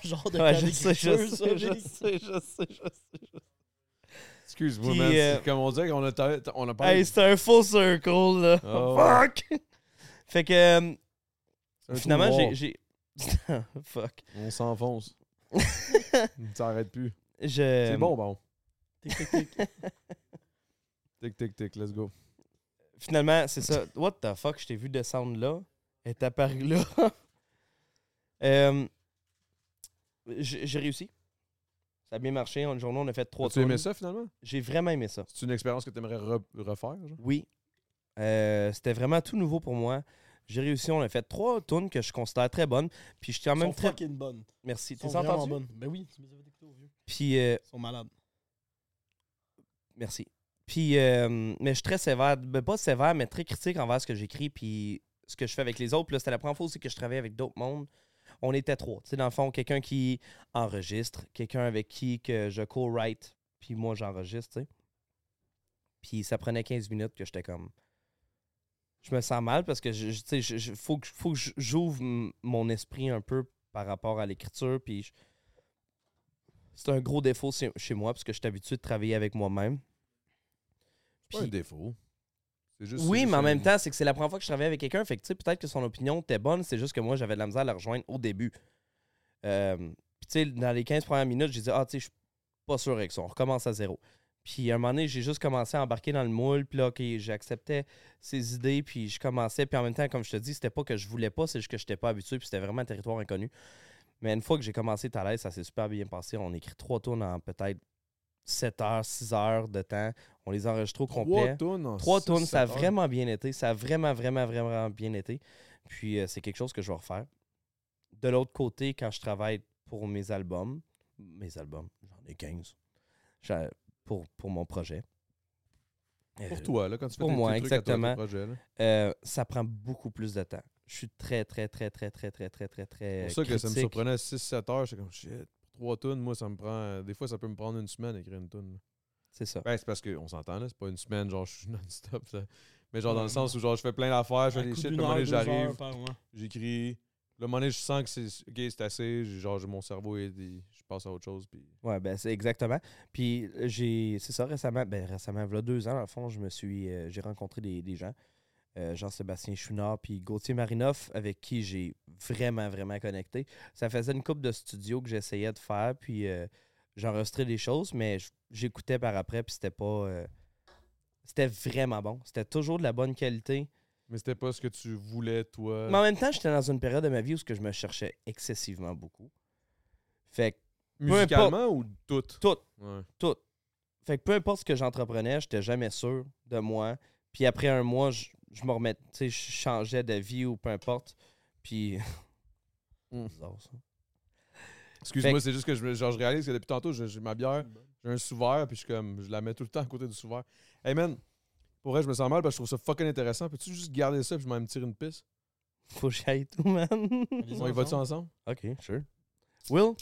Genre de cas Ouais, je sais, je d'écriture, ça, sais, je Big. sais, je sais, je sais. Excuse-moi, Puis, man. c'est euh, Comme on dirait qu'on a, ta- ta- on a parlé. Hey, c'est un full circle, là. Oh. Fuck! Fait que, euh, c'est un trou finalement, noir. j'ai- j'ai. Fuck. On s'enfonce. Ça arrête plus. Je... C'est bon, bon. Tic, tic, tic. Tic, tic, tic, let's go. Finalement, c'est ça. What the fuck, je t'ai vu descendre là. Elle est apparue là. Euh, J'ai j'ai réussi. Ça a bien marché. En une journée, on a fait trois As-tu aimé tours. ça, finalement? J'ai vraiment aimé ça. C'est une expérience que tu aimerais refaire, genre? Oui. Euh, C'était vraiment tout nouveau pour moi. J'ai réussi, on a fait trois tunes que je considère très bonnes. Puis je suis quand Ils même sont très. fucking bonnes. Merci. Ils sont T'es vraiment entendu? bonnes. Ben oui, tu me les avais écoutées au vieux. Puis euh, Ils sont malades. Merci. Puis, euh, mais je suis très sévère. Ben, pas sévère, mais très critique envers ce que j'écris puis ce que je fais avec les autres. Puis là, c'était la première fois aussi que je travaillais avec d'autres mondes. On était trois. Tu sais, dans le fond, quelqu'un qui enregistre, quelqu'un avec qui que je co-write, puis moi, j'enregistre, tu sais. Puis ça prenait 15 minutes que j'étais comme... Je me sens mal parce que, je, je- tu sais, je- je- faut que, faut que je- j'ouvre m- mon esprit un peu par rapport à l'écriture, puis... je- C'est un gros défaut chez chez moi parce que je suis habitué de travailler avec moi-même. C'est pas un Puis- défaut. C'est juste- c'est Oui, juste mais en un- même temps, c'est que c'est la première fois que je travaillais avec quelqu'un. Fait que, tu sais, peut-être que son opinion était bonne, c'est juste que moi, j'avais de la misère à la rejoindre au début. Euh, puis, tu sais, dans les 15 premières minutes, j'ai dit, ah, tu sais, je suis pas sûr avec ça, on recommence à zéro. Puis, à un moment donné, j'ai juste commencé à embarquer dans le moule, puis là, OK, j'acceptais ses idées, puis je commençais. Puis en même temps, comme je te dis, c'était pas que je voulais pas, c'est juste que j'étais pas habitué, puis c'était vraiment un territoire inconnu. Mais une fois que j'ai commencé à être à l'aise, ça s'est super bien passé. On écrit trois tours en peut-être 7 heures, 6 heures de temps. On les enregistre au Trois complet. tonnes en Trois six, tonnes, ça a sept heures. vraiment bien été. Ça a vraiment, vraiment, vraiment bien été. Puis euh, c'est quelque chose que je vais refaire. De l'autre côté, quand je travaille pour mes albums, mes albums, j'en ai 15. J'a- Pour, pour mon projet. Pour Euh, toi, là, quand tu fais Pour tes- moi, tes trucs à toi, tes exactement. projets, là. euh, ça prend beaucoup plus de temps. Je suis très, très, très, très, très, très, très, très, très. C'est pour ça que ça me critique. surprenait 6-7 heures. J'étais comme shit. Trois tonnes, moi, ça me prend. euh, Des fois, ça peut me prendre une semaine à écrire une tonne. C'est ça. Ben, c'est parce qu'on s'entend, là. C'est pas une semaine, genre, je suis non-stop. ça. Mais genre, dans le sens où, genre, je fais plein d'affaires, je fais Un des coup shit, puis à un d'une moment heure, donné, deux heures j'arrive, par mois. j'écris. Le moment donné, je sens que c'est, ok, c'est assez. j'ai- Genre, j'ai- mon cerveau, est, il- je passe à autre chose. Puis... Ouais, ben c'est exactement. Puis euh, j'ai, c'est ça récemment, ben récemment, voilà deux ans, dans le fond, je me suis, euh, j'ai rencontré des, des gens, euh, Jean-Sébastien Chouinard puis Gauthier Marinoff, avec qui j'ai vraiment, vraiment connecté. Ça faisait une coupe de studio que j'essayais de faire, puis euh, j'enregistrais des choses, mais j- j'écoutais par après, puis c'était pas, euh, c'était vraiment bon. C'était toujours de la bonne qualité. Mais c'était pas ce que tu voulais, toi. Mais en même temps, j'étais dans une période de ma vie où ce que je me cherchais excessivement beaucoup. Fait que musicalement ou tout tout Ouais. tout. Fait que peu importe ce que j'entreprenais, j'étais jamais sûr de moi. Puis après un mois, je, je me remettais, tu sais, je changeais de vie ou peu importe. Puis. Mm. Bizarre, ça. Excuse-moi, Fait- c'est juste que je, me- genre, je réalise que depuis tantôt, j'ai j'ai ma bière, j'ai un sous-verre, puis je, suis comme, je la mets tout le temps à côté du sous-verre. Hey man, pour vrai, je me sens mal parce que je trouve ça fucking intéressant. Peux-tu juste garder ça, puis je vais me tirer une piste Faut que j'aille tout, man. Allez-y. On y va-tu ensemble ok, sure. Will,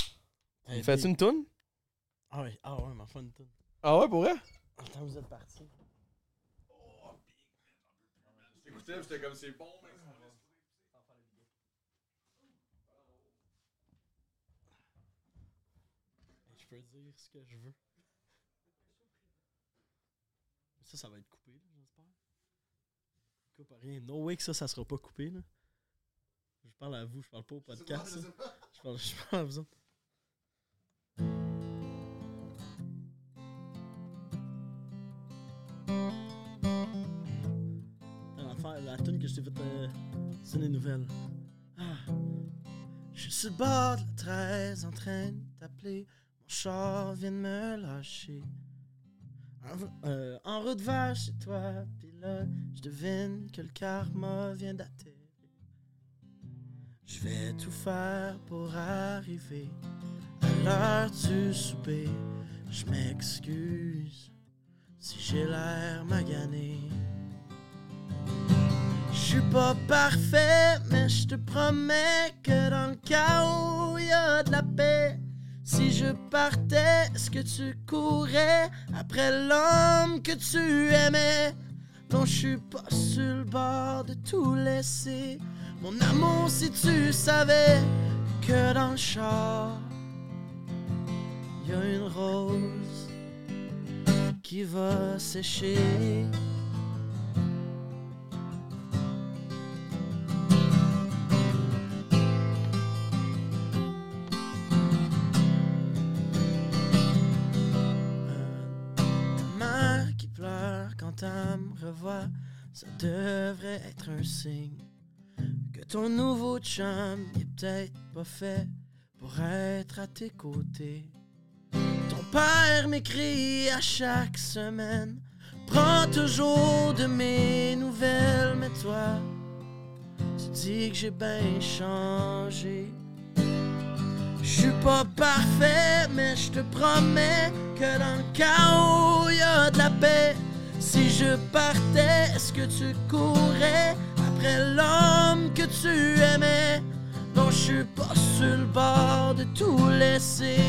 Hey, fais-tu Dave. une toune? Ah ouais, ah ouais, ma fun tune. Ah ouais, pour vrai Attends, vous êtes partis. J'étais comme, c'est bon, mais. Je peux dire ce que je veux. Ça, ça va être coupé, là, j'espère. Coupe à rien. No way que ça, ça sera pas coupé, là. Je parle à vous, je parle pas au podcast. là. Je parle, je parle à vous autres. Putain, l'affaire- La tune que je t'ai faite, euh, c'est les nouvelles. Ah. Je suis sur le bord de la 13 en train de t'appeler. Mon char vient de me lâcher. En, v- euh, en route vers chez toi, pis là, je devine que le karma vient d'atterrir. Je vais tout faire pour arriver à l'heure du souper. Je m'excuse si j'ai l'air magané. Je suis pas parfait, mais je te promets que dans le chaos, y a de la paix. Si je partais, est-ce que tu courais après l'homme que tu aimais? Non, je suis pas sur le bord de tout laisser. Mon amour, si tu savais que dans le char, y a une rose qui va sécher. Ta mère qui pleure quand elle me revoit, ça devrait être un signe que ton nouveau chum n'est peut-être pas fait pour être à tes côtés. Ton père m'écrit à chaque semaine Prends toujours de mes nouvelles, mais toi, tu dis que j'ai bien changé. Je suis pas parfait, mais je te promets que dans le chaos, y a de la paix. Si je partais, est-ce que tu courrais après l'homme que tu aimais? Non, je suis pas sur le bord de tout laisser.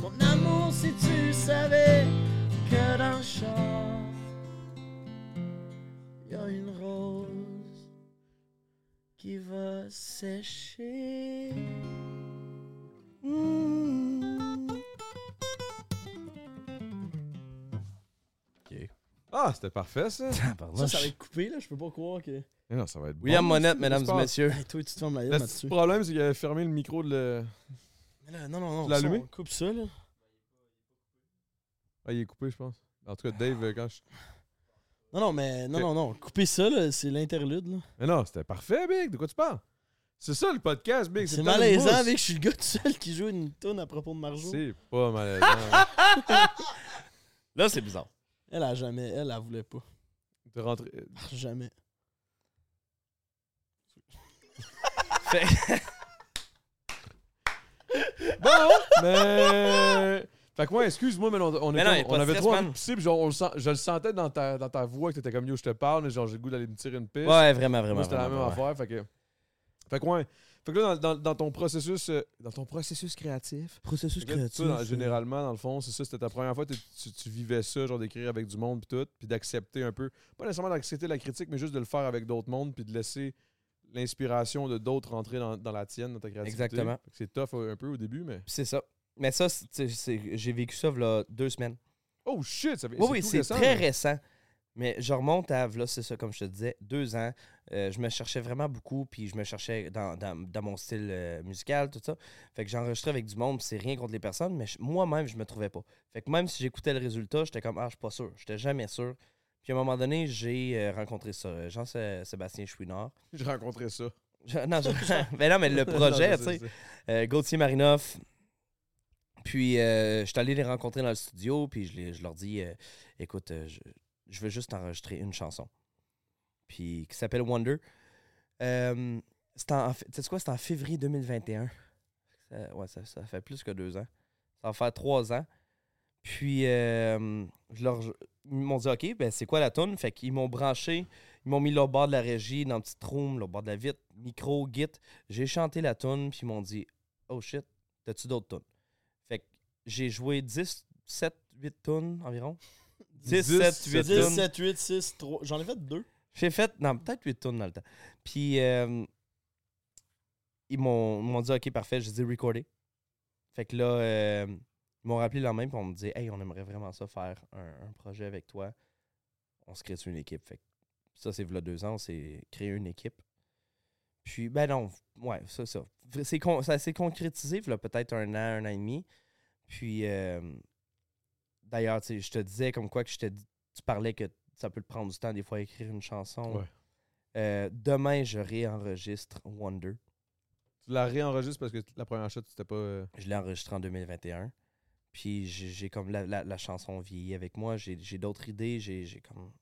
Mon amour, si tu savais que dans le char, y a une rose qui va sécher. Mmh. Ah, c'était parfait, ça. Ça, ça va être coupé, là. Je peux pas croire que. Eh non, ça va être bon. William Qu'est-ce Monette, qui se mesdames et passe? messieurs. Hey, toi, tu te fermes la gueule Le petit là-dessus. problème, c'est qu'il avait fermé le micro de le... Mais là, Non, non, non. Tu l'as ça, allumé? on Coupe ça, là. Ah, il est coupé, je pense. En tout cas, Dave, euh, quand je... Non, non, mais non, Ok. non, non. Couper ça, là, c'est l'interlude, là. Mais non, c'était parfait, Big. De quoi tu parles? C'est ça, le podcast, Big. C'est le temps de malaisant, mousse. avec je suis le gars tout seul qui joue une tonne à propos de Marjo. C'est pas malaisant. Là, c'est bizarre. Elle a jamais, elle, elle voulait pas. de rentrer... Jamais. Bon, mais... Fait que moi, excuse-moi, mais on, on, Mais était- non, y a on pas de avait stress, trop envie man. de pisser, puis genre, on le sent- je le sentais dans ta, dans ta voix que t'étais comme, yo, je te parle, mais genre, j'ai le goût d'aller me tirer une piste. Ouais, vraiment, Moi, vraiment. c'était la même vraiment, vraiment. affaire. Fait que, fait que, ouais. Fait que là, dans, dans- dans ton processus, euh, dans ton processus créatif, Processus fait que là, toi, dans- généralement, dans le fond, c'est ça, c'était ta première fois, t'es- tu, tu vivais ça, genre d'écrire avec du monde, puis tout, puis d'accepter un peu, pas nécessairement d'accepter la critique, mais juste de le faire avec d'autres mondes, puis de laisser l'inspiration de d'autres rentrer dans, dans la tienne, dans ta créativité. Exactement. Fait que C'est tough euh, un peu au début, mais. C'est ça. Mais ça, c'est- tu sais, c'est- j'ai vécu ça là, deux semaines. Oh shit, ça fait. Oui, oui, tout c'est récent, très mais- récent. Mais je remonte à, là, c'est ça, comme je te disais, deux ans. Euh, je me cherchais vraiment beaucoup, puis je me cherchais dans, dans- dans mon style euh, musical, tout ça. Fait que j'enregistrais avec du monde, puis c'est rien contre les personnes, mais je- moi-même, je me trouvais pas. Fait que même si j'écoutais le résultat, j'étais comme, ah, je suis pas sûr. J'étais jamais sûr. Puis à un moment donné, j'ai euh, rencontré ça, euh, Jean-Sébastien Chouinard. J'ai rencontré ça. Je- non, je- mais non, mais le projet, Non, tu je sais, sais. je sais. Euh, Gauthier Marinoff. Puis, euh, je suis allé les rencontrer dans le studio, puis je, les- je leur dis euh, écoute, euh, je, je veux juste enregistrer une chanson. Puis, qui s'appelle Wonder. Euh, c'est en, en fait- tu sais quoi, c'est en février 2021. Ça- ouais, ça, ça fait plus que deux ans. Ça va faire trois ans. Puis, euh, je leur, ils m'ont dit OK, ben, c'est quoi la tune Fait qu'ils m'ont branché, ils m'ont mis là au bord de la régie, dans le petit room, là, au bord de la vitre, micro, git. J'ai chanté la tune, puis ils m'ont dit Oh shit, t'as-tu d'autres tunes Fait que j'ai joué 10, 7, 8 tunes environ. 10, 7, 8 10, tunes. 7, 8, 6, 3. J'en ai fait deux. J'ai fait, non, peut-être 8 tournes dans le temps. Puis, euh, ils m'ont ils m'ont dit, OK, parfait, j'ai dit recorder. Fait que là, euh, ils m'ont rappelé le lendemain, puis on me dit, Hey, on aimerait vraiment ça faire un, un projet avec toi. On se crée une équipe. Fait que ça, c'est v'là deux ans, on s'est créé une équipe. Puis, ben non, ouais, ça, ça. C'est con- ça s'est concrétisé, v'là peut-être un an, un an et demi. Puis, euh, d'ailleurs, tu sais, je te disais comme quoi que je te dis- tu parlais que ça peut te prendre du temps des fois à écrire une chanson. Ouais. Euh, demain, je réenregistre Wonder. Tu la réenregistres parce que la première shot, c'était pas. euh, Je l'ai enregistré en 2021. Puis j'ai j'ai comme la, la- la chanson vieillit avec moi. J'ai j'ai d'autres idées. J'ai j'ai comme.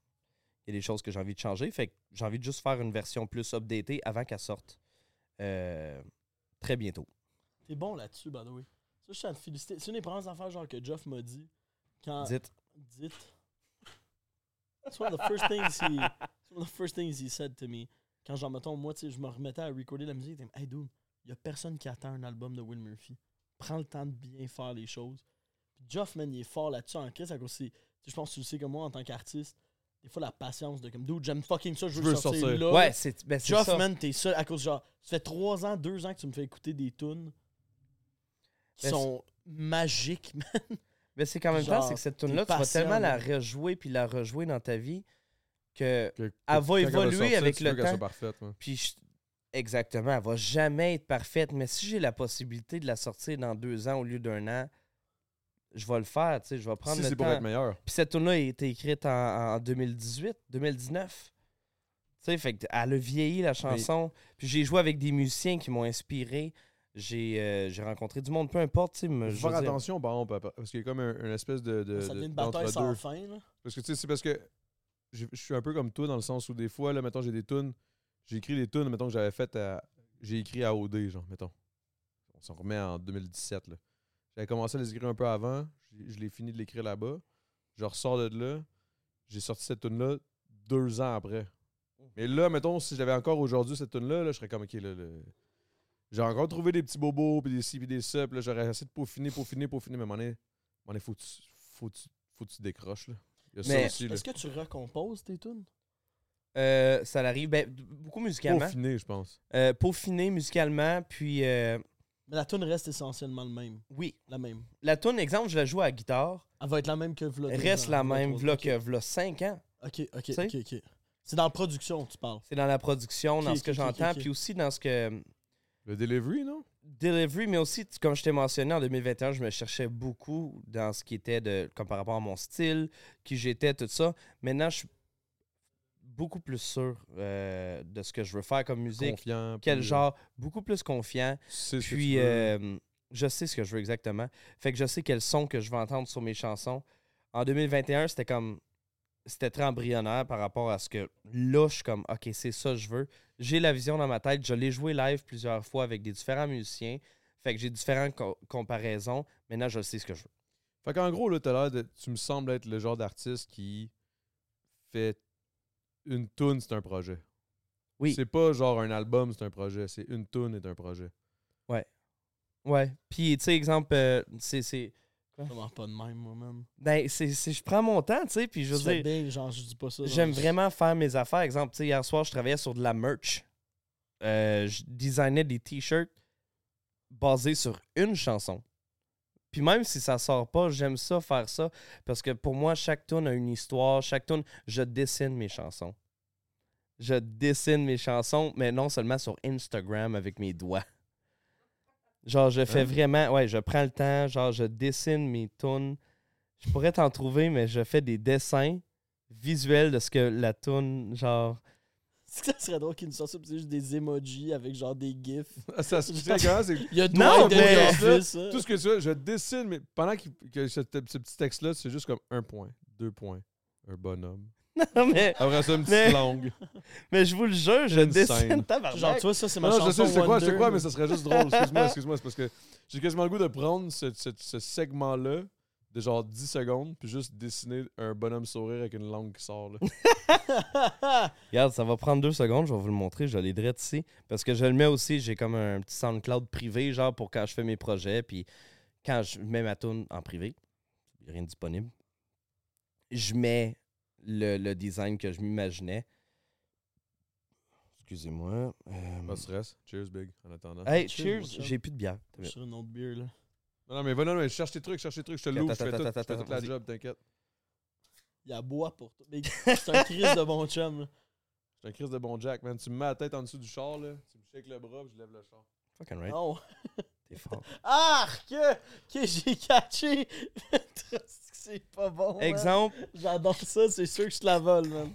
Il y a des choses que j'ai envie de changer. Fait que j'ai envie de juste faire une version plus updatée avant qu'elle sorte euh, très bientôt. T'es bon là-dessus, by the way. Ça, je tiens à te féliciter. C'est une des premières affaires genre que Jeff m'a dit quand. Dites. Dites. It's one of the first things he. It's one of the first things he said to me. Quand genre mettons, moi, tu sais, je me remettais à recorder la musique, il était comme, hey dude, y a personne qui attend un album de Will Murphy. Prends le temps de bien faire les choses. Puis Jeff, man, il est fort là-dessus en crise à cause c'est- tu sais, Je pense que tu le sais comme moi en tant qu'artiste. Des fois la patience de comme dude, j'aime fucking ça, je veux, sortir, là. Ouais, c'est ben, c'est Jeff, ça. Oh. man, t'es seul à cause genre. Ça fait trois ans, deux ans que tu me fais écouter des tunes qui Ben, sont magiques, man. Mais Ben, c'est qu'en même temps, Genre, c'est que cette t'es tune-là, tu vas patient, tellement là. la rejouer puis la rejouer dans ta vie que. que- que- va quand va évoluer sortir, avec tu le veux qu'elle temps. soit parfaite, ouais. Puis je- exactement, elle va jamais être parfaite. Mais si j'ai la possibilité de la sortir dans deux ans au lieu d'un an, je vais le faire. Tu sais, je vais prendre Si le c'est pour temps. être meilleur. Puis cette tune-là a été écrite en, en 2018, 2019. Tu sais, fait que elle a vieilli la chanson. Puis j'ai joué avec des musiciens qui m'ont inspiré. J'ai euh, j'ai rencontré du monde, peu importe. tu sais, Faut me- Ben, je faire veux dire- attention, par exemple, à- parce qu'il y a comme un- une espèce de. de- Ça de- devient une bataille d'entre-deux. sans fin, là. Parce que tu sais, c'est parce que je je suis un peu comme toi dans le sens où des fois, là, mettons, j'ai des tunes. J'ai écrit des tunes, mettons, que j'avais faites à. J'ai écrit à OD, genre, mettons. On s'en remet en 2017, là. J'avais commencé à les écrire un peu avant. Je, je l'ai fini de l'écrire là-bas. Je ressors de là. J'ai sorti cette tune-là deux ans après. Mais là, mettons, si j'avais encore aujourd'hui cette tune-là, là, je serais comme, OK, là, le- j'ai encore trouvé des petits bobos, puis des ci, puis des ça, puis là, j'aurais essayé de peaufiner, peaufiner, peaufiner, mais m'en est, m'en est, faut que tu- faut que tu- faut que tu décroches, là. Il y a Mais ça aussi, là. Est-ce que tu recomposes tes tunes? Euh, ça l'arrive ben, beaucoup musicalement. Peaufiner, je pense. Euh, peaufiné musicalement, puis euh, Mais la tune reste essentiellement le même. oui. La même. La tune, exemple, je la joue à la guitare, Elle va être la même que Vlog. reste la même, v'là que v'là 5 ans. Ok, ok, sais? ok, ok. C'est dans la production, tu parles. C'est dans la production, dans Ok, ce que ok, ok, j'entends, ok. puis aussi dans ce que. euh, Le delivery, non? Delivery, mais aussi, tu- comme je t'ai mentionné, en 2021, je me cherchais beaucoup dans ce qui était de. comme par rapport à mon style, qui j'étais, tout ça. Maintenant, je suis beaucoup plus sûr euh, de ce que je veux faire comme musique, Confiant. quel puis, euh, genre, beaucoup plus confiant. tu sais ce que tu Puis, veux. euh, je sais ce que je veux exactement. Fait que je sais quel son que je vais entendre sur mes chansons. En 2021, c'était comme. C'était très embryonnaire par rapport à ce que là, je suis comme, OK, c'est ça que je veux. J'ai la vision dans ma tête. Je l'ai joué live plusieurs fois avec des différents musiciens. Fait que j'ai différentes co- comparaisons. Maintenant, je sais ce que je veux. Fait qu'en gros, là, t'as l'air de- tu me sembles être le genre d'artiste qui fait une tune, c'est un projet. Oui. C'est pas genre un album, c'est un projet. C'est une tune est un projet. Ouais. Puis, tu sais, exemple, euh, c'est. c'est- Comment pas de même, moi-même. Ben, c'est- c'est- je prends mon temps, tu sais, puis je Je veux fais dire, bien, genre, je dis pas ça. genre, j'aime je- vraiment faire mes affaires. Exemple, tu sais, hier soir, je travaillais sur de la merch. Euh, je designais des t-shirts basés sur une chanson. Puis même si ça sort pas, j'aime ça faire ça parce que pour moi, chaque tune a une histoire. Chaque tune, je dessine mes chansons. Je dessine mes chansons, mais non seulement sur Instagram avec mes doigts. Genre, je fais Hein? vraiment, ouais, je prends le temps, genre, je dessine mes tunes. Je pourrais t'en trouver, mais je fais des dessins visuels de ce que la tune, genre. Est-ce que ça serait drôle qu'ils nous sortent ça, puis c'est juste des emojis avec genre des gifs. ça se tu sais comment? C'est Il y a Non, Dwight mais- Eisenhower qui fait ça. tout ce que tu veux. Je dessine, mais pendant qu'il- que ce, ce petit texte-là, c'est juste comme un point, deux points, un bonhomme. Non, mais, Après ça, une petite Mais- langue. mais je vous le jure, je Une dessine scène. tabarnak. Genre, tu vois, ça, c'est ma Non, non, je chanson. sais, c'est quoi, Wonder, c'est quoi, mais là. ça serait juste drôle. Excuse-moi, excuse-moi, c'est parce que j'ai quasiment le goût de prendre ce, ce- ce segment-là de genre 10 secondes, puis juste dessiner un bonhomme sourire avec une langue qui sort. Là. Regarde, ça va prendre deux secondes, je vais vous le montrer, je l'ai direct ici. Parce que je le mets aussi, j'ai comme un petit SoundCloud privé, genre pour quand je fais mes projets, puis quand je mets ma tune en privé, il y a rien de disponible. Je mets le, le design que je m'imaginais. Excusez-moi. euh, Pas de stress. Cheers, big, en attendant. hey, Chill, cheers, mon chum. j'ai plus de bière. Je suis une autre bière, là. Non, non, mais va, non, mais cherche tes trucs, cherche tes trucs, je te l'ouvre, je attends, fais tout, attends, je fais attends, toute la vas-y. job, t'inquiète. Il y a bois pour toi. Mais C'est un crise de bon chum, là. J'ai un crise de bon Jack, man. Tu me mets la tête en dessous du char, là, tu me shakes le bras, puis je lève le char. Fucking right, Non. t'es fort. Arc! Que j'ai catché! c'est pas bon. man. Exemple, J'adore ça, c'est sûr que je te la vole, man.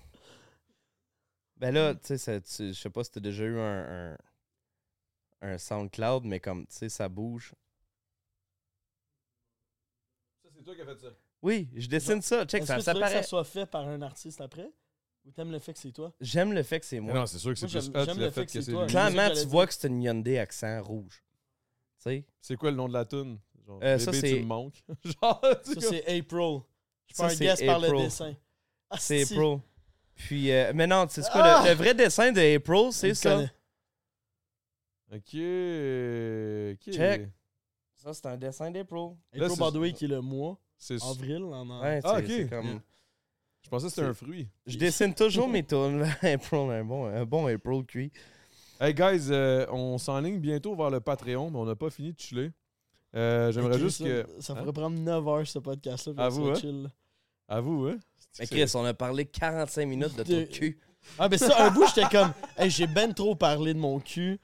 Ben là, tu sais, ça- tu- je sais pas si t'as déjà eu un, un, un SoundCloud, mais comme, tu sais, ça bouge. Ça, c'est toi qui as fait ça. Oui, je dessine ça. Check, Est-ce que ça, tu ça veux que paraît. ça soit fait par un artiste après? Ou t'aimes le fait que c'est toi? J'aime le fait que c'est moi. non, c'est sûr que c'est Moi, plus j'aime- hot j'aime le le fait que c'est toi. lui. Claire- Clairement, c'est ça que tu j'allais vois que c'est une Hyundai accent rouge. Tu sais? C'est quoi le nom de la toune? Genre, Euh, ça, bébé, c'est- tu me manques. genre, tu Ça, c'est April. Je Ça, prends un c'est guess par le April. dessin. Ah, C'est si, Pro. Puis, euh, mais non, tu sais c'est quoi, le- Ah! le, vrai dessin de April, je c'est le ça. connais. Ok. Ok. Check. Ça, c'est un dessin d'April. Là, April, c'est- by the way, qui est le mois. C'est... Avril, en en- Ouais, Ah, tu sais, ok. c'est comme... Je pensais que c'était c'est- un fruit. Je dessine toujours mes tunes. April, un bon, un bon April cuit. Hey guys, euh, on s'enligne bientôt vers le Patreon, mais on n'a pas fini de chiller. Euh, J'aimerais Ok, juste ça, que. Ça hein? pourrait prendre 9 heures, ce podcast-là. puis À on vous, serait hein? chill, là. À vous, hein? Mais Ben, Chris, on a parlé 45 minutes de De- ton cul. Ah, mais ça, un bout, j'étais comme, hey, j'ai ben trop parlé de mon cul.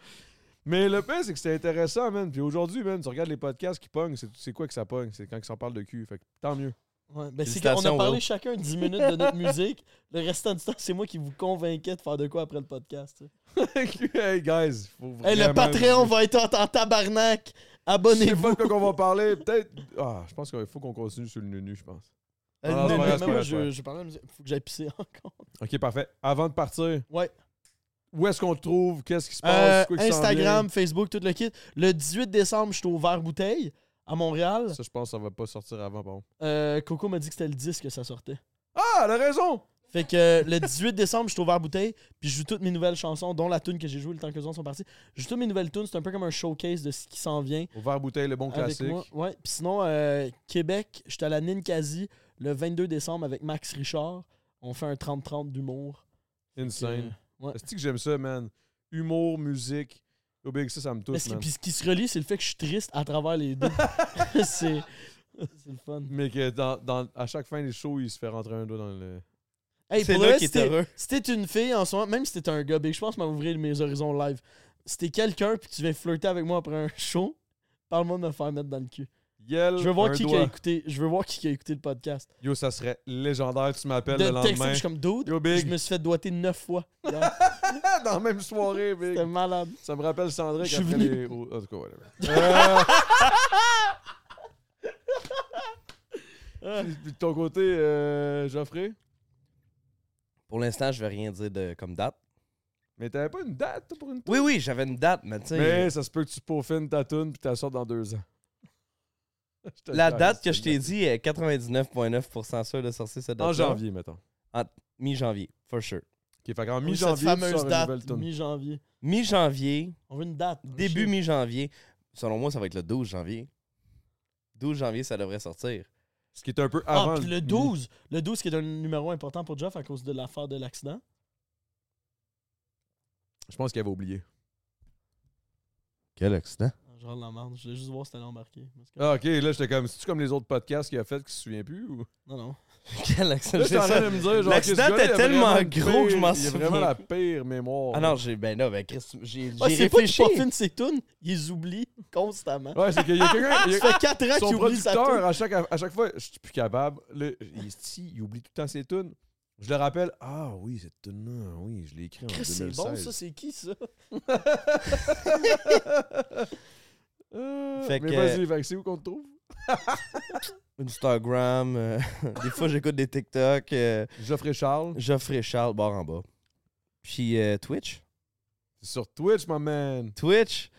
Mais le pire, c'est que c'était intéressant, man. Puis aujourd'hui, man, tu regardes les podcasts qui pognent, c'est c'est quoi que ça pogne? C'est quand ils s'en parlent de cul. Fait que tant mieux. Ouais, ben c'est qu'on Félicitations, a parlé Will. chacun 10 minutes de notre musique. Le restant du temps, c'est moi qui vous convainquais de faire de quoi après le podcast. tu sais. hey guys, faut vraiment... Hey, le Patreon va être hot en tabarnak. Je sais Abonnez-vous. pas de quoi qu'on va parler. Peut-être. Ah, je pense qu'il faut qu'on continue sur le nunu, je pense. Ah, non, c'est non, pas grave, mais c'est moi, pas grave. je, je parlais de musique. Faut que j'aille pisser encore. OK, parfait. Avant de partir, Ouais. où est-ce qu'on te trouve? Qu'est-ce qui se Euh, passe? C'est quoi qui s'en Instagram, Facebook, tout le kit. Le 18 décembre, je suis au Vert Bouteille à Montréal. vient? Ça, je pense que ça va pas sortir avant, bon. Euh, Coco m'a dit que c'était le 10 que ça sortait. Ah, elle a raison! Fait que euh, le 18 décembre, je suis au Vert Bouteille, puis je joue toutes mes nouvelles chansons, dont la tune que j'ai jouée le temps que les autres sont partis. Je joue toutes mes nouvelles tunes, c'est un peu comme un showcase de ce qui s'en vient. Au verre bouteille, le bon avec classique. moi. Ouais. Puis sinon, euh, Québec, j'étais à la Ninkasi le 22 décembre avec Max Richard. On fait un 30-30 d'humour. Insane. Euh, ouais. Est-ce que j'aime ça, man? Humour, musique. Obéi que ça, ça me Mais touche, ce qui- man. Puis ce qui se relie, c'est le fait que je suis triste à travers les deux. c'est c'est le fun. Mais que dans, dans- à chaque fin des shows, il se fait rentrer un doigt dans le. Hey, C'est pour là vrai, qu'il est si t'es- heureux. Si t'es une fille en ce moment, même si t'es un gars, big, je pense que je vais ouvrir mes horizons live. Si t'es quelqu'un puis tu viens flirter avec moi après un show, parle-moi de me faire mettre dans le cul. Yel, Je veux un voir qui, qui a doigt. écouté. Je veux voir qui, qui a écouté le podcast. Yo, ça serait légendaire. Tu m'appelles de le texter, lendemain. je suis comme dude. Yo, Je Big. me suis fait doiter neuf fois. hier. dans la même soirée, Big. C'était malade. Ça me rappelle Sandrick Je suis après venu. les. oh, en tout cas, whatever. Euh, Puis- puis de ton côté, euh, Geoffrey, Pour l'instant, je vais rien dire de, comme date. mais t'avais pas une date toi, pour une. Oui, oui, j'avais une date, mais tu sais. Mais ça se peut que tu peaufines ta tune puis t'as sortes dans deux ans. Je te La jure, date que c'est je t'ai dit est 99,9% sûr de sortir cette date En janvier, mettons. Mi-janvier, for sure. Qui fait qu'en Oui, mi-janvier, cette fameuse tu sors une nouvelle date, tune. mi-janvier. Mi-janvier, Oh, On veut une date. un début chiffre. mi-janvier. Selon moi, ça va être le 12 janvier. 12 janvier, ça devrait sortir. Ce qui est un peu avant. Ah, puis le 12. Le 12 qui est un numéro important pour Jeff à cause de l'affaire de l'accident. Je pense qu'il avait oublié. Quel accident? Genre la merde. Je voulais juste voir si t'allais embarquer. Parce que- Ah, ok, là, j'étais comme. C'est-tu comme les autres podcasts qu'il a fait qu'il se souvient plus ou. Non, non. Quel accident? Là, j'étais en J'ai ça- train de me dire, genre. L'accident que ce gars-là, était il a vraiment tellement gros que je m'en pire- Il a vraiment souviens la pire mémoire. Ah non, j'ai. Ben là, ben Chris, j'ai Ah, Ouais, j'ai Ah, c'est pas réfléchi. qu'il peaufine ses tunes, il les oublie constamment. Ouais, c'est qu'il y a quelqu'un. Ah, il y a- Ça fait 4 ans Son qu'il oublie sa tune. producteur, à chaque, à chaque fois, je suis plus capable. Là, il, si, il oublie tout le temps ses tunes. Je le rappelle. Ah oui, cette tune-là, oui, je l'ai écrit en Chris, 2016. C'est bon, ça, c'est qui ça? Euh, Fait mais que- vas-y, fait que c'est où qu'on te trouve? Instagram. euh, des fois, j'écoute des TikTok. euh, Geoffrey Charles. Geoffrey Charles, barre en bas. Puis euh, Twitch. Sur Twitch, my man. Twitch.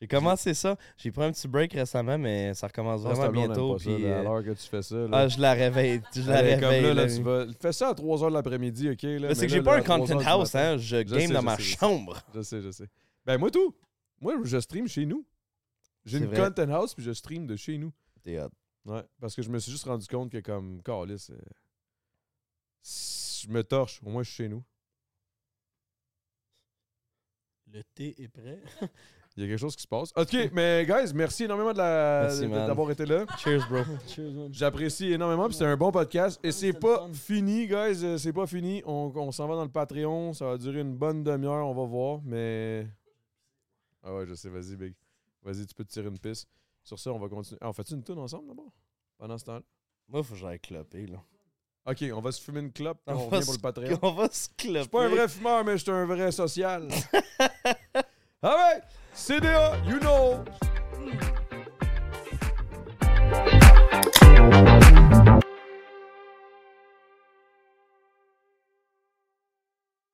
J'ai commencé ça. J'ai pris un petit break récemment, mais ça recommence Ah, vraiment ta blonde aime bientôt. pas ça, puis, là, euh, à l'heure que tu fais ça. là. ah, je la réveille. Je la Elle est réveille. comme là, là, là. tu vas. Fais ça à 3h de l'après-midi, OK? Là, Mais c'est que là, j'ai là, pas à un 3 heures content du house, matin. hein. Je Je game sais, dans je ma sais, je sais. chambre. Je sais, je sais. Ben, moi, tout. Moi, je stream chez nous. J'ai C'est une vrai. content house, puis je stream de chez nous. T'es hot. Ouais, parce que je me suis juste rendu compte que comme Carlis, euh, si je me torche, au moins je suis chez nous. Le thé est prêt. Il y a quelque chose qui se passe. OK, mais guys, merci énormément de la- Merci, de- man. d'avoir été là. Cheers, bro. Cheers, man. J'apprécie énormément, puis c'était un bon podcast. Et Ouais, Ah c'est c'était le pas fun. fini, guys, euh, c'est pas fini. On, on s'en va dans le Patreon, ça va durer une bonne demi-heure, on va voir, mais... Ah ouais, je sais, vas-y, Big. Vas-y, tu peux te tirer une piste. Sur ça, on va continuer. Ah, on fait-tu une tune ensemble, d'abord? Pendant ce temps-là? Moi, faut que j'aille cloper, là. OK, on va se fumer une clope, puis On on, va revient pour se- le Patreon. On va se cloper. Je suis pas un vrai fumeur, mais je suis un vrai social. ah ouais! CDA, you know!